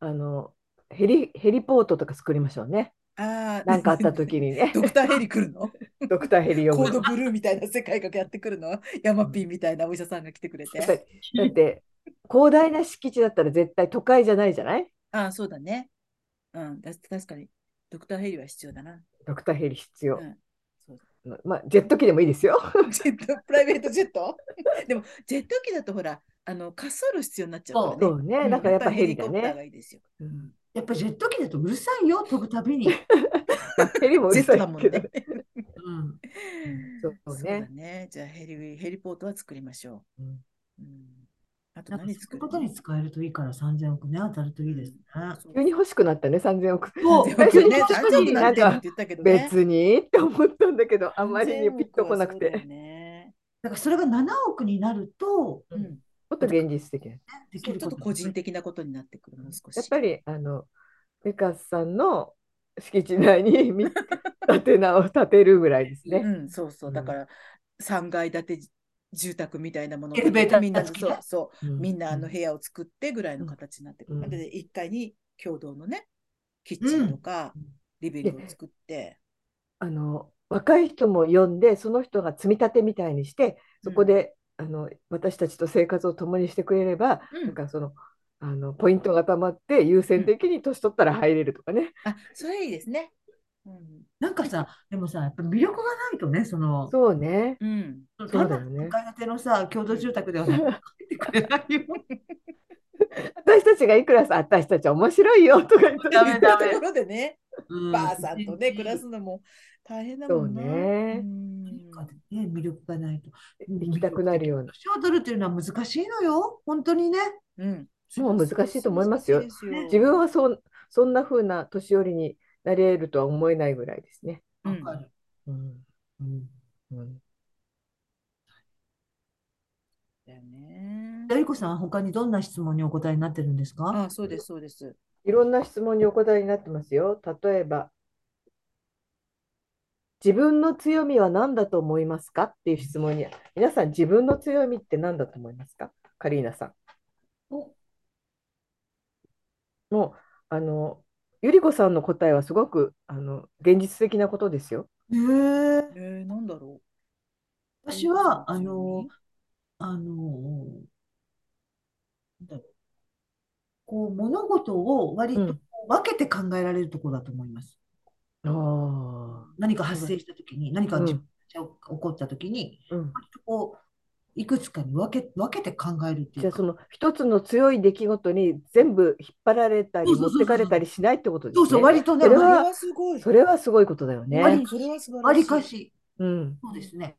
[SPEAKER 3] あのヘリヘリポートとか作りましょうね
[SPEAKER 1] ああ、
[SPEAKER 3] 何かあった時にね
[SPEAKER 1] ドクターヘリ来るの
[SPEAKER 3] ドクターヘリ呼
[SPEAKER 1] コ
[SPEAKER 3] ぶ
[SPEAKER 1] ードブルーみたいな世界がやってくるのヤマピーみたいなお医者さんが来てくれ
[SPEAKER 3] やっぱ
[SPEAKER 1] て。
[SPEAKER 3] りだって広大な敷地だったら絶対都会じゃないじゃない
[SPEAKER 1] ああ、そうだね。うん、だ確かに、ドクターヘリは必要だな。
[SPEAKER 3] ドクターヘリ必要
[SPEAKER 1] う、んそう
[SPEAKER 3] まあジェット機でもいいですよ
[SPEAKER 1] ジェット、 プライベートジェットでも、ジェット機だとほら、あの、滑走路必要になっちゃうか
[SPEAKER 3] そ
[SPEAKER 1] らね。
[SPEAKER 3] う
[SPEAKER 2] う
[SPEAKER 3] ね
[SPEAKER 2] ん
[SPEAKER 3] だからやっぱヘリだ
[SPEAKER 1] コプターが
[SPEAKER 3] ね
[SPEAKER 1] いいですよ。
[SPEAKER 3] うん
[SPEAKER 2] やっぱジェット機だとうるさいよ、飛ぶたびに。
[SPEAKER 3] ヘリもう
[SPEAKER 1] ジ
[SPEAKER 3] る
[SPEAKER 1] ェット
[SPEAKER 3] さ
[SPEAKER 1] だ
[SPEAKER 3] い
[SPEAKER 1] もん
[SPEAKER 3] けど
[SPEAKER 1] ね。
[SPEAKER 2] うん、
[SPEAKER 3] そうそう
[SPEAKER 1] そうだ
[SPEAKER 3] ね
[SPEAKER 1] ね。じゃあヘリ、ヘリポートは作りましょ
[SPEAKER 3] うん
[SPEAKER 1] う。うん、あと
[SPEAKER 2] なんか
[SPEAKER 1] 何
[SPEAKER 2] そうい
[SPEAKER 1] 作
[SPEAKER 2] う
[SPEAKER 1] る
[SPEAKER 2] ことに使えるといいから3000億ね、当たるといいですね。
[SPEAKER 1] そう
[SPEAKER 3] 急に欲しくなったね3000億
[SPEAKER 2] そう
[SPEAKER 1] 3000億ね、
[SPEAKER 3] 最初
[SPEAKER 1] 30
[SPEAKER 3] に
[SPEAKER 1] 億なんて
[SPEAKER 3] なんか
[SPEAKER 1] って言ったけどね。
[SPEAKER 3] 別にって思ったんだけどあんまりにピッとこなく
[SPEAKER 1] 3000億はそうだよ
[SPEAKER 3] て
[SPEAKER 1] ね
[SPEAKER 2] だからそれが7億になると
[SPEAKER 1] う
[SPEAKER 3] うんんもっと現実的な
[SPEAKER 2] で
[SPEAKER 1] そ
[SPEAKER 2] き
[SPEAKER 1] う
[SPEAKER 2] る
[SPEAKER 1] ちょっ
[SPEAKER 2] ことと
[SPEAKER 1] 個人的なことになってくる、もう少し。
[SPEAKER 3] やっぱりあのメカスさんの敷地内に み建てなを建てるぐらいです
[SPEAKER 1] う
[SPEAKER 3] ね。
[SPEAKER 1] ん、そうそうう、
[SPEAKER 3] ん
[SPEAKER 1] だから3階建て住宅みたいなもの
[SPEAKER 2] エレベーター
[SPEAKER 1] みんな
[SPEAKER 2] 付き
[SPEAKER 1] そう
[SPEAKER 2] ね
[SPEAKER 1] そうう、みんなあの
[SPEAKER 3] う
[SPEAKER 1] 部屋を作ってぐらいの形になってくる。
[SPEAKER 3] うん
[SPEAKER 1] なんで1階に共同のね、キッチンとか
[SPEAKER 3] うん
[SPEAKER 1] リビングを作って、
[SPEAKER 3] あの若い人も呼んでその人が積み立てみたいにしてそこで、あの私たちと生活を共にしてくれれば、
[SPEAKER 1] うん
[SPEAKER 3] なんかそのあのポイントがたまって優先的に年取ったら入れるとかね、
[SPEAKER 1] あ、それいいですね。うん。
[SPEAKER 2] なんかさ、でもさ、やっぱ魅力がないとね、その、
[SPEAKER 3] そう ね
[SPEAKER 1] うん。
[SPEAKER 3] そうだよね
[SPEAKER 2] 単なる階建てのさ、共同住宅ではさ入ってくれないよ。
[SPEAKER 3] 私たちがいくらさ私たち面白いよとか言って
[SPEAKER 2] ダメ
[SPEAKER 1] と
[SPEAKER 2] ダ
[SPEAKER 1] こ
[SPEAKER 2] メ。
[SPEAKER 1] ろでね、
[SPEAKER 2] う ん
[SPEAKER 1] ばあさんとね、暮らすのも大変だもんな。
[SPEAKER 3] そうね
[SPEAKER 1] ん
[SPEAKER 2] なんかね、魅力がないと。
[SPEAKER 3] 行きたくなるような
[SPEAKER 2] 年を取るというのは難しいのよ、本当にね。
[SPEAKER 1] うん。
[SPEAKER 3] もう難しいと思いますよ
[SPEAKER 1] 難しいですよ
[SPEAKER 3] 自分はそんそんな風な年寄りになれるとは思えないぐらいですね。
[SPEAKER 1] う
[SPEAKER 2] わ
[SPEAKER 1] ん
[SPEAKER 2] かる。
[SPEAKER 3] うん
[SPEAKER 2] うん。
[SPEAKER 3] うん
[SPEAKER 1] だよね。
[SPEAKER 2] ゆりこさんは他にどんな質問にお答えになってるんですか
[SPEAKER 1] あそうです、そうです。
[SPEAKER 3] いろんな質問にお答えになってますよ。例えば、自分の強みは何だと思いますかっていう質問に、皆さん自分の強みって何だと思いますかカリーナさ
[SPEAKER 2] お
[SPEAKER 3] ん。もう、あの、ゆりこさんの答えはすごくあの現実的なことですよ。
[SPEAKER 2] ねえ
[SPEAKER 1] えー、なんだろう。
[SPEAKER 2] 私は、あの、あの、なんだろう。こう、物事を割
[SPEAKER 3] う
[SPEAKER 2] と
[SPEAKER 3] ん
[SPEAKER 2] こう分けて考えられるところだと思います。
[SPEAKER 3] あ
[SPEAKER 2] 何か発生したときに、何か
[SPEAKER 3] うん
[SPEAKER 2] 自分が起こったときに、
[SPEAKER 3] あ、う
[SPEAKER 2] 割
[SPEAKER 3] ん。
[SPEAKER 2] とこう、いくつかに分け、分けて考えるってい
[SPEAKER 3] じ
[SPEAKER 2] う
[SPEAKER 3] ゃあ
[SPEAKER 2] か
[SPEAKER 3] その一つの強い出来事に全部引っ張られたり
[SPEAKER 2] そうそ
[SPEAKER 3] 持
[SPEAKER 2] う
[SPEAKER 3] っ
[SPEAKER 2] そうそう
[SPEAKER 3] てかれたりしないってことで
[SPEAKER 2] そう
[SPEAKER 3] す
[SPEAKER 2] そう、
[SPEAKER 3] ね。
[SPEAKER 2] 割とね、
[SPEAKER 3] それ
[SPEAKER 1] それ
[SPEAKER 3] は
[SPEAKER 1] はすごい。
[SPEAKER 3] それはすごいことだよ
[SPEAKER 1] う
[SPEAKER 3] ね
[SPEAKER 1] ん。それは素晴ら
[SPEAKER 2] 割
[SPEAKER 1] しい。
[SPEAKER 2] りかし、
[SPEAKER 3] うん。
[SPEAKER 2] そうですね。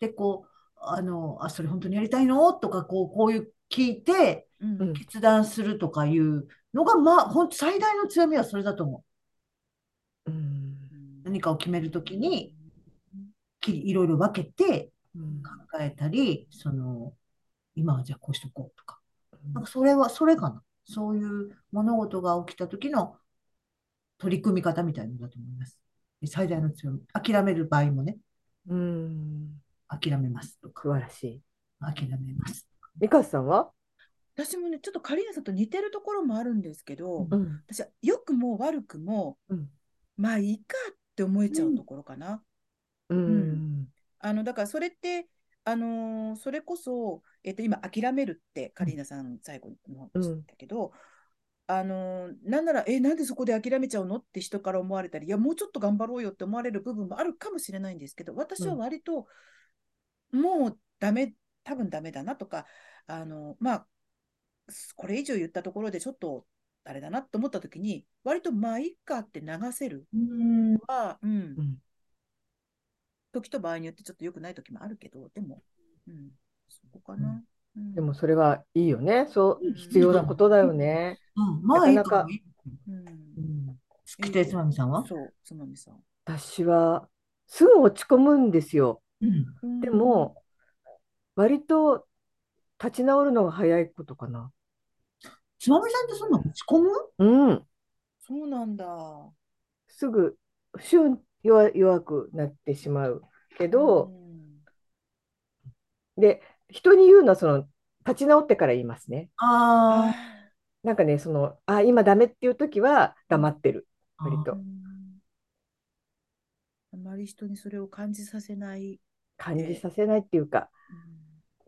[SPEAKER 2] で、こう、あの、あ、それ本当にやりたいのとか、こう、こういう聞いて、
[SPEAKER 1] うん
[SPEAKER 3] うん
[SPEAKER 2] 決断するとかいうのが、まあ、本当最大の強みはそれだと思
[SPEAKER 3] うん
[SPEAKER 1] う
[SPEAKER 2] う。
[SPEAKER 1] ん
[SPEAKER 2] 何かを決めるときに、きりいろいろ分けて
[SPEAKER 3] うん
[SPEAKER 2] 考えたり、その、今はじゃあこうしとこうとか。なんかそれは、それかな。そういう物事が起きた時の取り組み方みたいなのだと思います。最大の強み。諦める場合もね、
[SPEAKER 3] うん
[SPEAKER 2] 諦めますとか、
[SPEAKER 3] 素晴らしい。
[SPEAKER 2] 諦めます。
[SPEAKER 3] 美香さんは、
[SPEAKER 1] 私もね、ちょっとカリーナさんと似てるところもあるんですけど、
[SPEAKER 3] うん
[SPEAKER 1] 私は良くも悪くも、
[SPEAKER 3] うん
[SPEAKER 1] まあいいかって思えちゃうところかな。
[SPEAKER 3] うん
[SPEAKER 1] あのだからそれって、あのーそれこそ、えっと、今、諦めるってカリーナさん最後の
[SPEAKER 3] うん
[SPEAKER 1] 話だけど、あのーなんなら、え、なんでそこで諦めちゃうのって人から思われたり、いや、もうちょっと頑張ろうよって思われる部分もあるかもしれないんですけど、私は割と、もうダメ、多分ダメだなとか、あのまあ、これ以上言ったところでちょっと、あれだなと思った時に、割と、まあ、いっかって流せる
[SPEAKER 2] うん、
[SPEAKER 1] は、うん、
[SPEAKER 3] ん
[SPEAKER 1] 時と場合によってちょっと良くない時もあるけど、でも、うん、そこかな。うん
[SPEAKER 3] でもそれはいいよね。そううん必要なことだよね。
[SPEAKER 2] うん、まあいいと思
[SPEAKER 3] なかな
[SPEAKER 2] う
[SPEAKER 3] か
[SPEAKER 2] よ。
[SPEAKER 1] うん
[SPEAKER 3] うん
[SPEAKER 2] 好きでつまみさんは
[SPEAKER 1] そう、つまみさん。
[SPEAKER 3] 私はすぐ落ち込むんですよ。
[SPEAKER 2] うん。
[SPEAKER 3] でも割と立ち直るのが早いことかな。
[SPEAKER 2] つまみさんってそんな落ち込む
[SPEAKER 3] うん。
[SPEAKER 1] そうなんだ。
[SPEAKER 3] すぐ瞬弱弱くなってしまうけど、
[SPEAKER 1] ん
[SPEAKER 3] で人に言うのはその立ち直ってから言いますね。
[SPEAKER 2] あ
[SPEAKER 1] あ
[SPEAKER 3] なんかねそのあ今ダメっていう時は黙ってる
[SPEAKER 2] あ、
[SPEAKER 3] 割
[SPEAKER 1] ー
[SPEAKER 3] と
[SPEAKER 1] うんあまり人にそれを感じさせない。
[SPEAKER 3] 感じさせないっていうか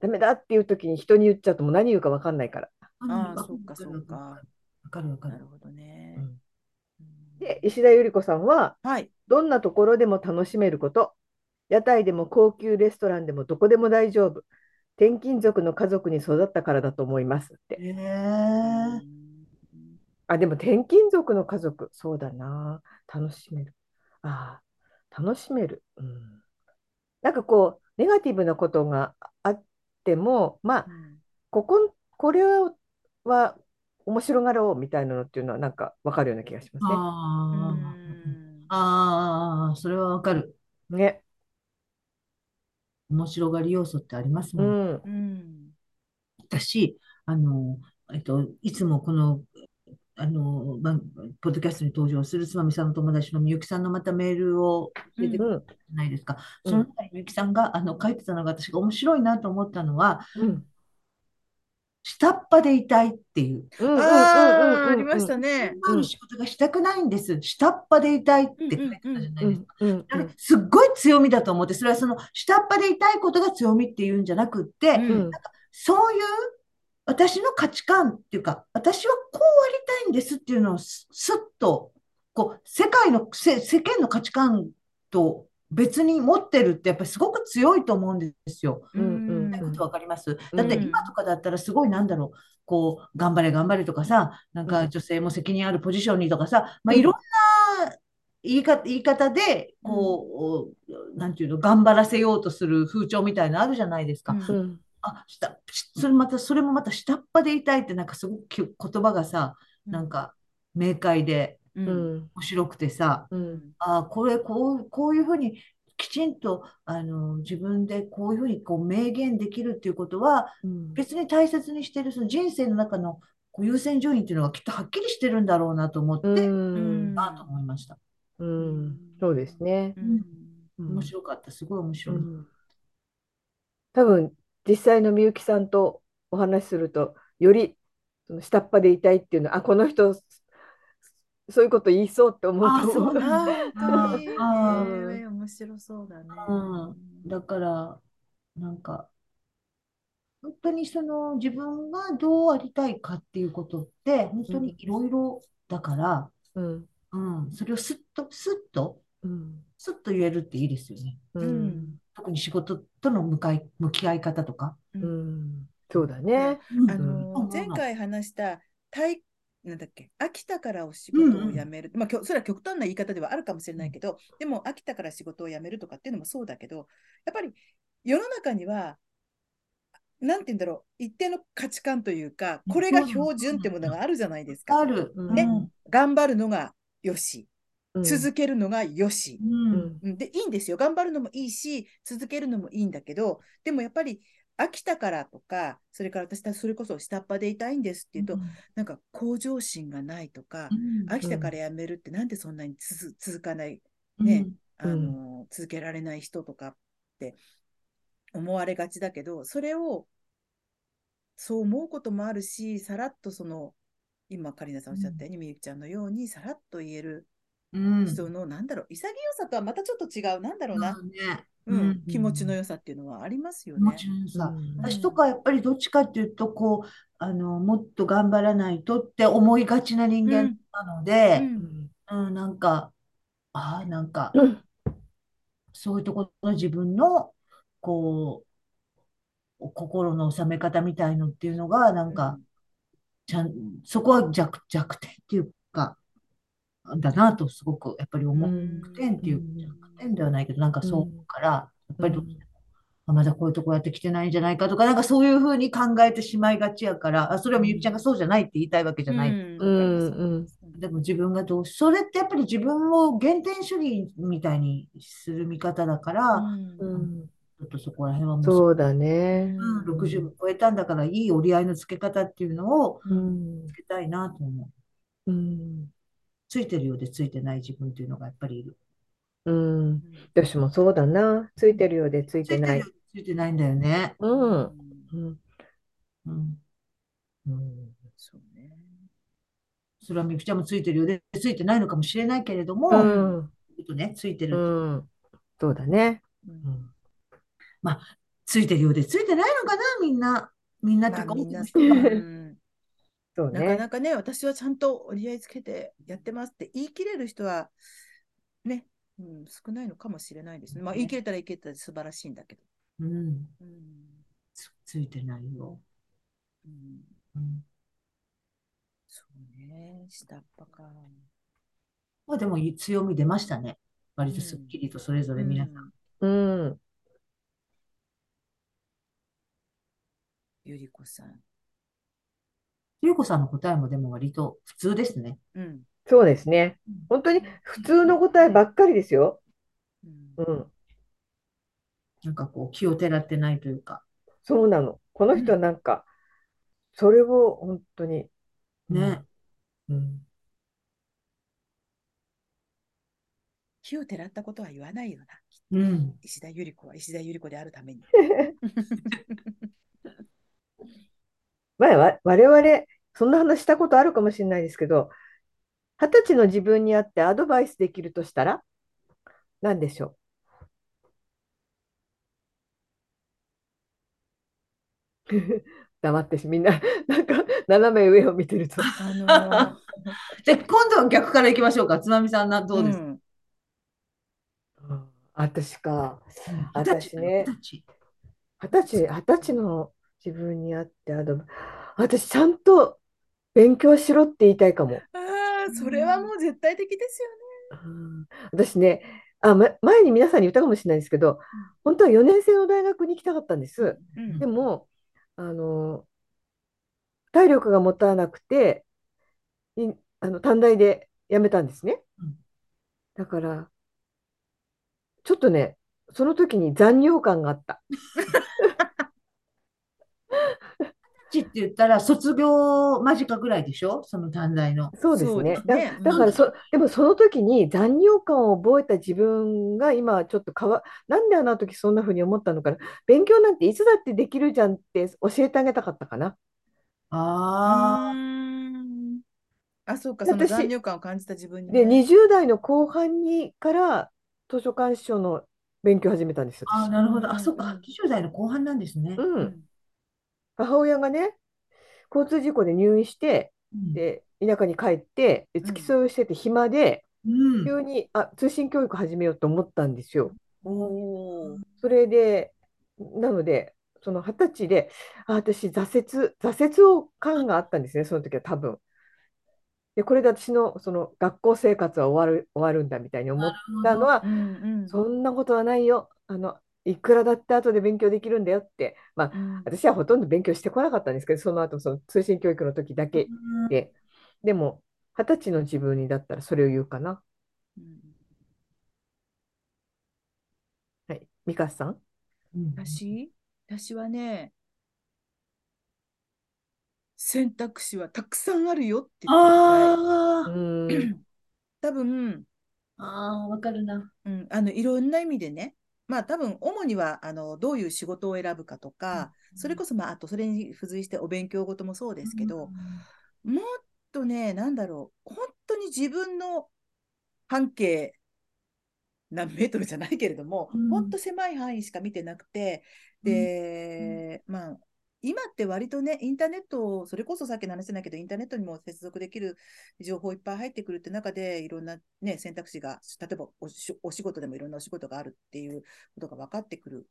[SPEAKER 1] うん
[SPEAKER 3] ダメだっていう時に人に言っちゃうともう何言うか分かんないから。
[SPEAKER 1] ああ、そうか、そうか。
[SPEAKER 2] わかるわか
[SPEAKER 1] なる
[SPEAKER 2] る。
[SPEAKER 1] ほどね
[SPEAKER 3] う。ん
[SPEAKER 1] うん
[SPEAKER 3] で石田ゆり子さんは
[SPEAKER 1] はい。
[SPEAKER 3] どんなところでも楽しめること。屋台でも高級レストランでもどこでも大丈夫。転勤族の家族に育ったからだと思いますって。
[SPEAKER 2] へえ
[SPEAKER 1] うん
[SPEAKER 3] あ、でも転勤族の家族、そうだな。楽しめる。ああ、楽しめる。うん。なんかこう、ネガティブなことがあっても、まあ、ここ、これは面白がろうみたいなのっていうのはなんかわかるような気がします
[SPEAKER 1] う
[SPEAKER 2] あ
[SPEAKER 1] ん
[SPEAKER 2] あ、ああ、それはわかる。
[SPEAKER 3] ね。ね。
[SPEAKER 2] 面白がり要素ってあります
[SPEAKER 3] う
[SPEAKER 2] もん。
[SPEAKER 3] ん。
[SPEAKER 1] うん。
[SPEAKER 2] 私、あの、えっと、いつもこの、あの、番ポッドキャストに登場するつまみさんの友達のみゆきさんのまたメールを出てく
[SPEAKER 3] う
[SPEAKER 2] る
[SPEAKER 3] ん。
[SPEAKER 2] じゃないですか。
[SPEAKER 3] うん
[SPEAKER 2] その中にみゆきさんが、あの、書いてたのが私が面白いなと思ったのは、
[SPEAKER 3] うん。
[SPEAKER 2] 下っ端でいたいっていう。
[SPEAKER 3] うん。
[SPEAKER 1] ああ、ありましたね。
[SPEAKER 2] 今の仕事がしたくないんです。下っ端でいたいって書いてたじゃないですか。
[SPEAKER 3] うん。
[SPEAKER 2] あれすっごい強みだと思って、それはその下っ端でいたいことが強みっていうんじゃなくって、
[SPEAKER 3] うん。
[SPEAKER 2] そういう私の価値観っていうか、私はこうありたいんですっていうのをすすっと、こう、世界の、せ世間の価値観と別に持ってるってやっぱりすごく強いと思うんですよ。
[SPEAKER 3] うんうん
[SPEAKER 2] ないことわかります。
[SPEAKER 3] うん
[SPEAKER 2] だって今とかだったらすごいなんだろう、こう、頑張れ頑張れとかさ、なん
[SPEAKER 3] う
[SPEAKER 2] か
[SPEAKER 3] ん
[SPEAKER 2] 女性も責任あるポジションにとかさ、まあ
[SPEAKER 3] うん
[SPEAKER 2] いろんな言い方、言い方で、こう、なんていうの、頑張らせようとする風潮みたいなのあるじゃないですか。
[SPEAKER 1] うん
[SPEAKER 3] うん
[SPEAKER 2] あ、下、しそれまた、それもまた下っ端でいたいってなんかすごくき言葉がさ、なん、か明快で
[SPEAKER 1] う。
[SPEAKER 3] うんん
[SPEAKER 2] 面白くてさ、
[SPEAKER 3] うん
[SPEAKER 2] ああ、これ、こう、こういうふうに、きちんと、あの、自分でこういうふうにこう明言できるっていうことは、
[SPEAKER 3] うん
[SPEAKER 2] 別に大切にしてる、その人生の中のこう優先順位っていうのがきっとはっきりしてるんだろうなと思って、
[SPEAKER 3] うん
[SPEAKER 2] ああ、と思いました。
[SPEAKER 3] うんそうですね。
[SPEAKER 1] うん
[SPEAKER 2] 面白かった。すごい面白い。
[SPEAKER 3] うん多分実際のみゆきさんとお話しするとよりその下っ端でいたいっていうのはあこの人そういうこと言いそうって思う
[SPEAKER 2] あ
[SPEAKER 3] と
[SPEAKER 2] そうう
[SPEAKER 3] 思。う
[SPEAKER 2] だ
[SPEAKER 1] あー本当に。
[SPEAKER 2] あ
[SPEAKER 3] ー
[SPEAKER 1] えー面白そうだね。
[SPEAKER 2] うんだから、なんか、本当にその自分がどうありたいかっていうことって、本当にいろいろだから、
[SPEAKER 3] ん
[SPEAKER 2] うん、それをすっと、すっと、
[SPEAKER 3] うん
[SPEAKER 2] すっと言えるっていいですよね。
[SPEAKER 3] う
[SPEAKER 1] うんん
[SPEAKER 2] 特に仕事との向かい、向き合い方とか。
[SPEAKER 3] うんそうだね。
[SPEAKER 1] あのー
[SPEAKER 2] うん
[SPEAKER 1] 前回話した対なんだっけ秋田からお仕事を辞める、まあ、きょそれは極端な言い方ではあるかもしれないけど、でも秋田から仕事を辞めるとかっていうのもそうだけどやっぱり世の中にはなんて言うんだろう一定の価値観というかこれが標準ってものがあるじゃないですか。
[SPEAKER 2] ある。
[SPEAKER 3] ね
[SPEAKER 2] うん
[SPEAKER 1] 頑張るのがよし
[SPEAKER 3] うん
[SPEAKER 1] 続けるのがよし。
[SPEAKER 2] うん
[SPEAKER 3] うん
[SPEAKER 1] うんで、いいんですよ。頑張るのもいいし、続けるのもいいんだけど、でもやっぱり飽きたからとか、それから私たそれこそ下っ端でいたいんですっていうと、なんか向上心がないとか、
[SPEAKER 2] うん
[SPEAKER 1] 飽きたからやめるってなんでそんなにつづ続かない、ねあ
[SPEAKER 2] うん
[SPEAKER 1] の、続けられない人とかって思われがちだけど、それをそう思うこともあるし、さらっとその、今、カリナさんおっしゃったように、みゆきちゃんのように、さらっと言える
[SPEAKER 2] うん
[SPEAKER 1] 人の、なんだろう、潔さとはまたちょっと違う、なんだろうな、
[SPEAKER 2] そうね
[SPEAKER 1] う
[SPEAKER 2] うんん、
[SPEAKER 1] 気持ちの良さっていうのはありますよ
[SPEAKER 2] 気持
[SPEAKER 1] ね。
[SPEAKER 2] ちの良さ
[SPEAKER 3] うん
[SPEAKER 2] 私とかやっぱりどっちかっていうとこうあのもっと頑張らないとって思いがちな人間なの
[SPEAKER 1] う
[SPEAKER 2] で、
[SPEAKER 1] ん
[SPEAKER 2] うんなんかああなんか
[SPEAKER 3] うん
[SPEAKER 2] そういうところの自分のこう心の収め方みたいのっていうのがなんかちゃんそこは弱、弱点っていうかだなとすごくやっぱり思う弱点っていう弱点ではないけどなんかそう思うからやっぱりどうしてもあまだこういうとこやってきてないんじゃないかとかなんかそういうふうに考えてしまいがちやからあそれはみゆきちゃんがそうじゃないって言いたいわけじゃない。
[SPEAKER 1] うん
[SPEAKER 3] うんうん
[SPEAKER 2] でも自分がどうし、それってやっぱり自分を原点主義みたいにする見方だから、
[SPEAKER 3] うん
[SPEAKER 2] ちょっとそこら辺はもう
[SPEAKER 3] そうだね。
[SPEAKER 2] うん60も超えたんだからいい折り合いのつけ方っていうのを
[SPEAKER 3] うん
[SPEAKER 2] つけたいなと思う。
[SPEAKER 3] うん
[SPEAKER 2] ついてるようでついてない自分っていうのがやっぱりいる。
[SPEAKER 3] うん私もそうだな。ついてるようでつい
[SPEAKER 2] つい
[SPEAKER 3] て
[SPEAKER 2] て
[SPEAKER 3] な
[SPEAKER 2] る
[SPEAKER 3] い
[SPEAKER 2] よ。うでついてないんだよね。
[SPEAKER 3] うんうん
[SPEAKER 2] うん。うん。
[SPEAKER 1] そうね。
[SPEAKER 2] それはみくちゃんもついてるようでついてないのかもしれないけれど
[SPEAKER 3] う
[SPEAKER 2] も、
[SPEAKER 3] ん
[SPEAKER 2] ちょっとね、ついて
[SPEAKER 3] う
[SPEAKER 2] る、
[SPEAKER 3] んそうだね。
[SPEAKER 1] うん
[SPEAKER 3] うん
[SPEAKER 2] ついてるようでついてないのかな、みんな。みんなって
[SPEAKER 1] ま
[SPEAKER 2] い
[SPEAKER 1] あ
[SPEAKER 2] うか、
[SPEAKER 1] みんな
[SPEAKER 2] 多
[SPEAKER 1] そ
[SPEAKER 2] く
[SPEAKER 1] う
[SPEAKER 2] の人が
[SPEAKER 1] うん
[SPEAKER 3] そう
[SPEAKER 1] なか
[SPEAKER 3] ね。
[SPEAKER 1] なかね、私はちゃんと折り合いつけてやってますって言い切れる人は、ね、うん、少ないのかもしれないですね。まあ、
[SPEAKER 2] ね
[SPEAKER 1] 言い切れたら言い切れたら素晴らしいんだけど。
[SPEAKER 2] うん。
[SPEAKER 1] うん
[SPEAKER 2] つ、ついてないよ。
[SPEAKER 1] うん
[SPEAKER 2] うん。
[SPEAKER 1] そうね、下っ端か。
[SPEAKER 2] まあでもい強み出ましたね。割とすっきりとそれぞれ皆さん。
[SPEAKER 1] うん
[SPEAKER 3] うん
[SPEAKER 1] ゆりこさん。
[SPEAKER 2] ゆうこさんの答えもでも割と普通ですね。
[SPEAKER 1] うん。
[SPEAKER 3] そうですね。本当に普通の答えばっかりですよ。
[SPEAKER 1] うん
[SPEAKER 3] うん
[SPEAKER 2] なんかこう気をてらってないというか。
[SPEAKER 3] そうなの。この人はなんか、それを本当に。
[SPEAKER 2] ね。
[SPEAKER 3] うん。
[SPEAKER 1] 火をてらったことは言わないよな。
[SPEAKER 2] うん。
[SPEAKER 1] 石田ゆり子は石田ゆり子であるために。
[SPEAKER 3] 前は我々、そんな話したことあるかもしれないですけど、二十歳の自分にあってアドバイスできるとしたら、何でしょう 黙ってし、みんな、なんか、斜め上を見てると。
[SPEAKER 1] あのー
[SPEAKER 2] じゃあ今度は逆からいきましょうか。津波さんな、どうです
[SPEAKER 1] ん
[SPEAKER 3] うん私か。
[SPEAKER 2] か
[SPEAKER 3] うん私ね
[SPEAKER 2] 二十歳
[SPEAKER 3] 二十歳、二十歳の自分にあってアドバイ私、ちゃんと勉強しろって言いたいかも。
[SPEAKER 1] ああ、それはもう絶対的ですよね。
[SPEAKER 3] うん私ね、あ、ま、前に皆さんに言ったかもしれないですけど、本当は4年生の大学に行きたかったんです。
[SPEAKER 1] うん
[SPEAKER 3] でも、あの、体力が持たなくて、いあの短大で辞めたんですね
[SPEAKER 2] うん。
[SPEAKER 3] だから、ちょっとね、その時に残業感があった。
[SPEAKER 2] 二十歳って言ったら卒業間近ぐらいでしょその短大の。
[SPEAKER 3] そうですね。だ、
[SPEAKER 1] ね
[SPEAKER 3] だからそ、でもその時に残業感を覚えた自分が今ちょっと変わ、なんであの時そんな風に思ったのかな。勉強なんていつだってできるじゃんって教えてあげたかったかな。
[SPEAKER 2] ああ。
[SPEAKER 1] ああ、そうか、その
[SPEAKER 3] 私
[SPEAKER 1] 残虐感を感じた自分に
[SPEAKER 3] で、
[SPEAKER 1] ね。
[SPEAKER 3] 20代の後半にから図書館司書の勉強を始めたんです。
[SPEAKER 2] ああ、
[SPEAKER 3] 私
[SPEAKER 2] なるほど。あ、そっ
[SPEAKER 1] うんう
[SPEAKER 2] か
[SPEAKER 1] ん。
[SPEAKER 2] 20代の後半なんですね。
[SPEAKER 3] う。
[SPEAKER 1] うん
[SPEAKER 3] 母親がね、交通事故で入院して、
[SPEAKER 2] うん。
[SPEAKER 3] で、田舎に帰って、で
[SPEAKER 1] ん
[SPEAKER 3] 付き添いをしてて暇で、
[SPEAKER 2] うん。
[SPEAKER 3] 急に、あ、通信教育始めようと思ったんですよ。
[SPEAKER 1] おお。
[SPEAKER 3] それで、なので、その二十歳で、あ、私、挫折、挫折を感があったんですね、その時は多分。で、これで私のその学校生活は終わる、終わるんだみたいに思ったのは
[SPEAKER 1] う、んうん。
[SPEAKER 3] そんなことはないよ。あの、いくらだって後で勉強できるんだよって、まあ、
[SPEAKER 1] うん
[SPEAKER 3] 私はほとんど勉強してこなかったんですけど、その後、その通信教育の時だけ
[SPEAKER 2] うん
[SPEAKER 3] で、でも、二十歳の自分にだったらそれを言うかな。
[SPEAKER 1] うん
[SPEAKER 3] ミカさん
[SPEAKER 2] うん
[SPEAKER 1] 私私はね、選択肢はたくさんあるよって言ってる
[SPEAKER 2] あ
[SPEAKER 3] う
[SPEAKER 2] ー
[SPEAKER 3] ーん。
[SPEAKER 1] 多分、
[SPEAKER 2] あー、わかるな。
[SPEAKER 1] うん、あのいろんな意味でね、まあ多分主にはあのどういう仕事を選ぶかとか、それこそ、まあ、あとそれに付随してお勉強事もそうですけど、もっとね、なんだろう、本当に自分の半径何メートルじゃないけれども、
[SPEAKER 2] うん
[SPEAKER 1] 本当狭い範囲しか見てなくて、で、まあ、今って割とね、インターネットを、それこそさっきの話じゃないけど、インターネットにも接続できる情報いっぱい入ってくるって中で、いろんな、ね、選択肢が、例えばおしお仕事でもいろんなお仕事があるっていうことが分かってくる、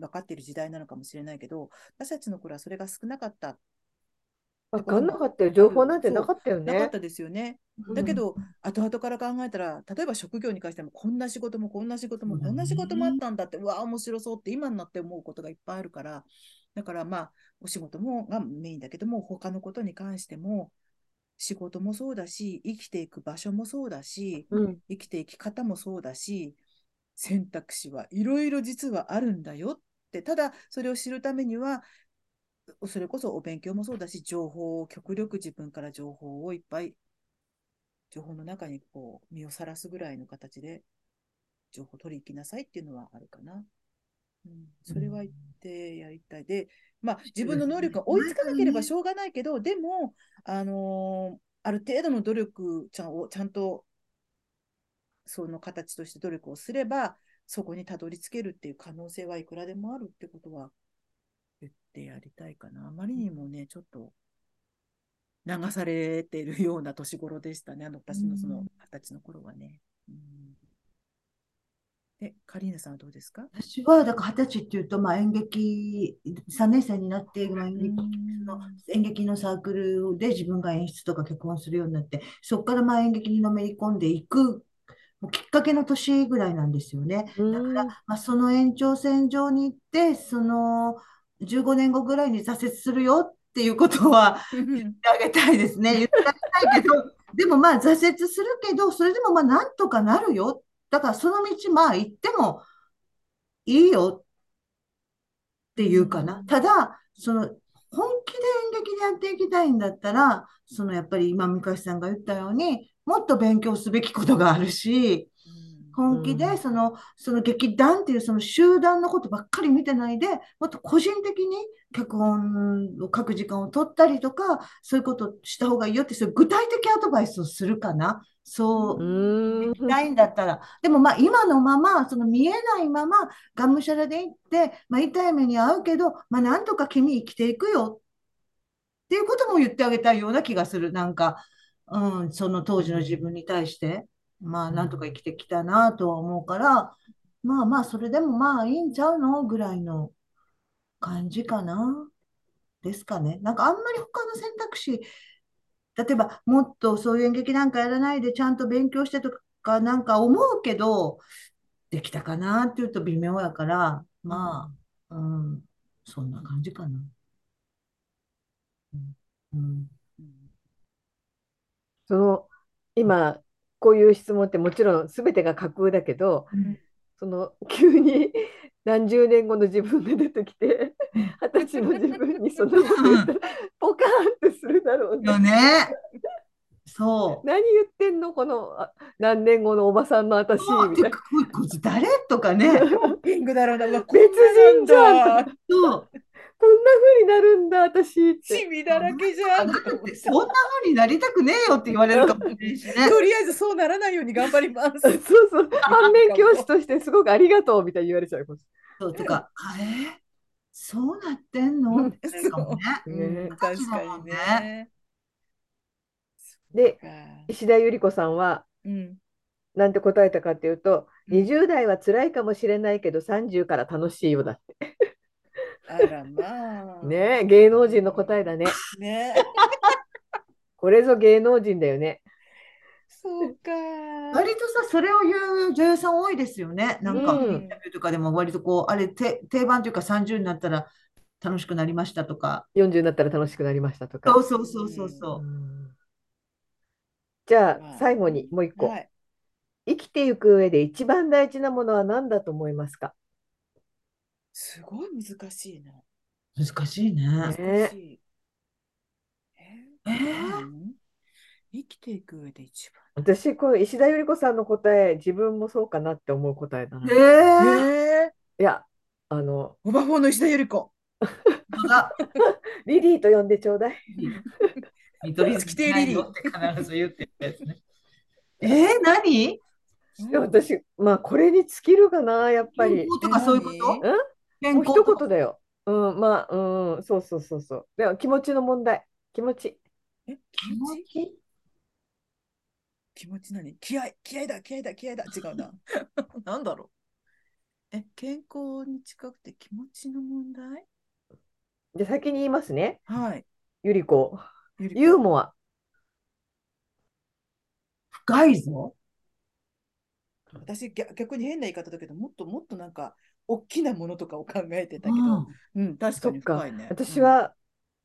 [SPEAKER 1] 分かっている時代なのかもしれないけど、私たちの頃はそれが少なかった
[SPEAKER 3] わかんなかったよ。情報なんてなかったよ
[SPEAKER 1] なかっ
[SPEAKER 3] ね。
[SPEAKER 1] たですよね。
[SPEAKER 2] うん
[SPEAKER 1] だけど、後々から考えたら、例えば職業に関しても、こんな仕事もこんな仕事も
[SPEAKER 2] そう
[SPEAKER 1] こ
[SPEAKER 2] だね
[SPEAKER 1] んな仕事もあったんだって、うわあ、面白そうって今になって思うことがいっぱいあるから、だからまあ、お仕事もがメインだけども、他のことに関しても、仕事もそうだし、生きていく場所もそうだし、
[SPEAKER 3] うん。
[SPEAKER 1] 生きていき方もそうだし、選択肢はいろいろ実はあるんだよって、ただそれを知るためには、それこそお勉強もそうだし、情報を極力自分から情報をいっぱい、情報の中にこう身をさらすぐらいの形で、情報を取り行きなさいっていうのはあるかな。うん、それは言ってやりたい。で、まあ、自分の能力が追いつかなければしょうがないけど、でも、あのーある程度の努力ちゃんをちゃんとその形として努力をすれば、そこにたどり着けるっていう可能性はいくらでもあるってことは言ってやりたいかな。あまりにもね、ちょっと流されてるような年頃でしたね。あの、私のその
[SPEAKER 2] うん
[SPEAKER 1] 二十歳の頃はね。うん、で、カリーナさんはどうですか
[SPEAKER 2] 私は、だから二十歳っていうと、まあ、演劇、3年生になって、まあ演劇の演劇のサークルで自分が演出とか脚本するようになって、そこからまあ演劇にのめり込んでいくもうきっかけの年ぐらいなんですよね。
[SPEAKER 3] う
[SPEAKER 2] だか
[SPEAKER 3] ん
[SPEAKER 2] ら、まあ、その延長線上に行って、その15年後ぐらいに挫折するよっていうことは、
[SPEAKER 1] うん
[SPEAKER 2] 言ってあげたいですね。言ってあげたいけど、 でもまあ挫折するけど、それでもまあなんとかなるよ。だからその道まあ行ってもいいよっていうかな。ただ、その本気で演劇でやっていきたいんだったら、そのやっぱり今、三橋さんが言ったように、もっと勉強すべきことがあるし、本気
[SPEAKER 3] うん
[SPEAKER 2] でその、その劇団っていうその集団のことばっかり見てないで、もっと個人的に脚本を書く時間を取ったりとか、そういうことした方がいいよって、そういう具体的アドバイスをするかな。そうう、
[SPEAKER 3] ん。
[SPEAKER 2] ないんだったら。でもまあ今のまま、その見えないまま、がむしゃらで行って、まあ痛い目に遭うけど、まあなんとか君生きていくよっていうことも言ってあげたいような気がする。なんか、うん、その当時の自分に対して、まあなんとか生きてきたなとは思うから、まあまあそれでもまあいいんちゃうのぐらいの感じかな。ですかね。なんかあんまり他の選択肢、例えばもっとそういう演劇なんかやらないでちゃんと勉強してとかなんか思うけど、できたかなっていうと微妙やから、まあ、うん、そんな感じかな。うんうん
[SPEAKER 3] その、今、こういう質問ってもちろん全てが架空だけど、その急に 何十年後の自分が出てきて、二十歳の自分にそのこと言ったら、ポカーンってするだろうね
[SPEAKER 2] よ。ね。そう。
[SPEAKER 3] 何言ってんのこのあ何年後のおばさんの私みたい
[SPEAKER 2] て
[SPEAKER 3] な。
[SPEAKER 2] かこいこいつ誰とかね。
[SPEAKER 1] ピンクだろうな、うわ、
[SPEAKER 3] 別人じゃ
[SPEAKER 1] こな
[SPEAKER 3] ん
[SPEAKER 1] だ
[SPEAKER 2] そう。
[SPEAKER 3] こんな風になるんだ私って。
[SPEAKER 1] チビだらけじゃんとか思っ
[SPEAKER 2] で
[SPEAKER 1] て
[SPEAKER 2] そんな風になりたくねえよって言われるかもしれない しね。
[SPEAKER 1] とりあえずそうならないように頑張ります。
[SPEAKER 3] そうそう。反面教師としてすごくありがとうみたいに言われちゃう。
[SPEAKER 2] そうとか、あれそうなってんのってなるかもね。
[SPEAKER 1] うん
[SPEAKER 3] ね
[SPEAKER 1] 確かにね。
[SPEAKER 3] で、
[SPEAKER 1] そっか
[SPEAKER 3] 石田ゆり子さんは
[SPEAKER 1] うん、なん
[SPEAKER 3] なんて答えたかっていうと、
[SPEAKER 1] うん
[SPEAKER 3] 20代は辛いかもしれないけど、30から楽しいよだって。
[SPEAKER 1] あらまあ。
[SPEAKER 3] ねえ芸能人の答えだね。
[SPEAKER 1] ね。
[SPEAKER 3] これぞ芸能人だよね。
[SPEAKER 1] そうか。
[SPEAKER 2] 割とさ、それを言う女優さん多いですよね。なんか、
[SPEAKER 3] うん
[SPEAKER 2] インタビューとかでも割とこう、あれ、て定番というか30になったら楽しくなりましたとか。
[SPEAKER 3] 40になったら楽しくなりましたとか。
[SPEAKER 2] そうそうそうそうそうう。
[SPEAKER 3] んじゃあ、最後にもう一個。
[SPEAKER 1] はい。
[SPEAKER 3] 生きていく上で一番大事なものは何だと思いますか
[SPEAKER 1] すごい難しいな。
[SPEAKER 2] 難しいね。
[SPEAKER 1] 難しい。え
[SPEAKER 2] え
[SPEAKER 1] ー
[SPEAKER 2] ー
[SPEAKER 1] 何生きていく上で一番。
[SPEAKER 3] 私、この石田ゆり子さんの答え、自分もそうかなって思う答えだな。
[SPEAKER 2] え
[SPEAKER 3] い
[SPEAKER 2] ー
[SPEAKER 1] ええ
[SPEAKER 3] や、あの、
[SPEAKER 1] オバフォーの石田ゆり子。
[SPEAKER 2] 本当だ
[SPEAKER 3] リリーと呼んでちょうだい。
[SPEAKER 2] 見取り図
[SPEAKER 1] 着て リリー
[SPEAKER 2] ないのって必ず言ってるやつね。えー、何
[SPEAKER 3] で私、まあ、これに尽きるかな、やっぱり。
[SPEAKER 2] とかそういうこと
[SPEAKER 1] え
[SPEAKER 2] 健
[SPEAKER 3] 何もう
[SPEAKER 2] 康と
[SPEAKER 3] 一
[SPEAKER 2] か
[SPEAKER 3] 言だよ。うん、まあ、うん、そうそうそうそう。でも気持ちの問題。気持ち。
[SPEAKER 1] え、気持ち気持ち何気合、気合だ、気合だ、気合だ。違うな。 なんだろう。え、健康に近くて気持ちの問題
[SPEAKER 3] じゃあ先に言いますね。
[SPEAKER 1] はい。
[SPEAKER 3] ゆり子。
[SPEAKER 1] ゆり子
[SPEAKER 3] ユーモア。
[SPEAKER 2] 深いぞ。
[SPEAKER 1] 私逆、逆に変な言い方だけど、もっともっとなんか、大きなものとかを考えてたけ
[SPEAKER 2] う
[SPEAKER 1] ど
[SPEAKER 2] ん、
[SPEAKER 1] うん、確かに深いね。
[SPEAKER 3] 私は、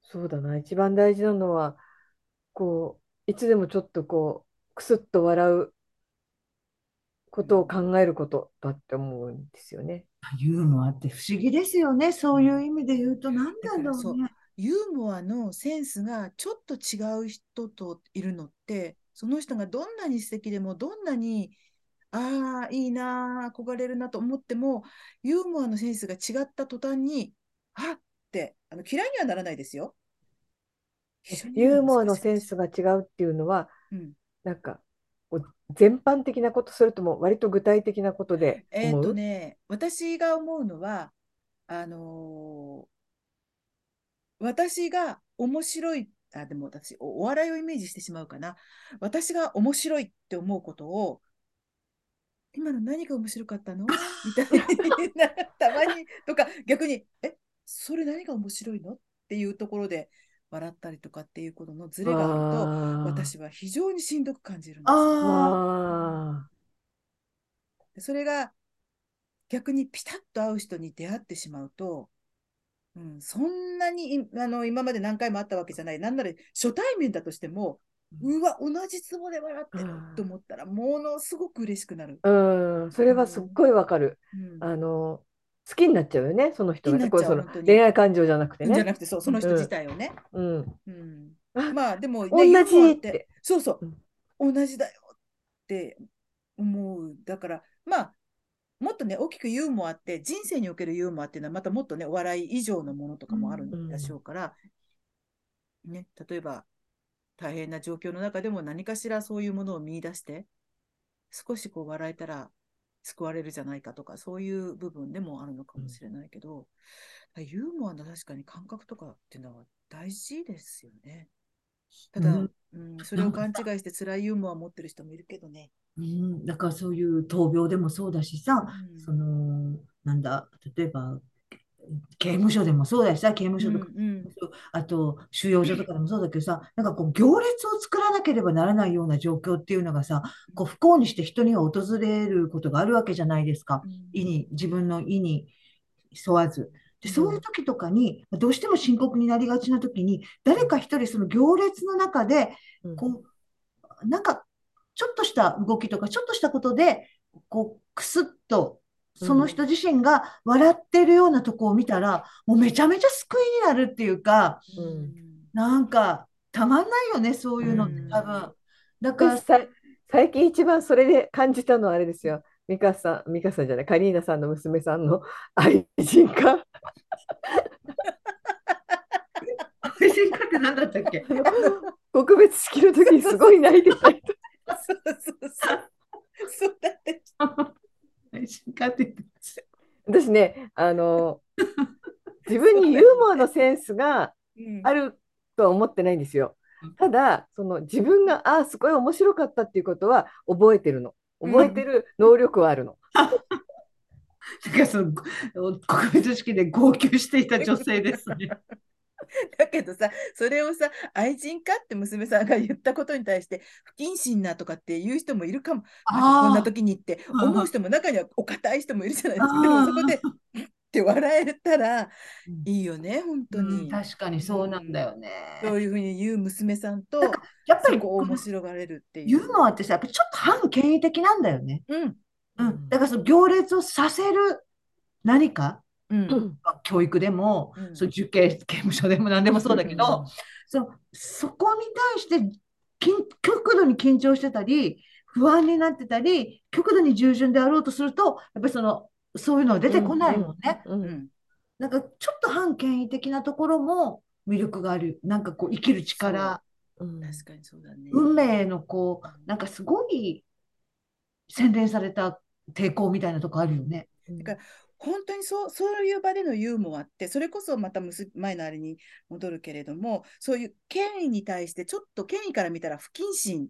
[SPEAKER 3] そうだな、一番大事なのは、こう、いつでもちょっとこう、くすっと笑うことを考えることだって思うんですよね。
[SPEAKER 2] ユーモアって不思議ですよね。そういう意味で言うと、なんだ
[SPEAKER 1] だから
[SPEAKER 2] ろ
[SPEAKER 1] そう
[SPEAKER 2] うね。
[SPEAKER 1] ユーモアのセンスがちょっと違う人といるのって、その人がどんなに素敵でも、どんなに、ああ、いいなー、憧れるなと思っても、ユーモアのセンスが違った途端に、あって、あの嫌いにはならないですよ。
[SPEAKER 3] ユーモアのセンス
[SPEAKER 1] が。
[SPEAKER 3] が違うっていうのは、
[SPEAKER 1] うん
[SPEAKER 3] なんか、こう全般的なこと、それとも割と具体的なことで
[SPEAKER 1] え
[SPEAKER 3] 思
[SPEAKER 1] っと
[SPEAKER 3] う
[SPEAKER 1] ね、私が思うのは、あのー私が面白い、あ、でも私お、お笑いをイメージしてしまうかな。私が面白いって思うことを、今の何が面白かったのみたいな、たまに、とか、逆に、え、それ何が面白いのっていうところで笑ったりとかっていうことのズレがあると、
[SPEAKER 3] あー
[SPEAKER 1] 私は非常にしんどく感じるんです。
[SPEAKER 2] あ
[SPEAKER 3] あ
[SPEAKER 1] でそれが逆にピタッと会う人に出会ってしまうと、うん、そんなにいあの今まで何回も会ったわけじゃない、なんなら初対面だとしても、うわ、同じツボで笑ってる
[SPEAKER 3] うん
[SPEAKER 1] と思ったら、ものすごく嬉しくなる。
[SPEAKER 3] ーうん、それはすっごいわかる。
[SPEAKER 1] うん
[SPEAKER 3] あの、好きになっちゃうよね、その人が。
[SPEAKER 1] 好きになっちゃう
[SPEAKER 3] こうその
[SPEAKER 1] 本当に
[SPEAKER 3] 恋愛感情じゃなくて
[SPEAKER 1] じゃ
[SPEAKER 3] ね。
[SPEAKER 1] なくて、そう、その人自体をね。
[SPEAKER 3] うん。
[SPEAKER 1] うん
[SPEAKER 3] あ
[SPEAKER 1] まあ、でもね、
[SPEAKER 3] 同じ
[SPEAKER 1] ユーモアっ
[SPEAKER 3] って
[SPEAKER 1] て、そうそう
[SPEAKER 3] うん、
[SPEAKER 1] 同じだよって思う。だから、まあ、もっとね、大きくユーモアって、人生におけるユーモアっていうのは、またもっとね、お笑い以上のものとかもあるんでしょうから、ね、例えば、大変な状況の中でも何かしらそういうものを見出して、少しこう笑えたら救われるじゃないかとか、そういう部分でもあるのかもしれないけど、ユーモアの確かに感覚とかっていうのは大事ですよね。ただ、
[SPEAKER 2] う
[SPEAKER 1] うんんそれを勘違いして辛いユーモアを持ってる人もいるけどね。
[SPEAKER 2] うん、だからそういう闘病でもそうだしさ、
[SPEAKER 1] うん
[SPEAKER 2] その、なんだ、例えば、刑務所でもそうだしさ、刑務所とか、
[SPEAKER 1] うんうん
[SPEAKER 2] あと収容所とかでもそうだけどさ、なんかこう行列を作らなければならないような状況っていうのがさ、こう不幸にして人には訪れることがあるわけじゃないですか。意に、自分の意に沿わず。で、
[SPEAKER 1] うん
[SPEAKER 2] そういう時とかに、どうしても深刻になりがちな時に、誰か一人その行列の中で、
[SPEAKER 3] うん
[SPEAKER 2] こう、なんか、ちょっとした動きとか、ちょっとしたことで、こう、くすっと、その人自身が笑ってるようなとこを見たら、もうめちゃめちゃ救いになるっていうか、
[SPEAKER 1] う
[SPEAKER 3] うん
[SPEAKER 1] ん
[SPEAKER 2] なんか、たまんないよね、そういうのって多分。だから
[SPEAKER 3] 私、さ最近一番それで感じたのはあれですよ。ミカさん、ミカさんじゃない、カリーナさんの娘さんの愛人か。
[SPEAKER 2] 精神科って何だったっ け
[SPEAKER 3] 告別式の時にすごい泣いてた人。
[SPEAKER 1] そうそうそう。そうだって。
[SPEAKER 2] 精神科って言ってます
[SPEAKER 3] 私ね、あの、自分にユーモアのセンスが
[SPEAKER 1] うん
[SPEAKER 3] あるとは思ってないんですよ。ただ、その自分が、ああ、すごい面白かったっていうことは覚えてるの。覚えてる能力はあるの。
[SPEAKER 2] なんかその国別式で号泣していた女性ですね。
[SPEAKER 1] だけどさ、それをさ、愛人かって娘さんが言ったことに対して、不謹慎なとかって言う人もいるかも。なんかこんな時にって
[SPEAKER 2] あー
[SPEAKER 1] 思う人も中にはお堅い人もいるじゃないです
[SPEAKER 2] あ
[SPEAKER 1] か。
[SPEAKER 2] ー
[SPEAKER 1] でもそこで、 って笑えたらいいよね、本当
[SPEAKER 2] う
[SPEAKER 1] に
[SPEAKER 2] ん。確かにそうなんだよね。
[SPEAKER 1] そういうふうに言う娘さんと、
[SPEAKER 2] やっぱ
[SPEAKER 1] そ
[SPEAKER 2] り
[SPEAKER 1] こを面白がれるってい
[SPEAKER 2] ユ
[SPEAKER 1] う
[SPEAKER 2] ー。モアってさ、やっぱりちょっと反権威的なんだよね。
[SPEAKER 1] うん。
[SPEAKER 2] うん。だからその行列をさせる何か、
[SPEAKER 1] うん。
[SPEAKER 2] まあ教育でも、
[SPEAKER 1] うん
[SPEAKER 2] そう受刑刑務所 でも何でもそうだけど、そのそこに対して緊極度に緊張してたり不安になってたり極度に従順であろうとするとやっぱりそのそういうのは出てこないもんね。
[SPEAKER 3] うん
[SPEAKER 1] うん
[SPEAKER 2] なんかちょっと反権威的なところも魅力があるなんかこう生きる力
[SPEAKER 3] うん
[SPEAKER 1] 確かにそうだね。
[SPEAKER 2] 運命のこうなんかすごい洗練された抵抗みたいなとこあるよね。
[SPEAKER 3] うん
[SPEAKER 1] だか本当にそうそういう場でのユーモアってそれこそまたむす前のあれに戻るけれどもそういう権威に対してちょっと権威から見たら不謹慎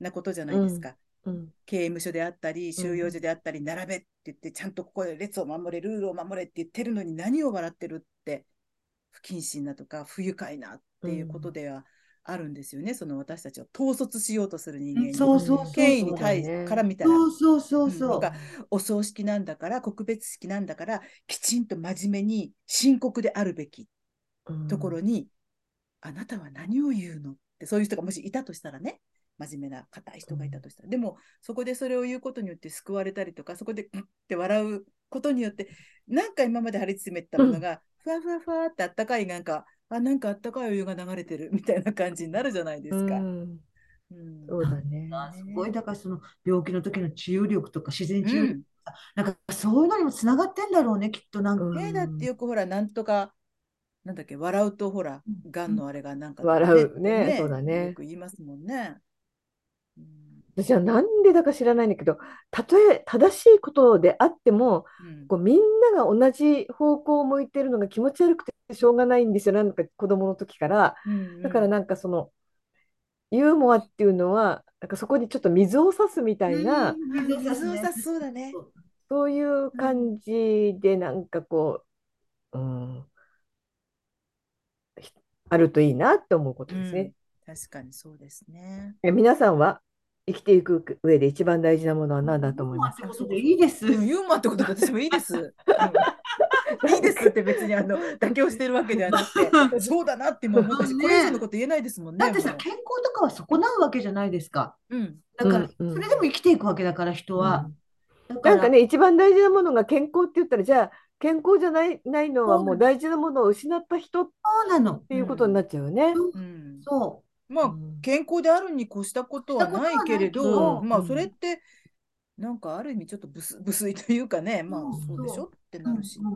[SPEAKER 1] なことじゃないですか、
[SPEAKER 3] うん
[SPEAKER 1] 刑務所であったり収容所であったり並べって言ってちゃんとここで列を守れルールを守れって言ってるのに何を笑ってるって不謹慎なとか不愉快なっていうことではあるんですよね、その私たちを統率しようとする人間に
[SPEAKER 2] そうそうそう
[SPEAKER 1] 権威に対し
[SPEAKER 3] そうだね
[SPEAKER 1] から見たら
[SPEAKER 2] そうそうそう
[SPEAKER 1] うんな
[SPEAKER 2] そ
[SPEAKER 1] ん
[SPEAKER 2] う
[SPEAKER 1] か。お葬式なんだから、告別式なんだから、きちんと真面目に深刻であるべき
[SPEAKER 3] うん
[SPEAKER 1] ところに、あなたは何を言うのって、そういう人がもしいたとしたらね、真面目な硬い人がいたとしたら、でも、そこでそれを言うことによって救われたりとか、そこで、うんって笑うことによって、なんか今まで張り詰めてたものが、ふわふわふわってあったかい、なんか、あ、なんかあったかいお湯が流れてるみたいな感じになるじゃないですか。
[SPEAKER 3] うん
[SPEAKER 1] うん
[SPEAKER 3] そうだね。
[SPEAKER 2] あすごいだからその病気の時の治癒力とか自然治癒
[SPEAKER 1] う
[SPEAKER 2] 力、
[SPEAKER 1] ん
[SPEAKER 2] なんかそういうのにもつながってんだろうねきっとなんか、
[SPEAKER 3] うん
[SPEAKER 1] ねえだってよくほら、なんとか、なんだっけ、笑うとほら
[SPEAKER 2] う、ん
[SPEAKER 1] がんのあれがなんか、
[SPEAKER 3] 笑うね
[SPEAKER 1] って
[SPEAKER 3] そうだね
[SPEAKER 1] よく言いますもんね。うん
[SPEAKER 3] 私はなんでだか知らないんだけど、たとえ正しいことであっても、
[SPEAKER 1] うん
[SPEAKER 3] こうみんなが同じ方向を向いてるのが気持ち悪くてしょうがないんですよ。なんか子供の時から。
[SPEAKER 1] うん
[SPEAKER 3] だからなんかその、ユーモアっていうのは、なんかそこにちょっと水を差すみたい
[SPEAKER 1] う
[SPEAKER 3] な、
[SPEAKER 1] ん水を差す、そうだね。
[SPEAKER 3] そういう感じでなんかこう、うん、ひあるといいなって思うことですね。
[SPEAKER 1] うん確かにそうですね。
[SPEAKER 3] え皆さんは生きていく上で一番大事なものは何だと思います
[SPEAKER 2] すそこいいです。
[SPEAKER 1] うんユーモアってことで私もいいです。 うんいいですって別にあの妥協してるわけではなくて、そうだなって今思ったし、
[SPEAKER 2] ね
[SPEAKER 1] これ以上のこと言えないですもんね。
[SPEAKER 2] だってさ
[SPEAKER 1] も
[SPEAKER 2] 健康とかは損なうわけじゃないですか。
[SPEAKER 1] ううん、
[SPEAKER 2] だから
[SPEAKER 3] うんうん
[SPEAKER 2] それでも生きていくわけだから人は。だか
[SPEAKER 3] なん
[SPEAKER 2] ら
[SPEAKER 3] かね一番大事なものが健康って言ったらじゃあ健康じゃないないのはもう大事なものを失った人っ
[SPEAKER 2] そうなの。
[SPEAKER 3] ていうことになっちゃうよね。
[SPEAKER 1] うん。
[SPEAKER 2] そ
[SPEAKER 1] まあ健康であるに越したことはないけれ
[SPEAKER 2] したことは
[SPEAKER 1] ど、
[SPEAKER 3] ないけど
[SPEAKER 1] まあ
[SPEAKER 3] うん
[SPEAKER 1] それって、なんかある意味ちょっと無す無粋というかね、まあ
[SPEAKER 2] うん
[SPEAKER 1] そうでしょってなるしな。う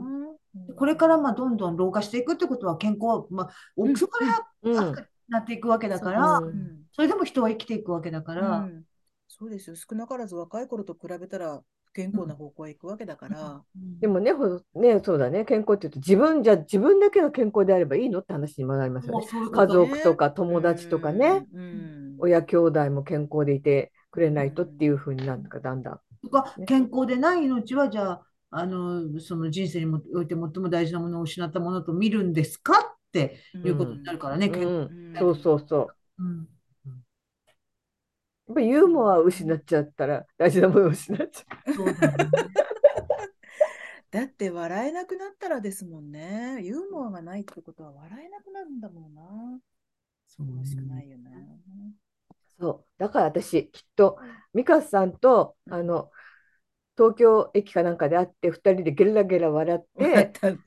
[SPEAKER 2] う。
[SPEAKER 1] ん
[SPEAKER 2] これからまあどんどん老化していくってことは健康はまあ
[SPEAKER 1] うん
[SPEAKER 2] そこから
[SPEAKER 3] うん
[SPEAKER 2] 悪くなっていくわけだか
[SPEAKER 3] そう
[SPEAKER 2] ら、
[SPEAKER 3] そう
[SPEAKER 1] うん
[SPEAKER 2] それでも人は生きていくわけだか
[SPEAKER 1] う
[SPEAKER 2] ら。
[SPEAKER 1] んそうですよ。少なからず若い頃と比べたら不健康な方向へ行くわけだから。
[SPEAKER 3] でもねほねそうだね健康って言うと自分じゃ自分だけが健康であればいいのって話にもなりますよ
[SPEAKER 2] もう
[SPEAKER 3] ね。
[SPEAKER 2] そういうこ
[SPEAKER 3] 家
[SPEAKER 2] と
[SPEAKER 1] ね
[SPEAKER 3] 族とか友達とかね、
[SPEAKER 1] うん。うん
[SPEAKER 3] 親兄弟も健康でいてくれないとっていう風になるからだんだん。
[SPEAKER 2] とか健康でない命はじゃあ、あのその人生にもおいて最も大事なものを失ったものと見るんですかっていうことになるからね、
[SPEAKER 3] う
[SPEAKER 2] 健康
[SPEAKER 3] ん、そうそうそう。
[SPEAKER 2] うん
[SPEAKER 3] やっぱユーモアを失っちゃったら大事なものを失っちゃ
[SPEAKER 2] そうだよね
[SPEAKER 1] だって笑えなくなったらですもんね。ユーモアがないってことは笑えなくなるんだもんな。
[SPEAKER 2] そう
[SPEAKER 1] おかしくないよね。
[SPEAKER 3] う。そう。だから私きっと美香さんとあの東京駅かなんかで会って二人でゲラゲラ笑っ、
[SPEAKER 1] 笑ってたね。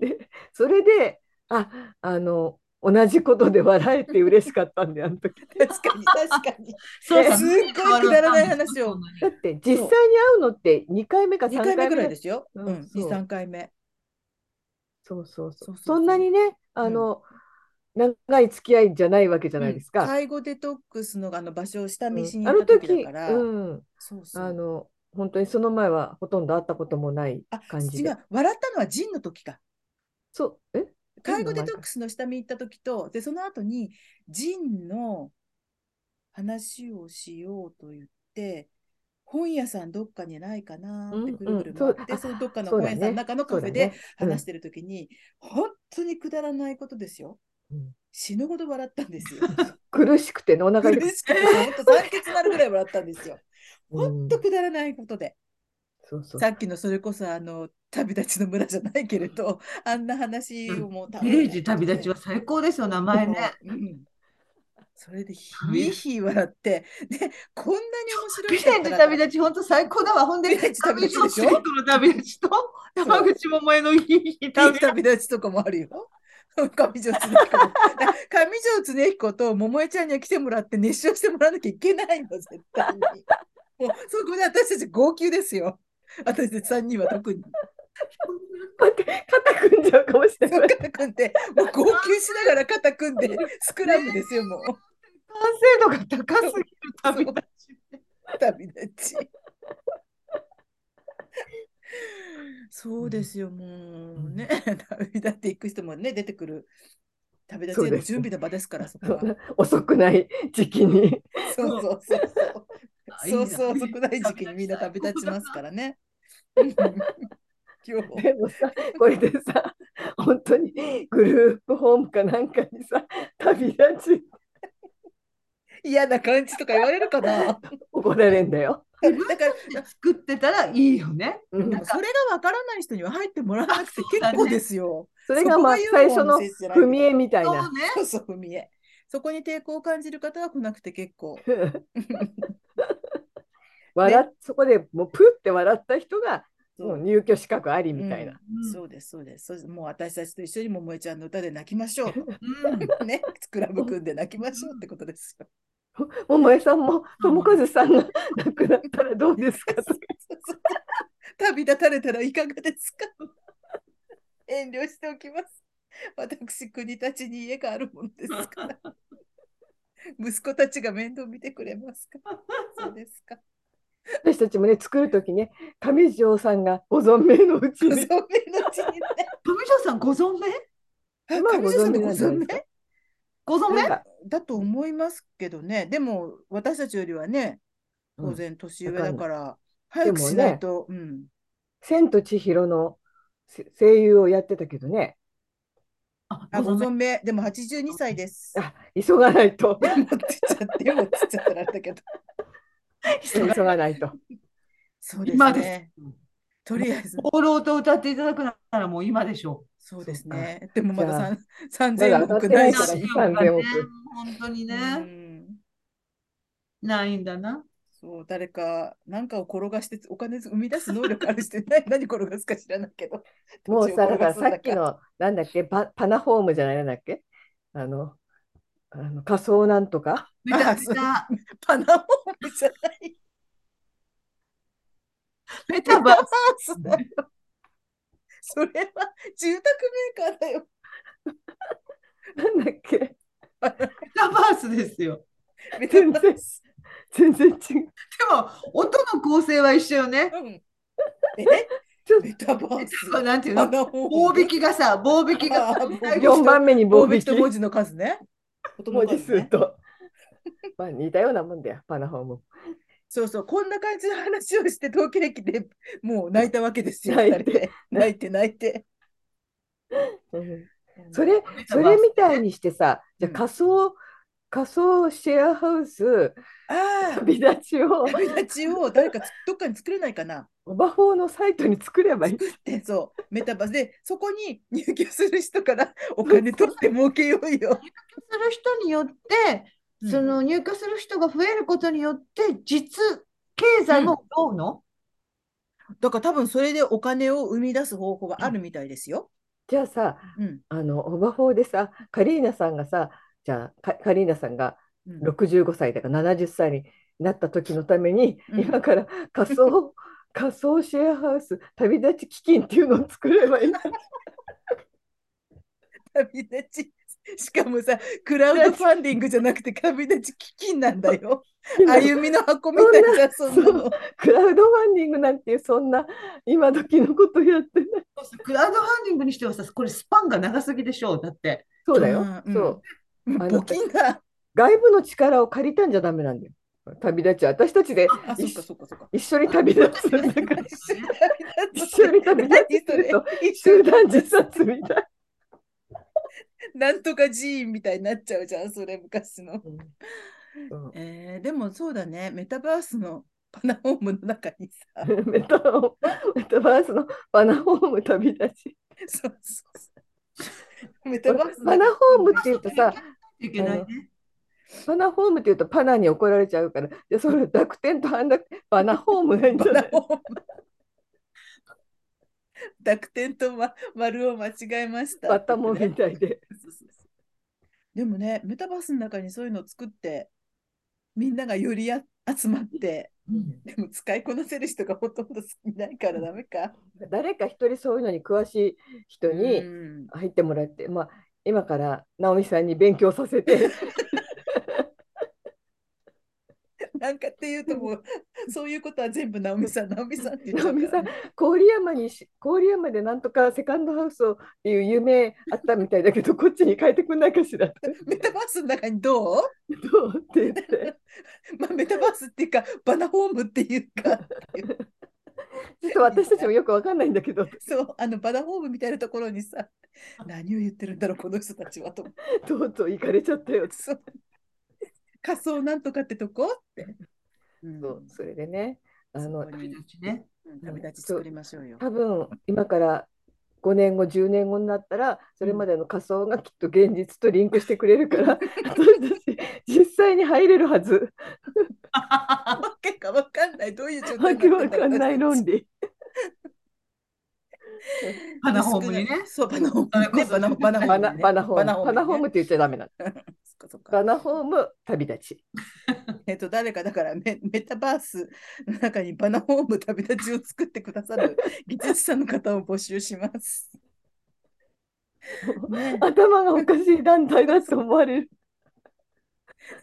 [SPEAKER 3] でそれでああの同じことで笑えて嬉しかっ たんであの時。
[SPEAKER 1] 確かに確かに。
[SPEAKER 2] そう
[SPEAKER 1] すっごいくだらない話を。
[SPEAKER 3] だって実際に会うのって二回目か
[SPEAKER 1] 二
[SPEAKER 3] 三
[SPEAKER 1] 回
[SPEAKER 3] 回
[SPEAKER 1] 目ぐ
[SPEAKER 3] 目
[SPEAKER 1] らい
[SPEAKER 3] で
[SPEAKER 1] ですよ。
[SPEAKER 3] う
[SPEAKER 1] うんん、
[SPEAKER 3] そう
[SPEAKER 1] 二三回目。
[SPEAKER 3] そうそうそ
[SPEAKER 1] そうそう
[SPEAKER 3] う。
[SPEAKER 1] そう
[SPEAKER 3] そんなにねあの、長い付き合いじゃないわけじゃないですか。
[SPEAKER 1] 介護デトックスのあの場所を下見し
[SPEAKER 3] うん
[SPEAKER 1] に
[SPEAKER 3] あ
[SPEAKER 1] 行っ
[SPEAKER 3] の
[SPEAKER 1] た時
[SPEAKER 3] 時、
[SPEAKER 1] だから。
[SPEAKER 3] うん、
[SPEAKER 1] そうそう。
[SPEAKER 3] あの本当にその前はほとんど会ったこともない
[SPEAKER 1] あ、
[SPEAKER 3] 感じ
[SPEAKER 1] 違
[SPEAKER 3] で。
[SPEAKER 1] う、笑ったのはジンの時か。
[SPEAKER 3] そう、え、
[SPEAKER 1] 介護
[SPEAKER 3] ジンの前
[SPEAKER 1] デ
[SPEAKER 3] か
[SPEAKER 1] トックスの下見行った時と、で、その後に、ジンの話をしようと言って、本屋さんどっかにないかなってくるぐる
[SPEAKER 3] うんう
[SPEAKER 1] 回
[SPEAKER 3] ん
[SPEAKER 1] って、
[SPEAKER 3] そう
[SPEAKER 1] そのどっかの
[SPEAKER 3] そう
[SPEAKER 1] 本
[SPEAKER 3] だ
[SPEAKER 1] 屋
[SPEAKER 3] ね
[SPEAKER 1] さんの中のカフェ
[SPEAKER 3] そうだ
[SPEAKER 1] で
[SPEAKER 3] ねうん
[SPEAKER 1] 話してる時に、本当にくだらないことですよ
[SPEAKER 3] うん。
[SPEAKER 1] 死ぬほど笑ったんです よ。
[SPEAKER 3] 苦しくてねお腹
[SPEAKER 1] 苦
[SPEAKER 3] 痛くて、
[SPEAKER 1] しくて、本当酸欠になるぐらい笑ったんですよ。
[SPEAKER 3] う
[SPEAKER 1] 本
[SPEAKER 3] ん
[SPEAKER 1] 当くだらないことで。
[SPEAKER 3] そうそう
[SPEAKER 1] さっきのそれこそあの旅立ちの村じゃないけれど、あんな話をもう
[SPEAKER 2] ビレージ旅立ちは最高ですよ、名前ね。
[SPEAKER 1] うんそれでひーひー笑って、で、こんなに面白
[SPEAKER 2] ビ
[SPEAKER 1] いか
[SPEAKER 2] レ
[SPEAKER 1] っ
[SPEAKER 2] ー
[SPEAKER 1] た
[SPEAKER 2] ジ
[SPEAKER 1] ら
[SPEAKER 2] 旅立ち、本当最高だわ。ほんで、
[SPEAKER 1] ビレッジ旅立ちでしょ
[SPEAKER 2] 上條の旅立ちと、山口百恵のい
[SPEAKER 1] 旅
[SPEAKER 2] い旅立ち。
[SPEAKER 1] 旅立ちとかもあるよ。上条恒彦も。だ上条恒彦と桃江ちゃんには来てもらって熱唱してもらわなきゃいけないの、絶対に。もうそこで私たち号泣ですよ。私たち3人は特に。
[SPEAKER 3] 肩組んじゃうかもしれない。
[SPEAKER 1] 肩組んで、もう号泣しながら肩組ん で、スクラムですよ、もう。
[SPEAKER 2] 完成度が高すぎる旅立ち。
[SPEAKER 1] 旅立ち。そうですよ、もうね、旅立っていく人もね、出てくる。旅立ちへの準備の場ですから、そこは。
[SPEAKER 3] 遅くない時期に。
[SPEAKER 1] そうそうそうそう。
[SPEAKER 2] あいい
[SPEAKER 1] そう
[SPEAKER 2] な
[SPEAKER 1] そう、遅くない時期にみんな旅立ちますから ね。今日。
[SPEAKER 3] でもさ、これでさ、本当にグループホームかなんかにさ、旅立ち
[SPEAKER 1] 嫌な感じとか言われるかな。
[SPEAKER 3] 怒られんだよ。
[SPEAKER 1] だから、
[SPEAKER 2] 作ってたらいいよね。
[SPEAKER 3] うん
[SPEAKER 1] でもそれがわからない人には入ってもらわなくて結構ですよ。
[SPEAKER 3] それがまあ
[SPEAKER 1] そこがユ
[SPEAKER 3] 最
[SPEAKER 1] ーモア
[SPEAKER 3] 初の
[SPEAKER 1] 精神じゃないけど
[SPEAKER 3] 踏み絵みたい
[SPEAKER 2] そう
[SPEAKER 3] な。
[SPEAKER 2] ね。
[SPEAKER 1] そうそう、踏み絵。そこに抵抗を感じる方は来なくて結構。
[SPEAKER 3] 笑っそこでもうプって笑った人が
[SPEAKER 1] そ
[SPEAKER 3] もう
[SPEAKER 1] う
[SPEAKER 3] 入居資格ありみたいな。
[SPEAKER 2] うん
[SPEAKER 1] そうです、そうです。そうですもう私たちと一緒に桃江ちゃんの歌で泣きましょうと。
[SPEAKER 2] うん
[SPEAKER 1] ね、クラブ組んで泣きましょうってことですよ。
[SPEAKER 3] 桃江さんも友和さんが亡くなったらどうですかとか。
[SPEAKER 1] 旅立たれたらいかがですか遠慮しておきます。私、国たちに家があるもんですから。息子たちが面倒見てくれますかそうですか。
[SPEAKER 3] 私たちもね作る時ね上条さんがご存命のうち
[SPEAKER 1] ご存
[SPEAKER 3] に
[SPEAKER 1] 命のうちにね。
[SPEAKER 2] 富城さんご存命
[SPEAKER 1] 上
[SPEAKER 3] 今は
[SPEAKER 1] 条さんのご
[SPEAKER 3] ご存命なんじゃない
[SPEAKER 1] 存
[SPEAKER 3] で
[SPEAKER 1] 命
[SPEAKER 3] すか
[SPEAKER 2] ご存
[SPEAKER 3] な
[SPEAKER 2] 命
[SPEAKER 3] んか
[SPEAKER 1] だと思いますけどね。でも、私たちよりはね、当然年上だから、早くしないと。うん
[SPEAKER 3] 「千と千尋」のせ声優をやってたけどね
[SPEAKER 2] あ
[SPEAKER 1] あ、ご
[SPEAKER 2] ご
[SPEAKER 1] 存
[SPEAKER 2] 存命
[SPEAKER 1] 命。でも82歳です。
[SPEAKER 3] あ急がないと
[SPEAKER 1] でもって言っちゃって、でもって言っちゃったらあれだけど。
[SPEAKER 3] 急がないと
[SPEAKER 1] そうです
[SPEAKER 2] 今で
[SPEAKER 1] ね。とりあえず、
[SPEAKER 2] 放浪と歌っていただくならもう今でしょ
[SPEAKER 1] そうですね。でもまだ
[SPEAKER 3] じゃあ
[SPEAKER 1] 三
[SPEAKER 3] まだ
[SPEAKER 1] 3000
[SPEAKER 3] 当たっ
[SPEAKER 1] 億
[SPEAKER 3] て
[SPEAKER 1] な
[SPEAKER 3] ない
[SPEAKER 1] い
[SPEAKER 3] から
[SPEAKER 1] し。
[SPEAKER 3] 3000億
[SPEAKER 2] ね本当に
[SPEAKER 1] う
[SPEAKER 2] ね、
[SPEAKER 1] ん
[SPEAKER 2] ないんだな。
[SPEAKER 1] そう誰か何かを転がしてお金生み出す能力ある人いない何転がすか知らないけど。
[SPEAKER 3] もう
[SPEAKER 1] 土地
[SPEAKER 3] さ
[SPEAKER 1] を
[SPEAKER 3] だ
[SPEAKER 1] 転
[SPEAKER 3] か
[SPEAKER 1] が
[SPEAKER 3] ら
[SPEAKER 1] す
[SPEAKER 3] さっきのなんだっけパパナホームじゃないなんだっけあのあの仮想なんとか
[SPEAKER 2] めちゃ
[SPEAKER 1] あ
[SPEAKER 2] め
[SPEAKER 1] そう
[SPEAKER 2] ちゃ
[SPEAKER 1] パナホームじゃない。
[SPEAKER 2] メタバー
[SPEAKER 1] それは住宅メーカーだよ。
[SPEAKER 3] なんだっけ
[SPEAKER 2] メタバースですよ。
[SPEAKER 1] メタ
[SPEAKER 3] 全
[SPEAKER 1] バー
[SPEAKER 3] 然
[SPEAKER 1] ス
[SPEAKER 3] 全然違う
[SPEAKER 2] でも音の構成は一緒よね。
[SPEAKER 1] うんえ
[SPEAKER 3] ちょっ
[SPEAKER 1] メタバース。
[SPEAKER 2] なんていう
[SPEAKER 1] パ
[SPEAKER 2] の
[SPEAKER 1] ナホーム
[SPEAKER 2] 棒引きがさ、棒引きが
[SPEAKER 1] あー棒
[SPEAKER 3] と
[SPEAKER 1] 引き
[SPEAKER 3] 4番目に棒
[SPEAKER 1] 棒
[SPEAKER 3] 引
[SPEAKER 1] 引き
[SPEAKER 3] き
[SPEAKER 1] と文字の数ね。言葉
[SPEAKER 3] 文
[SPEAKER 1] の
[SPEAKER 3] 字
[SPEAKER 1] 数ね
[SPEAKER 3] 数とまあ似たようなもんだよパナホーム
[SPEAKER 1] そうそう、こんな感じの話をして、東京駅でもう泣いたわけですよ、
[SPEAKER 3] 泣い
[SPEAKER 1] 二人で泣いて泣いて。
[SPEAKER 3] うんそれ
[SPEAKER 2] メタ
[SPEAKER 3] そ
[SPEAKER 2] バース
[SPEAKER 3] れみたいにしてさ、じゃあ
[SPEAKER 1] うん
[SPEAKER 3] 仮想、仮想シェアハウス、
[SPEAKER 1] ああ、
[SPEAKER 3] 旅立ちを
[SPEAKER 1] 旅立ちを誰かつどっかに作れないかな。
[SPEAKER 3] オバフォーのサイトに作れ ばいい。
[SPEAKER 1] で、そう、メタバースで、そこに入居する人からお金取って儲けようよ。
[SPEAKER 2] 入居する人によって、
[SPEAKER 1] うん
[SPEAKER 2] その入居する人が増えることによって、実経済もどうの、
[SPEAKER 1] だから多分それでお金を生み出す方法はあるみたいですよ。
[SPEAKER 3] じゃあさ、
[SPEAKER 1] うん。
[SPEAKER 3] あのオバフォーでさ、カリーナさんがさ、じゃあカカリーナさんが
[SPEAKER 1] うん
[SPEAKER 3] 65歳だから70歳になった時のために、
[SPEAKER 1] うん
[SPEAKER 3] 今から仮 想仮想シェアハウス旅立ち基金っていうのを作れば いい。
[SPEAKER 1] 旅立ち。 しかもさ、クラウドファンディングじゃなくて旅立ち基金なんだよ。歩みの箱みたいな、そんなの。
[SPEAKER 3] クラウドファンディングなんていうそんな今時のことやってない。
[SPEAKER 2] クラウドファンディングにしてはさ、これスパンが長すぎでしょう、だって。
[SPEAKER 3] そうだよ。
[SPEAKER 1] うん
[SPEAKER 3] そう。あの
[SPEAKER 1] 募金が。
[SPEAKER 3] 外部の力を借りたんじゃダメなんだよ。旅立ち、私たちで
[SPEAKER 1] あ、そっかそっかそっか。
[SPEAKER 3] 一緒に旅立つんだから、一緒に旅立
[SPEAKER 1] 何
[SPEAKER 3] つ
[SPEAKER 1] そ
[SPEAKER 3] する
[SPEAKER 1] れ
[SPEAKER 3] と
[SPEAKER 1] 一緒
[SPEAKER 3] 集団自殺みたい。
[SPEAKER 1] なんとか寺院みたいになっちゃうじゃん、それ昔の。えー、でもそうだね、メタバースの パナホームの中にさ、
[SPEAKER 3] メタバメタバースのバナホーム旅立ち。
[SPEAKER 1] そうそうそう。メタバース
[SPEAKER 3] バナホームっていうとさ、
[SPEAKER 2] いけないね。
[SPEAKER 3] パナホームっていうとパナに怒られちゃうから、じゃあそれ濁点と半濁点、バナホームなんじゃ
[SPEAKER 1] バナ
[SPEAKER 3] ない
[SPEAKER 1] ホーム。 濁点と、ま、丸を間違えました。
[SPEAKER 3] バタモンみたい
[SPEAKER 1] で。
[SPEAKER 3] で。
[SPEAKER 1] そうそうそうでもね、メタバースの中にそういうのを作って、みんながよりや集まって、でも使いこなせる人がほとんどいないからダメか。
[SPEAKER 3] 誰か一人そういうのに詳しい人に
[SPEAKER 1] うん
[SPEAKER 3] 入ってもらって、まあ今から直美さんに勉強させて、
[SPEAKER 1] なんかっていうともう、そういうことは全部直美さん、直美さんって言っちゃ
[SPEAKER 3] 直
[SPEAKER 1] うから
[SPEAKER 3] 美さん郡山にし郡山でなんとかセカンドハウスをっていう夢あったみたいだけど、こっちに変えてくんないかしらって
[SPEAKER 1] メタバースの中にどう、
[SPEAKER 3] どうって言って、
[SPEAKER 1] まあ、メタバースっていうか、バナホームっていうか、
[SPEAKER 3] ちょっと私たちもよくわかんないんだけど、
[SPEAKER 1] そう、あのバナホームみたいなところにさ、何を言ってるんだろう、この人たちはと思って。
[SPEAKER 3] とうとう行かれちゃったよ。
[SPEAKER 1] そう 仮想なんとかってとこって。うん
[SPEAKER 3] そうそれでね、あの
[SPEAKER 1] そこに
[SPEAKER 2] ね。
[SPEAKER 1] うん旅立ち作りましょうよ。
[SPEAKER 3] 多分今から5年後、10年後になったら、それまでの仮想がきっと現実とリンクしてくれるから、私たち、実際に入れるはず。
[SPEAKER 1] わけがわかんない、どういう状
[SPEAKER 3] わ
[SPEAKER 1] 態
[SPEAKER 3] けわかんない
[SPEAKER 1] 理。
[SPEAKER 3] 論理。
[SPEAKER 2] パナホームにね。
[SPEAKER 1] そう、バナホーム
[SPEAKER 2] あれこ
[SPEAKER 1] ね。
[SPEAKER 2] そ
[SPEAKER 1] バナバナホー
[SPEAKER 3] バ
[SPEAKER 1] ム
[SPEAKER 3] ナ
[SPEAKER 1] ね。
[SPEAKER 3] バナホーム。バナホーム
[SPEAKER 1] ね
[SPEAKER 3] って言っちゃダメなの。
[SPEAKER 1] そっかそっか
[SPEAKER 3] バナホーム旅立ち。
[SPEAKER 1] えっと、誰かだからメメタバースの中にバナホーム旅立ちを作ってくださる技術者の方を募集します。ね
[SPEAKER 3] 頭がおかしい団体だと思われる。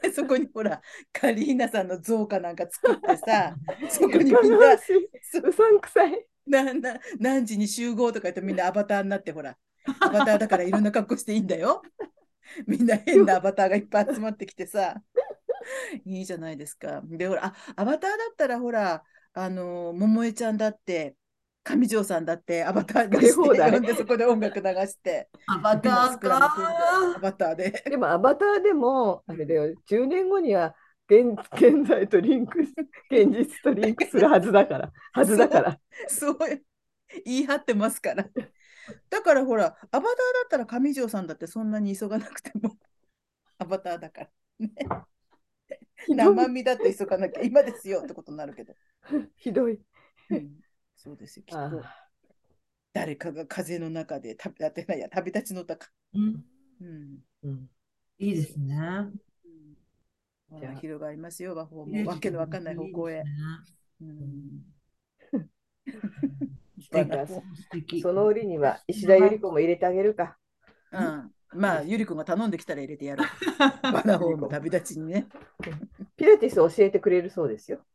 [SPEAKER 1] え、 そこにほら、カリーナさんの像かなんか作って さ、そこ
[SPEAKER 3] 悲
[SPEAKER 1] にみん
[SPEAKER 3] し
[SPEAKER 1] な、
[SPEAKER 3] い。うさんくさい。
[SPEAKER 1] なな何時に集合とか言ってみんなアバターになってほら、アバターだからいろんな格好していいんだよ。みんな変なアバターがいっぱい集まってきてさ、いいじゃないですか。で、ほら、あアバターだったらほら、あの、桃江ちゃんだって、上条さんだってアバターにして
[SPEAKER 3] 使い放題
[SPEAKER 1] 呼ん でそこで音楽流して、
[SPEAKER 2] アバ
[SPEAKER 1] み
[SPEAKER 2] ター
[SPEAKER 1] んなスクラム組んでア
[SPEAKER 2] か。
[SPEAKER 1] バターで。
[SPEAKER 3] でもアバターでも、あれだよ、10年後には現現在とリンクし、現実とリンクするはずだから、はずだから。
[SPEAKER 1] そう言い張ってますから。だからほら、アバターだったら上条さんだってそんなに急がなくても、 アバターだから。ね、生身だって急がなきゃ今ですよってことになるけど。
[SPEAKER 3] ひどい。
[SPEAKER 1] うんそうですよ、きっ
[SPEAKER 3] あ
[SPEAKER 1] と。誰かが風の中で旅立てないや、旅立ちの高。
[SPEAKER 2] うん
[SPEAKER 1] うん。
[SPEAKER 3] うん
[SPEAKER 2] いいですね。
[SPEAKER 1] うん
[SPEAKER 3] じゃあ
[SPEAKER 1] 広がりますよ、和法
[SPEAKER 2] いいですね
[SPEAKER 1] も。わけのわかんない方向へ。。うん。
[SPEAKER 3] だか
[SPEAKER 1] う
[SPEAKER 3] ら
[SPEAKER 1] ん
[SPEAKER 2] 素敵。
[SPEAKER 3] その折には石田ゆり子も入れてあげるか。
[SPEAKER 1] うんまあ、ゆりくんが頼んできたら入れてや ろう。バナホーム旅立ちにね。
[SPEAKER 3] ピラティスを教えてくれるそうですよ。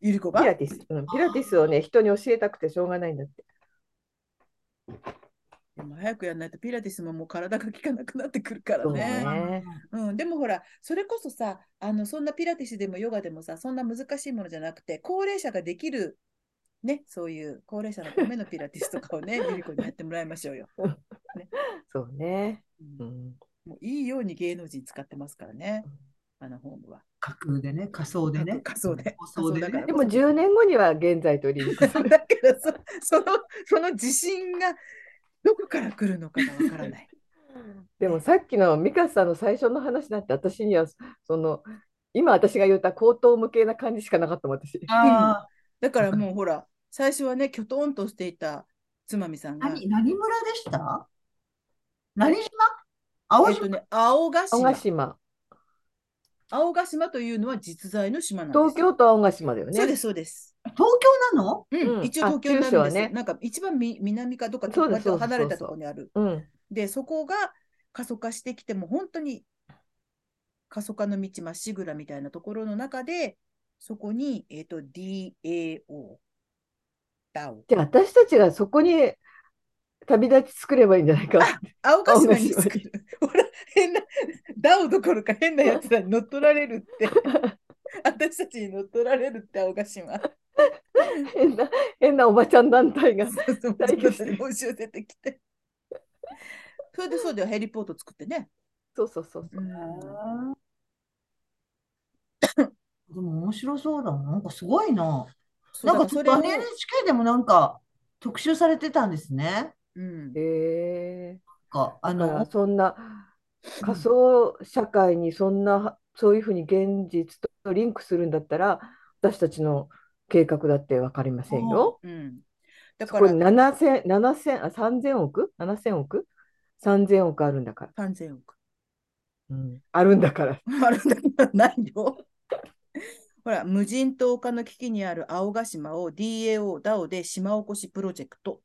[SPEAKER 1] ゆりこが
[SPEAKER 3] ピラティス。うん、ピラティスをね、人に教えたくてしょうがないんだって。
[SPEAKER 1] でも早くやらないとピラティスももう体が効かなくなってくるから
[SPEAKER 3] そう
[SPEAKER 1] ね。
[SPEAKER 3] ね。
[SPEAKER 1] うん、でもほら、それこそさ、あのそんなピラティスでもヨガでもさ、そんな難しいものじゃなくて、高齢者ができる、ね、そういう高齢者のためのピラティスとかを ね、ゆり子にやってもらいましょうよ。
[SPEAKER 3] そうね。
[SPEAKER 1] うん
[SPEAKER 3] うん。
[SPEAKER 1] もういいように芸能人使ってますからね、あのホームは。
[SPEAKER 2] 架空でね、仮想でね。
[SPEAKER 1] 仮想で。
[SPEAKER 2] 仮想
[SPEAKER 1] 仮想
[SPEAKER 2] でね
[SPEAKER 1] だか
[SPEAKER 3] で
[SPEAKER 1] ら
[SPEAKER 3] も10年後には現在とリンクする。
[SPEAKER 1] だからそ、その、その自信がどこから来るのかがわからない。
[SPEAKER 3] でもさっきの美香さんの最初の話なんて私にはその今私が言った口頭無形な感じしかなかったもん私。
[SPEAKER 2] ああ、
[SPEAKER 1] だからもうほら、最初はね、きょとんとしていたつまみさんが、
[SPEAKER 2] 何、何村でした何島青
[SPEAKER 1] えっと
[SPEAKER 2] 島
[SPEAKER 1] ね、青ヶ
[SPEAKER 3] 青
[SPEAKER 1] 島
[SPEAKER 3] ヶ。島。
[SPEAKER 1] 青ヶ島というのは実在の島なんです。
[SPEAKER 3] 東京都青ヶ島だよね。
[SPEAKER 1] そうです、そうです。
[SPEAKER 2] 東京なの
[SPEAKER 1] うん
[SPEAKER 3] うん
[SPEAKER 1] 一応東京になるんです
[SPEAKER 3] あ九州はね
[SPEAKER 1] なんか一番み南かどっか
[SPEAKER 3] そうで
[SPEAKER 1] 割
[SPEAKER 3] す
[SPEAKER 1] と
[SPEAKER 3] そうです
[SPEAKER 1] 離れた
[SPEAKER 3] そ
[SPEAKER 1] と
[SPEAKER 3] うそう
[SPEAKER 1] ころにある。
[SPEAKER 3] うん。
[SPEAKER 1] で、そこが過疎化してきても、本当に過疎化の道まっしぐらみたいなところの中で、そこに、えっ、と、DAO。ダオ
[SPEAKER 3] じゃあ私たちがそこに旅立ち作ればいいんじゃないか。
[SPEAKER 1] 青ヶ島に
[SPEAKER 3] 青ヶ島に
[SPEAKER 1] 作る。ほら、変な、ダオどころか変なやつらに乗っ取られる って。私たちに乗っ取られるって、青ヶ島。
[SPEAKER 3] 変な変なおばちゃん団体が。
[SPEAKER 1] そうそう、
[SPEAKER 3] 対決
[SPEAKER 1] に申し寄せてきて。それでそうだよ、ヘリポート作ってね。
[SPEAKER 3] そうそうそうそう。
[SPEAKER 1] うん
[SPEAKER 2] でも面白そうだな。なんかすごいな。
[SPEAKER 1] そう
[SPEAKER 2] な
[SPEAKER 1] だから
[SPEAKER 2] んかちょ
[SPEAKER 1] そ
[SPEAKER 2] っ
[SPEAKER 1] れ
[SPEAKER 2] とあ
[SPEAKER 1] を
[SPEAKER 2] の、NHK でもなんか特集されてたんですね。
[SPEAKER 1] うん
[SPEAKER 3] へ
[SPEAKER 2] な
[SPEAKER 3] え
[SPEAKER 2] んかあ
[SPEAKER 3] だから
[SPEAKER 2] の、
[SPEAKER 3] そんな
[SPEAKER 2] うん
[SPEAKER 3] 仮想社会にそんなそういうふうに現実とリンクするんだったら私たちの計画だって分かりませんよ。
[SPEAKER 1] うん、だ
[SPEAKER 3] そ
[SPEAKER 1] か
[SPEAKER 3] こに
[SPEAKER 1] ら
[SPEAKER 3] 7000、7000、あ、3000億 ?7000 億 ?3000 億あるんだから。
[SPEAKER 1] 3000億。
[SPEAKER 3] うん、あるんだから。
[SPEAKER 1] あるんだ からないよ。 ほら、無人島化の危機にある青ヶ島を DAO、DAO で島おこしプロジェクト。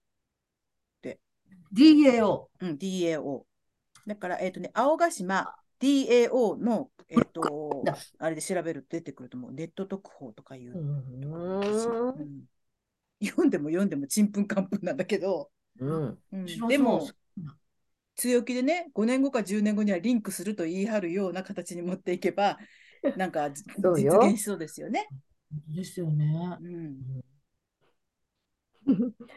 [SPEAKER 2] DAO。
[SPEAKER 1] うん、DAO。だから、えっ、とね、青ヶ島 DAO の、えっ、と
[SPEAKER 2] だ、
[SPEAKER 1] あれで調べると出てくると思う。ネット特報とかいうう。
[SPEAKER 3] ん
[SPEAKER 1] う。ん読んでも読んでもちんぷんかんぷんなんだけど、
[SPEAKER 3] うん。
[SPEAKER 1] うん
[SPEAKER 2] 面白
[SPEAKER 1] でも
[SPEAKER 2] そう。
[SPEAKER 1] 強気でね5年後か10年後にはリンクすると言い張るような形に持っていけばなんかじ
[SPEAKER 3] そう
[SPEAKER 1] 実
[SPEAKER 3] よ
[SPEAKER 1] 現しそうですよね。
[SPEAKER 2] ですよね。
[SPEAKER 1] うん、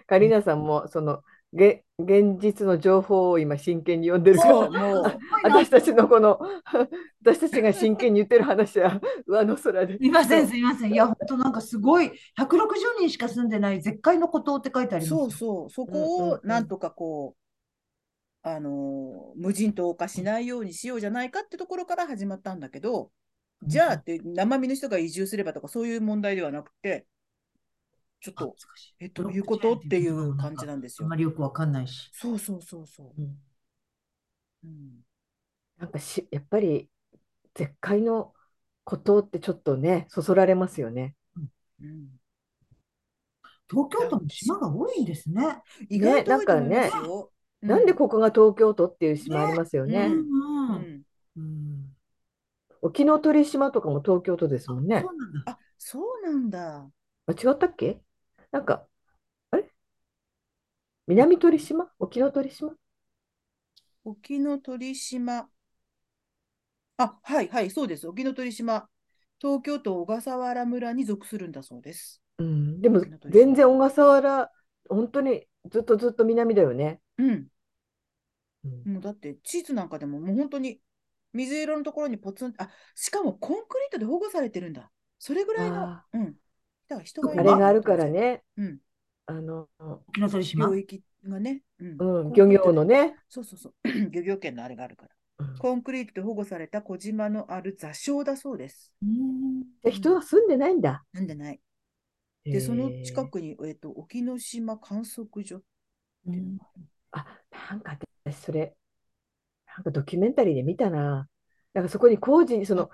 [SPEAKER 3] カリーナさんもそのげ現実の情報を今真剣に読んでるか
[SPEAKER 1] そう
[SPEAKER 3] ら
[SPEAKER 1] もう
[SPEAKER 3] 私たちのこの 私たちが真剣に言ってる話は上の空です
[SPEAKER 2] いません、すいません。いや、本当なんかすごい、160人しか住んでない絶海の孤島って書いてあります
[SPEAKER 1] そ
[SPEAKER 2] よ。
[SPEAKER 1] うそう、そ
[SPEAKER 3] うん
[SPEAKER 1] こ
[SPEAKER 3] うん
[SPEAKER 1] を
[SPEAKER 3] うん
[SPEAKER 1] なんとかこう、あのー無人島化しないようにしようじゃないかってところから始まったんだけど、じゃあって生身の人が移住すればとかそういう問題ではなくて、ちょっ
[SPEAKER 2] あ難
[SPEAKER 1] と、
[SPEAKER 2] しい
[SPEAKER 1] え、どういうことっていう感じ
[SPEAKER 2] なんか
[SPEAKER 1] なんです
[SPEAKER 2] あん
[SPEAKER 1] よ
[SPEAKER 2] ま。りよくわかんないし。
[SPEAKER 1] そうそうそうそ
[SPEAKER 3] うん
[SPEAKER 1] う。うん、
[SPEAKER 3] なんかしやっぱり絶海の孤島ってちょっとねそそられますよね。
[SPEAKER 1] うん、
[SPEAKER 2] 東京都も島が多いんですね。
[SPEAKER 1] 意外と多いと思いま
[SPEAKER 3] なん
[SPEAKER 1] す
[SPEAKER 3] か
[SPEAKER 1] よ。
[SPEAKER 3] なんで
[SPEAKER 1] う
[SPEAKER 3] ここが東京都っていう島ありますよ
[SPEAKER 1] う
[SPEAKER 3] ね。
[SPEAKER 1] ん
[SPEAKER 2] うんうん
[SPEAKER 1] ん
[SPEAKER 2] うん
[SPEAKER 3] 沖ノ鳥島とかも東京都ですもんね
[SPEAKER 2] そ。うなんだ。
[SPEAKER 1] あ、そうなんだ。
[SPEAKER 3] 間違ったっけなんか、あれ南鳥島沖ノ鳥島
[SPEAKER 1] 沖ノ鳥島。あ、はいはい、そうです。沖ノ鳥島。東京都小笠原村に属するんだそうです。
[SPEAKER 3] うん、でも
[SPEAKER 1] 沖ノ鳥島
[SPEAKER 3] 全然小笠原、本当にずっとずっと南だよね。
[SPEAKER 1] うん。
[SPEAKER 3] うん
[SPEAKER 1] もうだって地図なんかでももう本当に水色のところにポツン、あ、しかもコンクリートで保護されてるんだ。それぐらいの、
[SPEAKER 3] あ
[SPEAKER 1] うん。だから人がいな
[SPEAKER 3] あれ
[SPEAKER 1] い
[SPEAKER 3] があるから。ね、
[SPEAKER 1] うん。
[SPEAKER 3] あの、
[SPEAKER 2] 沖ノ鳥島。
[SPEAKER 1] 領域がね。うん。
[SPEAKER 3] うん、
[SPEAKER 1] コンク
[SPEAKER 3] 漁
[SPEAKER 1] リート
[SPEAKER 3] 業
[SPEAKER 1] で
[SPEAKER 3] の。ね、
[SPEAKER 1] そうそうそう。 漁業権のあれがあるから。
[SPEAKER 3] うん
[SPEAKER 1] コンクリートで保護された小島のある座礁だそうです。
[SPEAKER 2] うん
[SPEAKER 3] で人は住んでないんだ。
[SPEAKER 1] なんでない。で、その近
[SPEAKER 3] へえ
[SPEAKER 1] くに、えっと、沖ノ島観測所っていうのがある
[SPEAKER 3] あ、なんか私それ、なんかドキュメンタリーで見たな。なんかそこに工事に、その、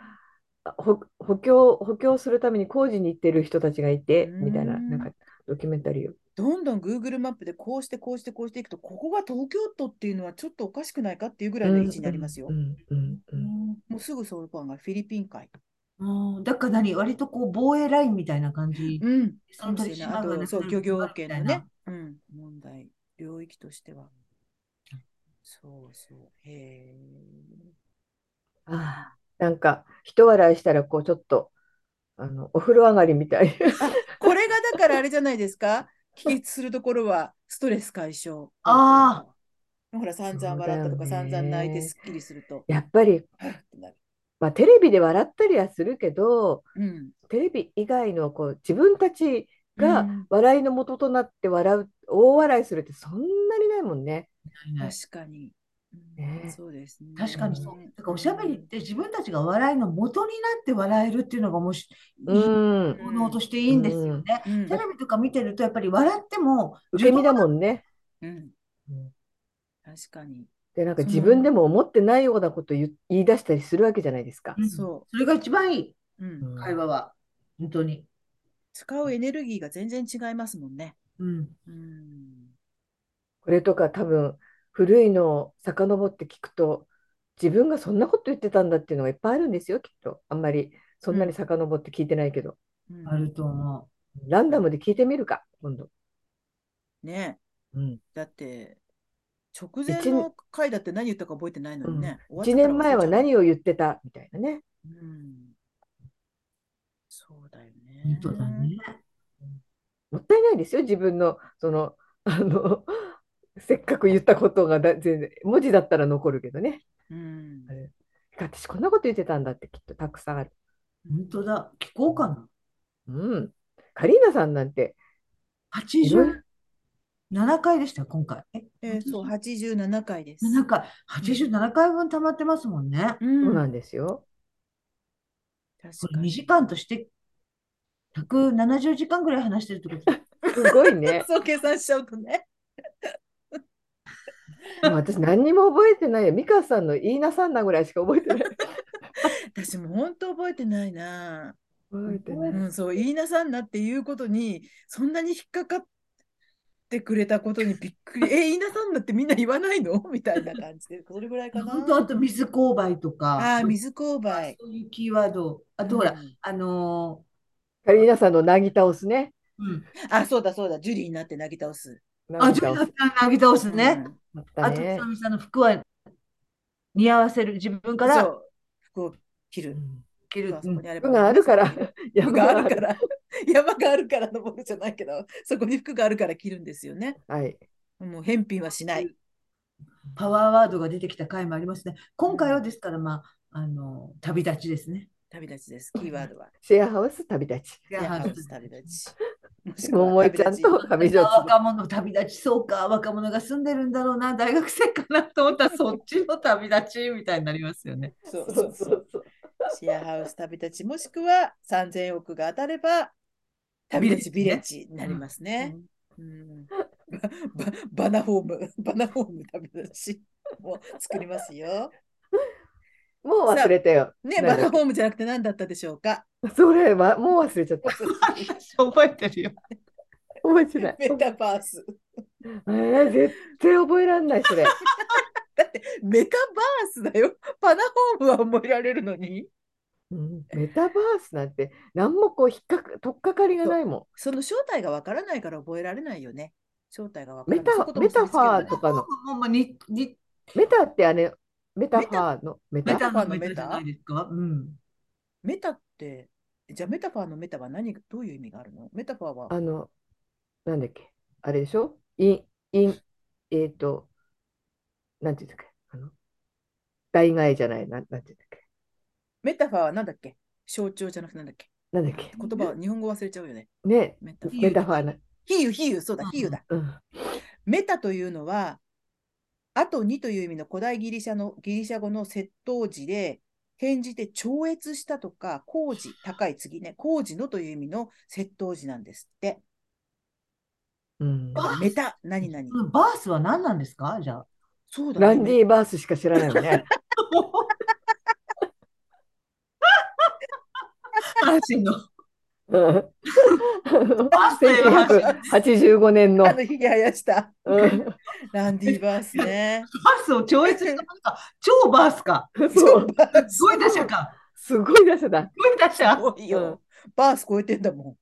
[SPEAKER 3] あほ補強、補強するために工事に行ってる人たちがいて、みたいな、
[SPEAKER 1] うん
[SPEAKER 3] なんかドキュメンタリーを。
[SPEAKER 1] どんどん Google マップでこうしてこうしてこうしていくと、ここが東京都っていうのはちょっとおかしくないかっていうぐらいの位置になりますよ。
[SPEAKER 3] うんうんう
[SPEAKER 2] うんん
[SPEAKER 1] もうすぐそういうがフィリピン海。
[SPEAKER 2] うんだから何、割とこう防衛ラインみたいな感じ。
[SPEAKER 1] うん。
[SPEAKER 2] その鳥
[SPEAKER 1] しれ
[SPEAKER 2] 島
[SPEAKER 1] ない。あ
[SPEAKER 2] がなくな
[SPEAKER 1] と、
[SPEAKER 2] る
[SPEAKER 1] そう、漁業権の
[SPEAKER 2] みたい
[SPEAKER 1] ね
[SPEAKER 2] な、
[SPEAKER 1] うん、問題、領域としては。そうそう。へえ。
[SPEAKER 3] うん。ああ、なんか一笑いしたらこうちょっとあのお風呂上がりみ たい。
[SPEAKER 1] これがだからあれじゃないですか。起立するところはストレス解消。
[SPEAKER 2] あ
[SPEAKER 1] あ。ほら、散々笑ったとか、
[SPEAKER 3] そうだよ
[SPEAKER 1] 散
[SPEAKER 3] ね
[SPEAKER 1] 々泣いてすっきりすると。
[SPEAKER 3] やっぱり、
[SPEAKER 1] はぁってなる
[SPEAKER 3] まあ、テレビで笑ったりはするけど、
[SPEAKER 1] うん。
[SPEAKER 3] テレビ以外のこう自分たち
[SPEAKER 1] う
[SPEAKER 3] が
[SPEAKER 1] ん
[SPEAKER 3] 笑いの元となって笑う、大笑いするってそんなにないもんね。
[SPEAKER 2] ないない
[SPEAKER 1] 確かに。うん
[SPEAKER 3] ね
[SPEAKER 1] そうですね。
[SPEAKER 2] 確かにそう。だからおしゃべりっ
[SPEAKER 1] うん
[SPEAKER 2] て自分たちが笑いの元になって笑えるっていうのがもし、
[SPEAKER 3] う
[SPEAKER 2] いい
[SPEAKER 3] ん、
[SPEAKER 2] 効能としていいんですよね。
[SPEAKER 1] うん
[SPEAKER 2] テレビとか見てるとやっぱり笑っても
[SPEAKER 3] 受け身だもんね。
[SPEAKER 1] うん
[SPEAKER 3] うん
[SPEAKER 1] 確かに。
[SPEAKER 3] で、なんか
[SPEAKER 1] その
[SPEAKER 3] 自分でも思ってないようなこと言言い出したりするわけじゃないですか。
[SPEAKER 2] うん
[SPEAKER 1] そ。
[SPEAKER 2] それが一番いいう
[SPEAKER 1] うん
[SPEAKER 3] うん
[SPEAKER 2] 会話は、本当に。
[SPEAKER 1] 使うエネルギーが全然違いますもんね。
[SPEAKER 2] うん。
[SPEAKER 1] うん。
[SPEAKER 3] これとか多分古いのを遡って聞くと自分がそんなこと言ってたんだっていうのがいっぱいあるんですよきっとあんまりそんなに遡って聞いてないけど、
[SPEAKER 1] うん
[SPEAKER 2] あると思
[SPEAKER 3] ランダムで聞いてみるか今度、
[SPEAKER 1] ね
[SPEAKER 3] うん、
[SPEAKER 1] だって、直前の回だって何言ったか覚えてないのにね。終わっちゃ
[SPEAKER 3] 1
[SPEAKER 1] ったら
[SPEAKER 3] 年前は
[SPEAKER 1] 忘れち
[SPEAKER 3] 何を言ってたみたいなね
[SPEAKER 1] ゃううん。そうだよ
[SPEAKER 2] う。
[SPEAKER 1] ね
[SPEAKER 2] 本。当だね。
[SPEAKER 3] もったいないですよ自分のそのあの せっかく言ったことがだ全然文字だったら残るけどね
[SPEAKER 1] うん
[SPEAKER 3] あ。れ私こんなこと言ってたんだってきっとたくさんある
[SPEAKER 2] 本当だ。聞こうかな。
[SPEAKER 3] うん。カリーナさんなんて、いろいろ
[SPEAKER 2] 87回でしたよ、今回。え、
[SPEAKER 1] えーそう、87回です。
[SPEAKER 2] 7回。87回分溜まってますもんね。
[SPEAKER 1] うん
[SPEAKER 3] そうなんですよ。
[SPEAKER 2] こ
[SPEAKER 1] 確
[SPEAKER 2] れ
[SPEAKER 1] か
[SPEAKER 2] 2
[SPEAKER 1] に。。
[SPEAKER 2] 時間として170時間ぐらい話してるってこと
[SPEAKER 3] すごいね
[SPEAKER 1] そう計算しちゃうとね。
[SPEAKER 3] もう私何にも覚えてないよ。美香さんの言いなさんなぐらいしか覚えてない。
[SPEAKER 1] 私も本当覚えてないな。
[SPEAKER 3] 覚えて
[SPEAKER 2] う
[SPEAKER 3] ない。
[SPEAKER 1] うん、そう、言いなさんなっていうことに、そんなに引っかかってくれたことにびっくり。え、 言いなさんなってみんな言わないの みたいな感じで、それぐらい かな。
[SPEAKER 2] 本当あと水勾配とか
[SPEAKER 1] ああ、水勾配。
[SPEAKER 2] そういうキーワードあとほ
[SPEAKER 1] う
[SPEAKER 2] ら
[SPEAKER 1] ん
[SPEAKER 2] あの
[SPEAKER 3] カリーナさんのなぎ倒すね。
[SPEAKER 2] ーうん
[SPEAKER 1] あ、そうだそうだ、ジュリーになってなぎ倒す。
[SPEAKER 2] あ
[SPEAKER 3] な
[SPEAKER 2] ジ
[SPEAKER 3] ぎ
[SPEAKER 2] ョイ
[SPEAKER 3] 倒
[SPEAKER 2] ナ
[SPEAKER 3] す。
[SPEAKER 2] さん投げ倒すね
[SPEAKER 1] うん
[SPEAKER 3] あった
[SPEAKER 2] あと
[SPEAKER 3] ね
[SPEAKER 2] 久。美さんの服は似合わせる自分か
[SPEAKER 1] そ
[SPEAKER 2] ら
[SPEAKER 1] う服を着る。そ
[SPEAKER 2] 着
[SPEAKER 1] う
[SPEAKER 2] る
[SPEAKER 1] あそこにあれば
[SPEAKER 3] 服があ るから。
[SPEAKER 1] 服があるから、 山があるからのものじゃないけど、そこに服があるから着るんですよね。
[SPEAKER 3] ら。 はい。
[SPEAKER 1] もう返品はしない。
[SPEAKER 2] パワーワードが出てきた回もありますね今回はですからまああのー旅立ちですね
[SPEAKER 1] 旅立ちです。キーワードは。
[SPEAKER 3] シェアハウス旅立ち。
[SPEAKER 2] いや
[SPEAKER 1] ハウ
[SPEAKER 2] 旅
[SPEAKER 1] ス
[SPEAKER 2] 立
[SPEAKER 1] 旅
[SPEAKER 2] ち
[SPEAKER 1] 立ち。もしくは
[SPEAKER 3] 桃江ちゃんと上条
[SPEAKER 2] あ若者旅立ちそうか若者が住んでるんだろうな大学生かなと思ったらそっちの旅立ちみたいになりますよね。
[SPEAKER 1] そうそうそう。
[SPEAKER 3] そう。
[SPEAKER 1] シェアハウス旅立ち、もしくは3000億が当たれば、旅立ちビレッジになりますね。うん ばばバナホーム、バナホーム旅立ちも作りますよ。
[SPEAKER 3] もう忘れたよ。
[SPEAKER 1] ね、
[SPEAKER 3] な
[SPEAKER 1] バ
[SPEAKER 3] んだ
[SPEAKER 1] ナホームじゃなくて何だったでしょう か。
[SPEAKER 3] それはもう忘れちゃった。
[SPEAKER 2] 私覚えてるよ。
[SPEAKER 3] 覚えてない。
[SPEAKER 1] メタバース。
[SPEAKER 3] えー、絶対覚えらんない、それ。
[SPEAKER 1] だってメタバースだよ。 バナホームは覚えられるのに。
[SPEAKER 3] うんメタバースなんて何もこう引っかか取っかかりがないも
[SPEAKER 1] その正体がわからないから覚えられないよね。正体がわ
[SPEAKER 3] ん。
[SPEAKER 1] から
[SPEAKER 3] メ
[SPEAKER 1] ない。そういうこ
[SPEAKER 3] タ
[SPEAKER 1] と
[SPEAKER 3] メ
[SPEAKER 1] も
[SPEAKER 3] タファ
[SPEAKER 1] そうですけ
[SPEAKER 3] ー
[SPEAKER 1] どね
[SPEAKER 3] とかの
[SPEAKER 2] もうもうにに
[SPEAKER 3] メタってあれメタファーのメ
[SPEAKER 2] メ
[SPEAKER 3] タ
[SPEAKER 2] タ
[SPEAKER 1] ファ
[SPEAKER 2] の
[SPEAKER 1] ーの
[SPEAKER 2] メ
[SPEAKER 1] メタ
[SPEAKER 2] タじゃないですか。うん。
[SPEAKER 1] メタって、じゃあメタファーのメタは何がどういう意味があるのメタファーは
[SPEAKER 3] あのなんだっけあれでしょインインえっ、となんていうんだっけあの代替えじゃないなんなんていうんだっけ
[SPEAKER 1] メタファーは何だっけ象徴じゃなくてなんだっけ
[SPEAKER 3] なんだっけ
[SPEAKER 1] 言葉を日本語忘れちゃうよね。
[SPEAKER 3] ね
[SPEAKER 1] メタファー。
[SPEAKER 3] メタファーな
[SPEAKER 1] 比喩、比喩、そうだ
[SPEAKER 2] う、ん
[SPEAKER 1] 比喩だ。
[SPEAKER 3] うん
[SPEAKER 1] メタというのは、あとにという意味の古代ギリシャのギリシャ語の窃盗時で、転じて超越したとか、工事、高い次ね、工事のという意味の窃盗時なんですって。
[SPEAKER 3] うん
[SPEAKER 1] だからメタ、何々。
[SPEAKER 2] このバースは何なんですかじゃあ。
[SPEAKER 1] そうだね。
[SPEAKER 3] ランディバースしか知らないもんね
[SPEAKER 2] 阪神の。
[SPEAKER 3] うん
[SPEAKER 2] バースといえば阪神。 バー
[SPEAKER 3] 1985年の
[SPEAKER 1] あの、ひげ生やした。
[SPEAKER 3] うん
[SPEAKER 1] ランディバースね。
[SPEAKER 2] スを超越したなんか超バースか。
[SPEAKER 3] そう
[SPEAKER 2] すごい打者か。
[SPEAKER 3] すごい出せだ
[SPEAKER 2] すごい打
[SPEAKER 1] す
[SPEAKER 2] 者。
[SPEAKER 1] ごいよ。バース超えてんだも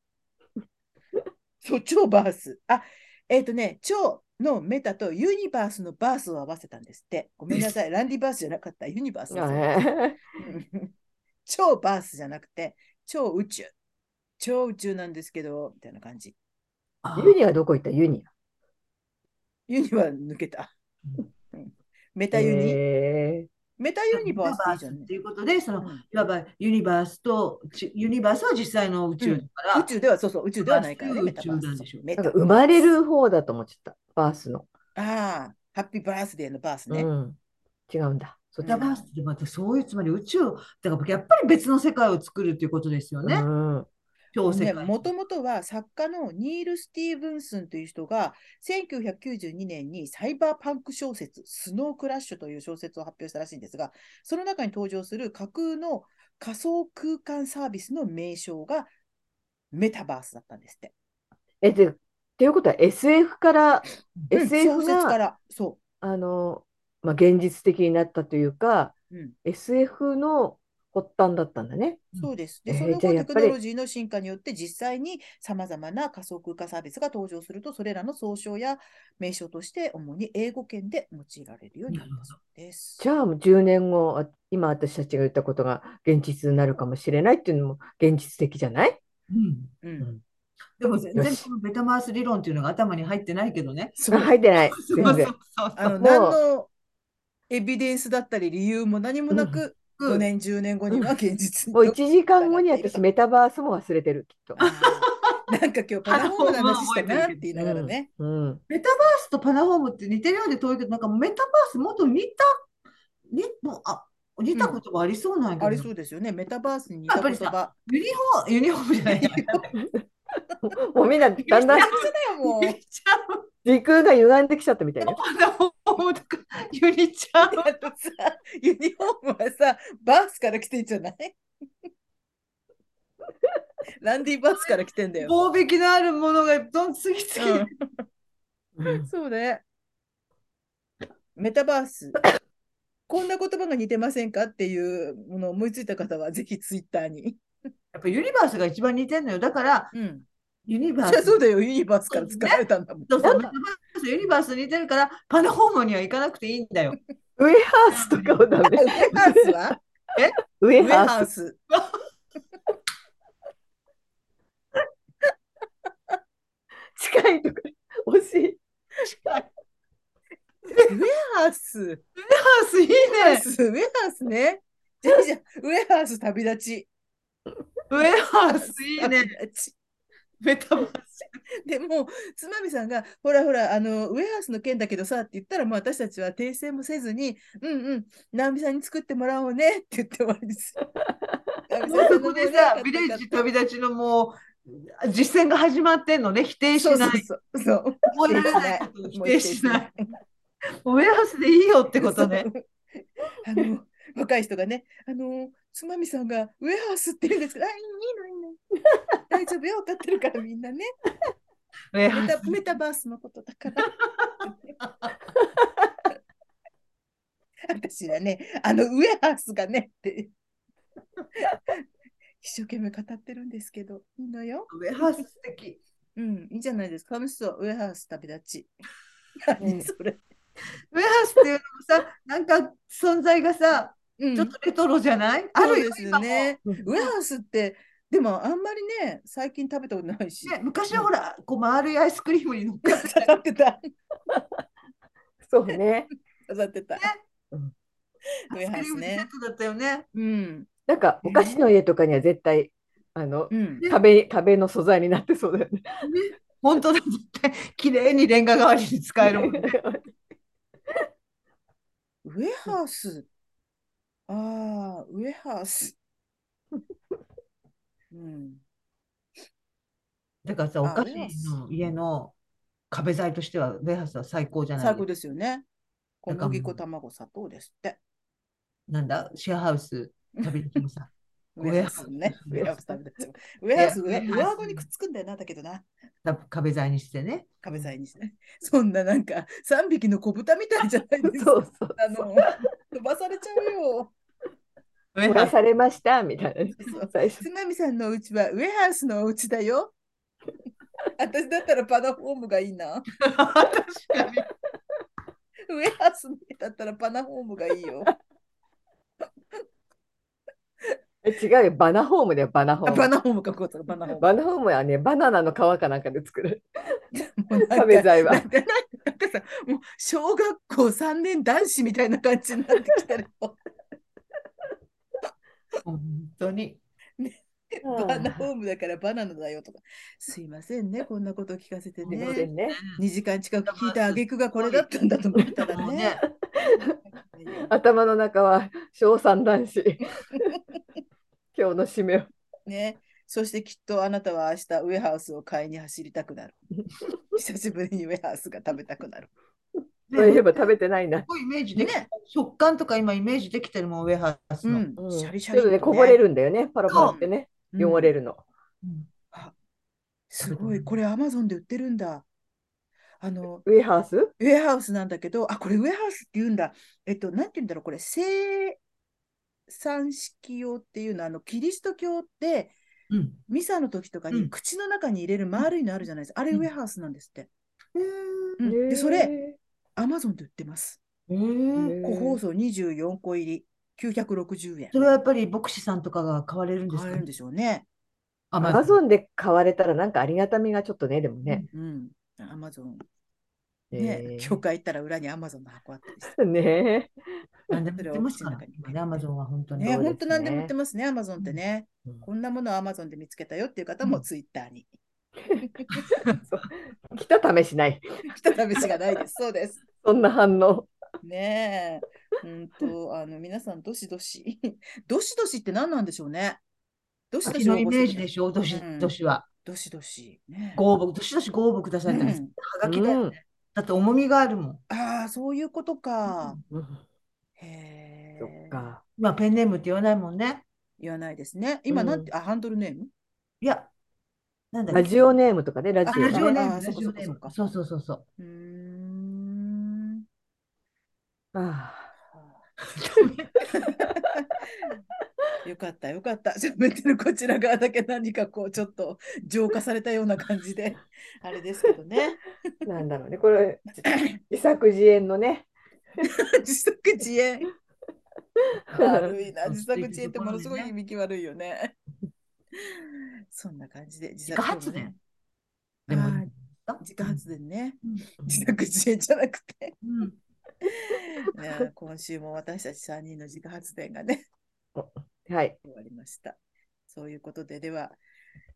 [SPEAKER 1] ん。 そう、超バース。あ、えっ、とね、超のメタとユニバースのバースを合わせたんですって。ごめんなさい、ランディバースじゃなかった、ユニバースです。
[SPEAKER 3] ね
[SPEAKER 1] うん超バースじゃなくて、超宇宙。超宇宙なんですけど、みたいな感じ。
[SPEAKER 2] あ
[SPEAKER 3] ユニはどこ行ったユニ
[SPEAKER 1] ユニは抜けた。うんメタユニ、
[SPEAKER 3] え
[SPEAKER 1] メタユニバースでいいじゃん
[SPEAKER 2] ユニバース
[SPEAKER 1] ね
[SPEAKER 2] っていうことで、その、
[SPEAKER 1] うん
[SPEAKER 2] いわばユニバースと、ちユニバースは実際の宇宙だから、
[SPEAKER 1] 宇宙ではそうそう、宇宙ではないからね、
[SPEAKER 2] バ
[SPEAKER 1] メ
[SPEAKER 2] ース
[SPEAKER 1] タバー
[SPEAKER 2] 宇宙なん
[SPEAKER 1] ス。
[SPEAKER 2] でしょう
[SPEAKER 1] メ
[SPEAKER 3] ー、な
[SPEAKER 1] タ
[SPEAKER 3] んか生まれる方だと思っちゃったバースの、
[SPEAKER 1] ああ、ハッピーバースデーのバースね。
[SPEAKER 3] うん違うんだそっ
[SPEAKER 2] メタ
[SPEAKER 3] ちだ
[SPEAKER 2] バースってまたそういうつまり宇宙だからやっぱり別の世界を作るっていうことですよね。
[SPEAKER 3] うん
[SPEAKER 2] 超世界。
[SPEAKER 1] もともとは作家のニール・スティーブンスンという人が1992年にサイバーパンク小説「スノークラッシュ」という小説を発表したらしいんですがその中に登場する架空の仮想空間サービスの名称がメタバースだったんですって。
[SPEAKER 3] えでっていうことは SF から
[SPEAKER 1] うん
[SPEAKER 3] SF
[SPEAKER 1] 小説か
[SPEAKER 3] が
[SPEAKER 1] らそ
[SPEAKER 3] あの、まあ、現実的になったというか
[SPEAKER 1] う、うん
[SPEAKER 3] SF の発端だったんだね。
[SPEAKER 1] そうです。で、
[SPEAKER 3] えー
[SPEAKER 1] その
[SPEAKER 3] じゃ
[SPEAKER 1] 後、
[SPEAKER 3] あや
[SPEAKER 1] テク
[SPEAKER 3] っぱり
[SPEAKER 1] ノロジーの進化によって、実際にさまざまな仮想空間サービスが登場すると、それらの総称や名称として、主に英語圏で用いられるようになったそうです。
[SPEAKER 3] じゃあもう10年後、あ今私たちが言ったことが現実になるかもしれないっていうのも現実的じゃない
[SPEAKER 2] うん
[SPEAKER 1] うん、
[SPEAKER 2] でも全
[SPEAKER 3] よ
[SPEAKER 2] 然
[SPEAKER 3] し
[SPEAKER 2] このメタバース理論っていうのが頭に入ってないけどね。
[SPEAKER 1] そう
[SPEAKER 3] 入ってない。
[SPEAKER 2] そう
[SPEAKER 3] 全
[SPEAKER 2] そう
[SPEAKER 3] 然。
[SPEAKER 2] そう
[SPEAKER 1] あの
[SPEAKER 3] もう
[SPEAKER 1] 何のエビデンスだったり理由も何もなく、 5年、10年後には現実
[SPEAKER 3] もう1
[SPEAKER 1] に。
[SPEAKER 3] 時間後に私、メタバースも忘れてる、きっと。
[SPEAKER 1] なんか今日パラホームの話したなって言いながらね。
[SPEAKER 3] うん。
[SPEAKER 2] メタバースとパナホームって似てるようで遠いけど、なんかメタバースもっと似た、にもうあ似た言葉ありそうなんやけど、
[SPEAKER 1] ありそうですよね。メタバースに似た言葉。
[SPEAKER 2] ユニフォーム、ユニフォームじゃ ない。
[SPEAKER 3] もうみんな、だんだん
[SPEAKER 1] もう
[SPEAKER 2] ユニちゃん、
[SPEAKER 3] 時空が歪んできちゃったみたいな。
[SPEAKER 2] パナホームとか、ユニちゃん。
[SPEAKER 1] あとさ、ユニフォームはさ、バースから来てんじゃない ランディ・バースから来てんだよ。
[SPEAKER 2] 防壁のあるものがどん次々、
[SPEAKER 3] うん
[SPEAKER 1] そうね。メタバース。こんな言葉が似てませんかっていうものを思いついた方は、ぜひツイッターに。
[SPEAKER 2] やっぱユニバースが一番似てるのよ。だから、
[SPEAKER 1] うん。
[SPEAKER 2] ユニバー
[SPEAKER 1] じゃあ
[SPEAKER 2] ス。
[SPEAKER 1] そうだよ、ユニバースから使われたんだもん。
[SPEAKER 2] そうそうメタバース、ユニバース似てるから、パナホームには行かなくていいんだよ。
[SPEAKER 3] ウェハースとかをダメ
[SPEAKER 1] ウ。ェハースは
[SPEAKER 3] ウ
[SPEAKER 1] ウ
[SPEAKER 3] ェ
[SPEAKER 1] ェハ
[SPEAKER 3] ハー
[SPEAKER 1] ー
[SPEAKER 3] ス。
[SPEAKER 1] ス。
[SPEAKER 3] 近いとか、惜しい。
[SPEAKER 1] ウェハース。
[SPEAKER 2] ウェハースいい
[SPEAKER 1] ウェハー
[SPEAKER 2] ね。
[SPEAKER 1] スウェハースね。じゃあじゃあウェハース旅立ち。
[SPEAKER 2] ウェハースいい
[SPEAKER 1] 旅
[SPEAKER 2] ね。
[SPEAKER 1] 立ち
[SPEAKER 2] メタバース。
[SPEAKER 1] でもう、つまみさんが、ほらほら、あの、ウェハースの件だけどさって言ったら、もう私たちは訂正もせずに、うんうん、直美さんに作ってもらおうねって言って終わりです。 直美
[SPEAKER 2] も
[SPEAKER 1] さ
[SPEAKER 2] うんそこでさ、ビレッジ
[SPEAKER 1] 旅
[SPEAKER 2] 旅立ちのもう実践が始まってんのね、否定し
[SPEAKER 1] そう
[SPEAKER 2] な
[SPEAKER 1] そう
[SPEAKER 2] い。
[SPEAKER 1] そう。そう
[SPEAKER 2] 覚えられないことを否定しない。ウェハースでいいよってことね。。
[SPEAKER 1] あの、若い人がね、あの、つまみさんがウェハースって言うんですけど、あ、いいのいいの。大丈夫よ、分かってるからみんなね。
[SPEAKER 2] ウェハ
[SPEAKER 1] メ
[SPEAKER 2] ース
[SPEAKER 1] タメタバースのことだから。私はね、あのウェハースがねって一生懸命語ってるんですけど、いいのよ。
[SPEAKER 2] ウェハース素敵。
[SPEAKER 1] うん、いいじゃないですか。楽しそう、ウェハース旅立ち。
[SPEAKER 3] うん
[SPEAKER 1] 何それ。
[SPEAKER 2] ウェハースっていうのもさ、なんか存在がさ、
[SPEAKER 1] うん、
[SPEAKER 2] ちょっとレトロじゃない、あ
[SPEAKER 1] あ
[SPEAKER 2] る
[SPEAKER 1] る
[SPEAKER 2] よ
[SPEAKER 1] ですよね。
[SPEAKER 3] 今
[SPEAKER 1] ウ
[SPEAKER 3] も
[SPEAKER 1] ェハースって、でもあんまりね、最近食べたことないし
[SPEAKER 2] 今。も ね昔はほら、こう丸いアイスクリームに乗っかってた
[SPEAKER 1] 飾ってた、
[SPEAKER 3] そうね。
[SPEAKER 1] 飾ってた。
[SPEAKER 2] アイスクリームセットだったよね。
[SPEAKER 1] うん、
[SPEAKER 3] なんか、お菓子の家とかには絶対、あの、
[SPEAKER 1] うん。
[SPEAKER 3] 壁、壁の素材になってそうだよね。
[SPEAKER 2] 本当だ、絶対綺麗にレンガ代わりに使えるもんね。
[SPEAKER 1] ウェハース。ああ、ウェハー ス。うん。
[SPEAKER 2] だからさ、お
[SPEAKER 1] あ
[SPEAKER 2] 菓
[SPEAKER 1] ウェハー
[SPEAKER 2] 子
[SPEAKER 1] ス
[SPEAKER 2] の家の壁材としては、ウェハースは最高じゃない
[SPEAKER 1] 最高ですよね。小
[SPEAKER 2] だから
[SPEAKER 1] 麦粉、卵、砂糖ですって。
[SPEAKER 2] なんだ、シェアハウス旅行きもさ。
[SPEAKER 1] ウェハースね。ウ
[SPEAKER 2] ウェ
[SPEAKER 1] ェハ
[SPEAKER 2] ハース
[SPEAKER 1] ース食べたウェハース、
[SPEAKER 2] ウ
[SPEAKER 1] 上
[SPEAKER 2] ェハース
[SPEAKER 1] 上顎にくっつくんだよな、だけどな。
[SPEAKER 2] だ壁材にしてね。
[SPEAKER 1] 壁材にして。そんななんか、3匹の子豚みたいじゃないです か。
[SPEAKER 3] そうそう。
[SPEAKER 1] あの、飛ばされちゃうよ。
[SPEAKER 2] ウ
[SPEAKER 3] 漏
[SPEAKER 2] ェハ
[SPEAKER 3] ら
[SPEAKER 2] ース
[SPEAKER 3] されました、みたいなね。
[SPEAKER 1] そう
[SPEAKER 3] 最初。
[SPEAKER 1] つまみさんのお家はウェハースのお家だ よ。私だったらパナホームがいいな。
[SPEAKER 2] 確か
[SPEAKER 1] ウェハースだったらパナホームがいいよ。
[SPEAKER 3] え違うよ。バナホームだよ、バナホ
[SPEAKER 1] あ
[SPEAKER 3] ー
[SPEAKER 1] バ
[SPEAKER 3] ム。
[SPEAKER 1] ナホームか、こうだバナホーム。
[SPEAKER 3] バナホームはね、バナナの皮かなんかで作る。
[SPEAKER 1] もうなんか
[SPEAKER 3] 壁材は
[SPEAKER 1] なんかなんかさ、もう小学校3年男子みたいな感じになってきたら、
[SPEAKER 2] に。本当に。
[SPEAKER 1] バナホームだからバナナだよとか、すいませんね、こんなことを聞かせて
[SPEAKER 3] すいま
[SPEAKER 1] ね。
[SPEAKER 3] せんね。
[SPEAKER 1] 2時間近く聞いた挙句がこれだったんだと思ったら
[SPEAKER 2] もう
[SPEAKER 1] ね
[SPEAKER 2] ね。、
[SPEAKER 3] 頭の中は、小三男子。今日の締めを。
[SPEAKER 1] ね。そしてきっとあなたは明日ウェハースを買いに走りたくなる。久しぶりにウェハースが食べたくなる。
[SPEAKER 3] そういえ
[SPEAKER 2] ね
[SPEAKER 3] ば食べてないな
[SPEAKER 2] す。ごいイメージできた食感とか今イメージできてるもん、ウェハース
[SPEAKER 1] う
[SPEAKER 2] の。
[SPEAKER 1] ん
[SPEAKER 3] う、ん
[SPEAKER 1] シャリシ
[SPEAKER 3] ち
[SPEAKER 1] ャリ
[SPEAKER 3] ょっと
[SPEAKER 1] と
[SPEAKER 3] ね、こぼれるんだよね。パラパラってね。
[SPEAKER 1] うん
[SPEAKER 3] 汚れるの。
[SPEAKER 1] すごい、これアマゾンで売ってるんだ。あの、
[SPEAKER 3] ウェハース
[SPEAKER 1] ウェアハウスなんだけど、あ、これウェアハウスって言うんだ。えっと、なんて言うんだろう、これ、生産式用っていうのは、あの、キリスト教って、
[SPEAKER 2] うん
[SPEAKER 1] ミサの時とか
[SPEAKER 2] う
[SPEAKER 1] に
[SPEAKER 2] ん
[SPEAKER 1] 口の中に入れる丸いのあるじゃないですか。あれ、
[SPEAKER 2] うん
[SPEAKER 1] ウェアハウスなんですって。
[SPEAKER 3] へ
[SPEAKER 1] うん
[SPEAKER 3] ー
[SPEAKER 1] で、それ、、アマゾンで売ってます。
[SPEAKER 2] へ
[SPEAKER 3] へ
[SPEAKER 2] ー
[SPEAKER 3] ー
[SPEAKER 1] 個包装24個入り、960円
[SPEAKER 2] そ。れはやっぱり牧師さんとかが買われるんです
[SPEAKER 1] 買え
[SPEAKER 2] か
[SPEAKER 1] るんでしょうね。
[SPEAKER 2] ア
[SPEAKER 3] ア
[SPEAKER 2] マ
[SPEAKER 3] マ
[SPEAKER 2] ゾン。
[SPEAKER 3] ゾンで買われたらなんかありがたみがちょっとね、でもね。
[SPEAKER 1] うん。アマゾン。ね、
[SPEAKER 3] えー
[SPEAKER 1] 教会行ったら裏にアマゾンの箱あったりして。
[SPEAKER 3] ね
[SPEAKER 2] 何でも売ってますから
[SPEAKER 1] それを口の中に
[SPEAKER 2] 今ね、アマゾンは本当に。
[SPEAKER 1] ね、
[SPEAKER 3] そうですね
[SPEAKER 1] 本当何でも売ってますね、アマゾンってね。
[SPEAKER 3] うん
[SPEAKER 1] こんなものをアマゾンで見つけたよっていう方も
[SPEAKER 2] うん
[SPEAKER 1] ツイッターに。
[SPEAKER 3] 来た試しない。
[SPEAKER 1] 来た試しがないです。そうです。
[SPEAKER 3] そんな反応。
[SPEAKER 1] ねえ。うんと、あの、皆さん、どしどし。どしどしって何なんでしょうね。どしど
[SPEAKER 2] 私
[SPEAKER 1] し応
[SPEAKER 2] の
[SPEAKER 1] 募
[SPEAKER 2] イメージで
[SPEAKER 1] し
[SPEAKER 2] しょ、年
[SPEAKER 1] うん
[SPEAKER 2] 年は。
[SPEAKER 1] どしどし。ねえ
[SPEAKER 2] ご応募、年々ご応募くださいって、
[SPEAKER 1] うん
[SPEAKER 2] はがきだよね。だって重みがあるもん。
[SPEAKER 1] ああ、そういうことか。
[SPEAKER 3] うん
[SPEAKER 1] へえ。
[SPEAKER 3] そっか。
[SPEAKER 2] まあ、ペンネームって言わないもんね。
[SPEAKER 1] 言わないですね。今、なんて、あ、ハンドルネーム
[SPEAKER 2] いや、なんだっけ
[SPEAKER 3] ラジオネームとかね、ラジ
[SPEAKER 2] あ
[SPEAKER 3] オ
[SPEAKER 2] ラジオネーム、
[SPEAKER 1] あ
[SPEAKER 2] ラ
[SPEAKER 1] そうか
[SPEAKER 2] ジオネー
[SPEAKER 1] そう
[SPEAKER 2] ム
[SPEAKER 1] か。
[SPEAKER 2] そうそうそうそう。
[SPEAKER 1] うーん。
[SPEAKER 3] あ
[SPEAKER 1] よかった、よかった。喋ってるこちら側だけ何かこう、ちょっと浄化されたような感じで、あれですけどね。
[SPEAKER 3] あ、なんだろうね。これ、じ自作自演のね。
[SPEAKER 1] 自作自演。悪いな、
[SPEAKER 2] そう
[SPEAKER 1] 自作自演ってものすごい響き悪いよね。そんな感じで、自
[SPEAKER 2] 自家発電。でも
[SPEAKER 1] はい自家発電ね。
[SPEAKER 2] う
[SPEAKER 1] 自作自演じゃなくて、
[SPEAKER 2] んうん
[SPEAKER 1] いやー今週も私たち3人の自家発電がね、
[SPEAKER 3] はい。
[SPEAKER 1] 終わりました。そういうことで、では、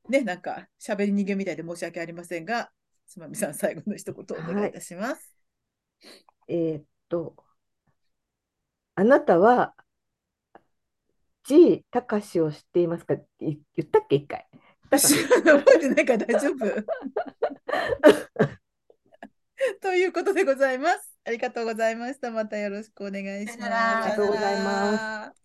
[SPEAKER 1] ね、なんか、喋り逃げみたいで申し訳ありませんが、つまみさん、最後の一言お願いいたします。
[SPEAKER 3] えーっと、あなたは G 高しを知っていますかって言言ったっけ、一回。だか
[SPEAKER 1] 私覚えてないから大丈夫。 ということでございます。ありがとうございました。またよろしくお願いします。。
[SPEAKER 2] さよならあり
[SPEAKER 3] がとうございます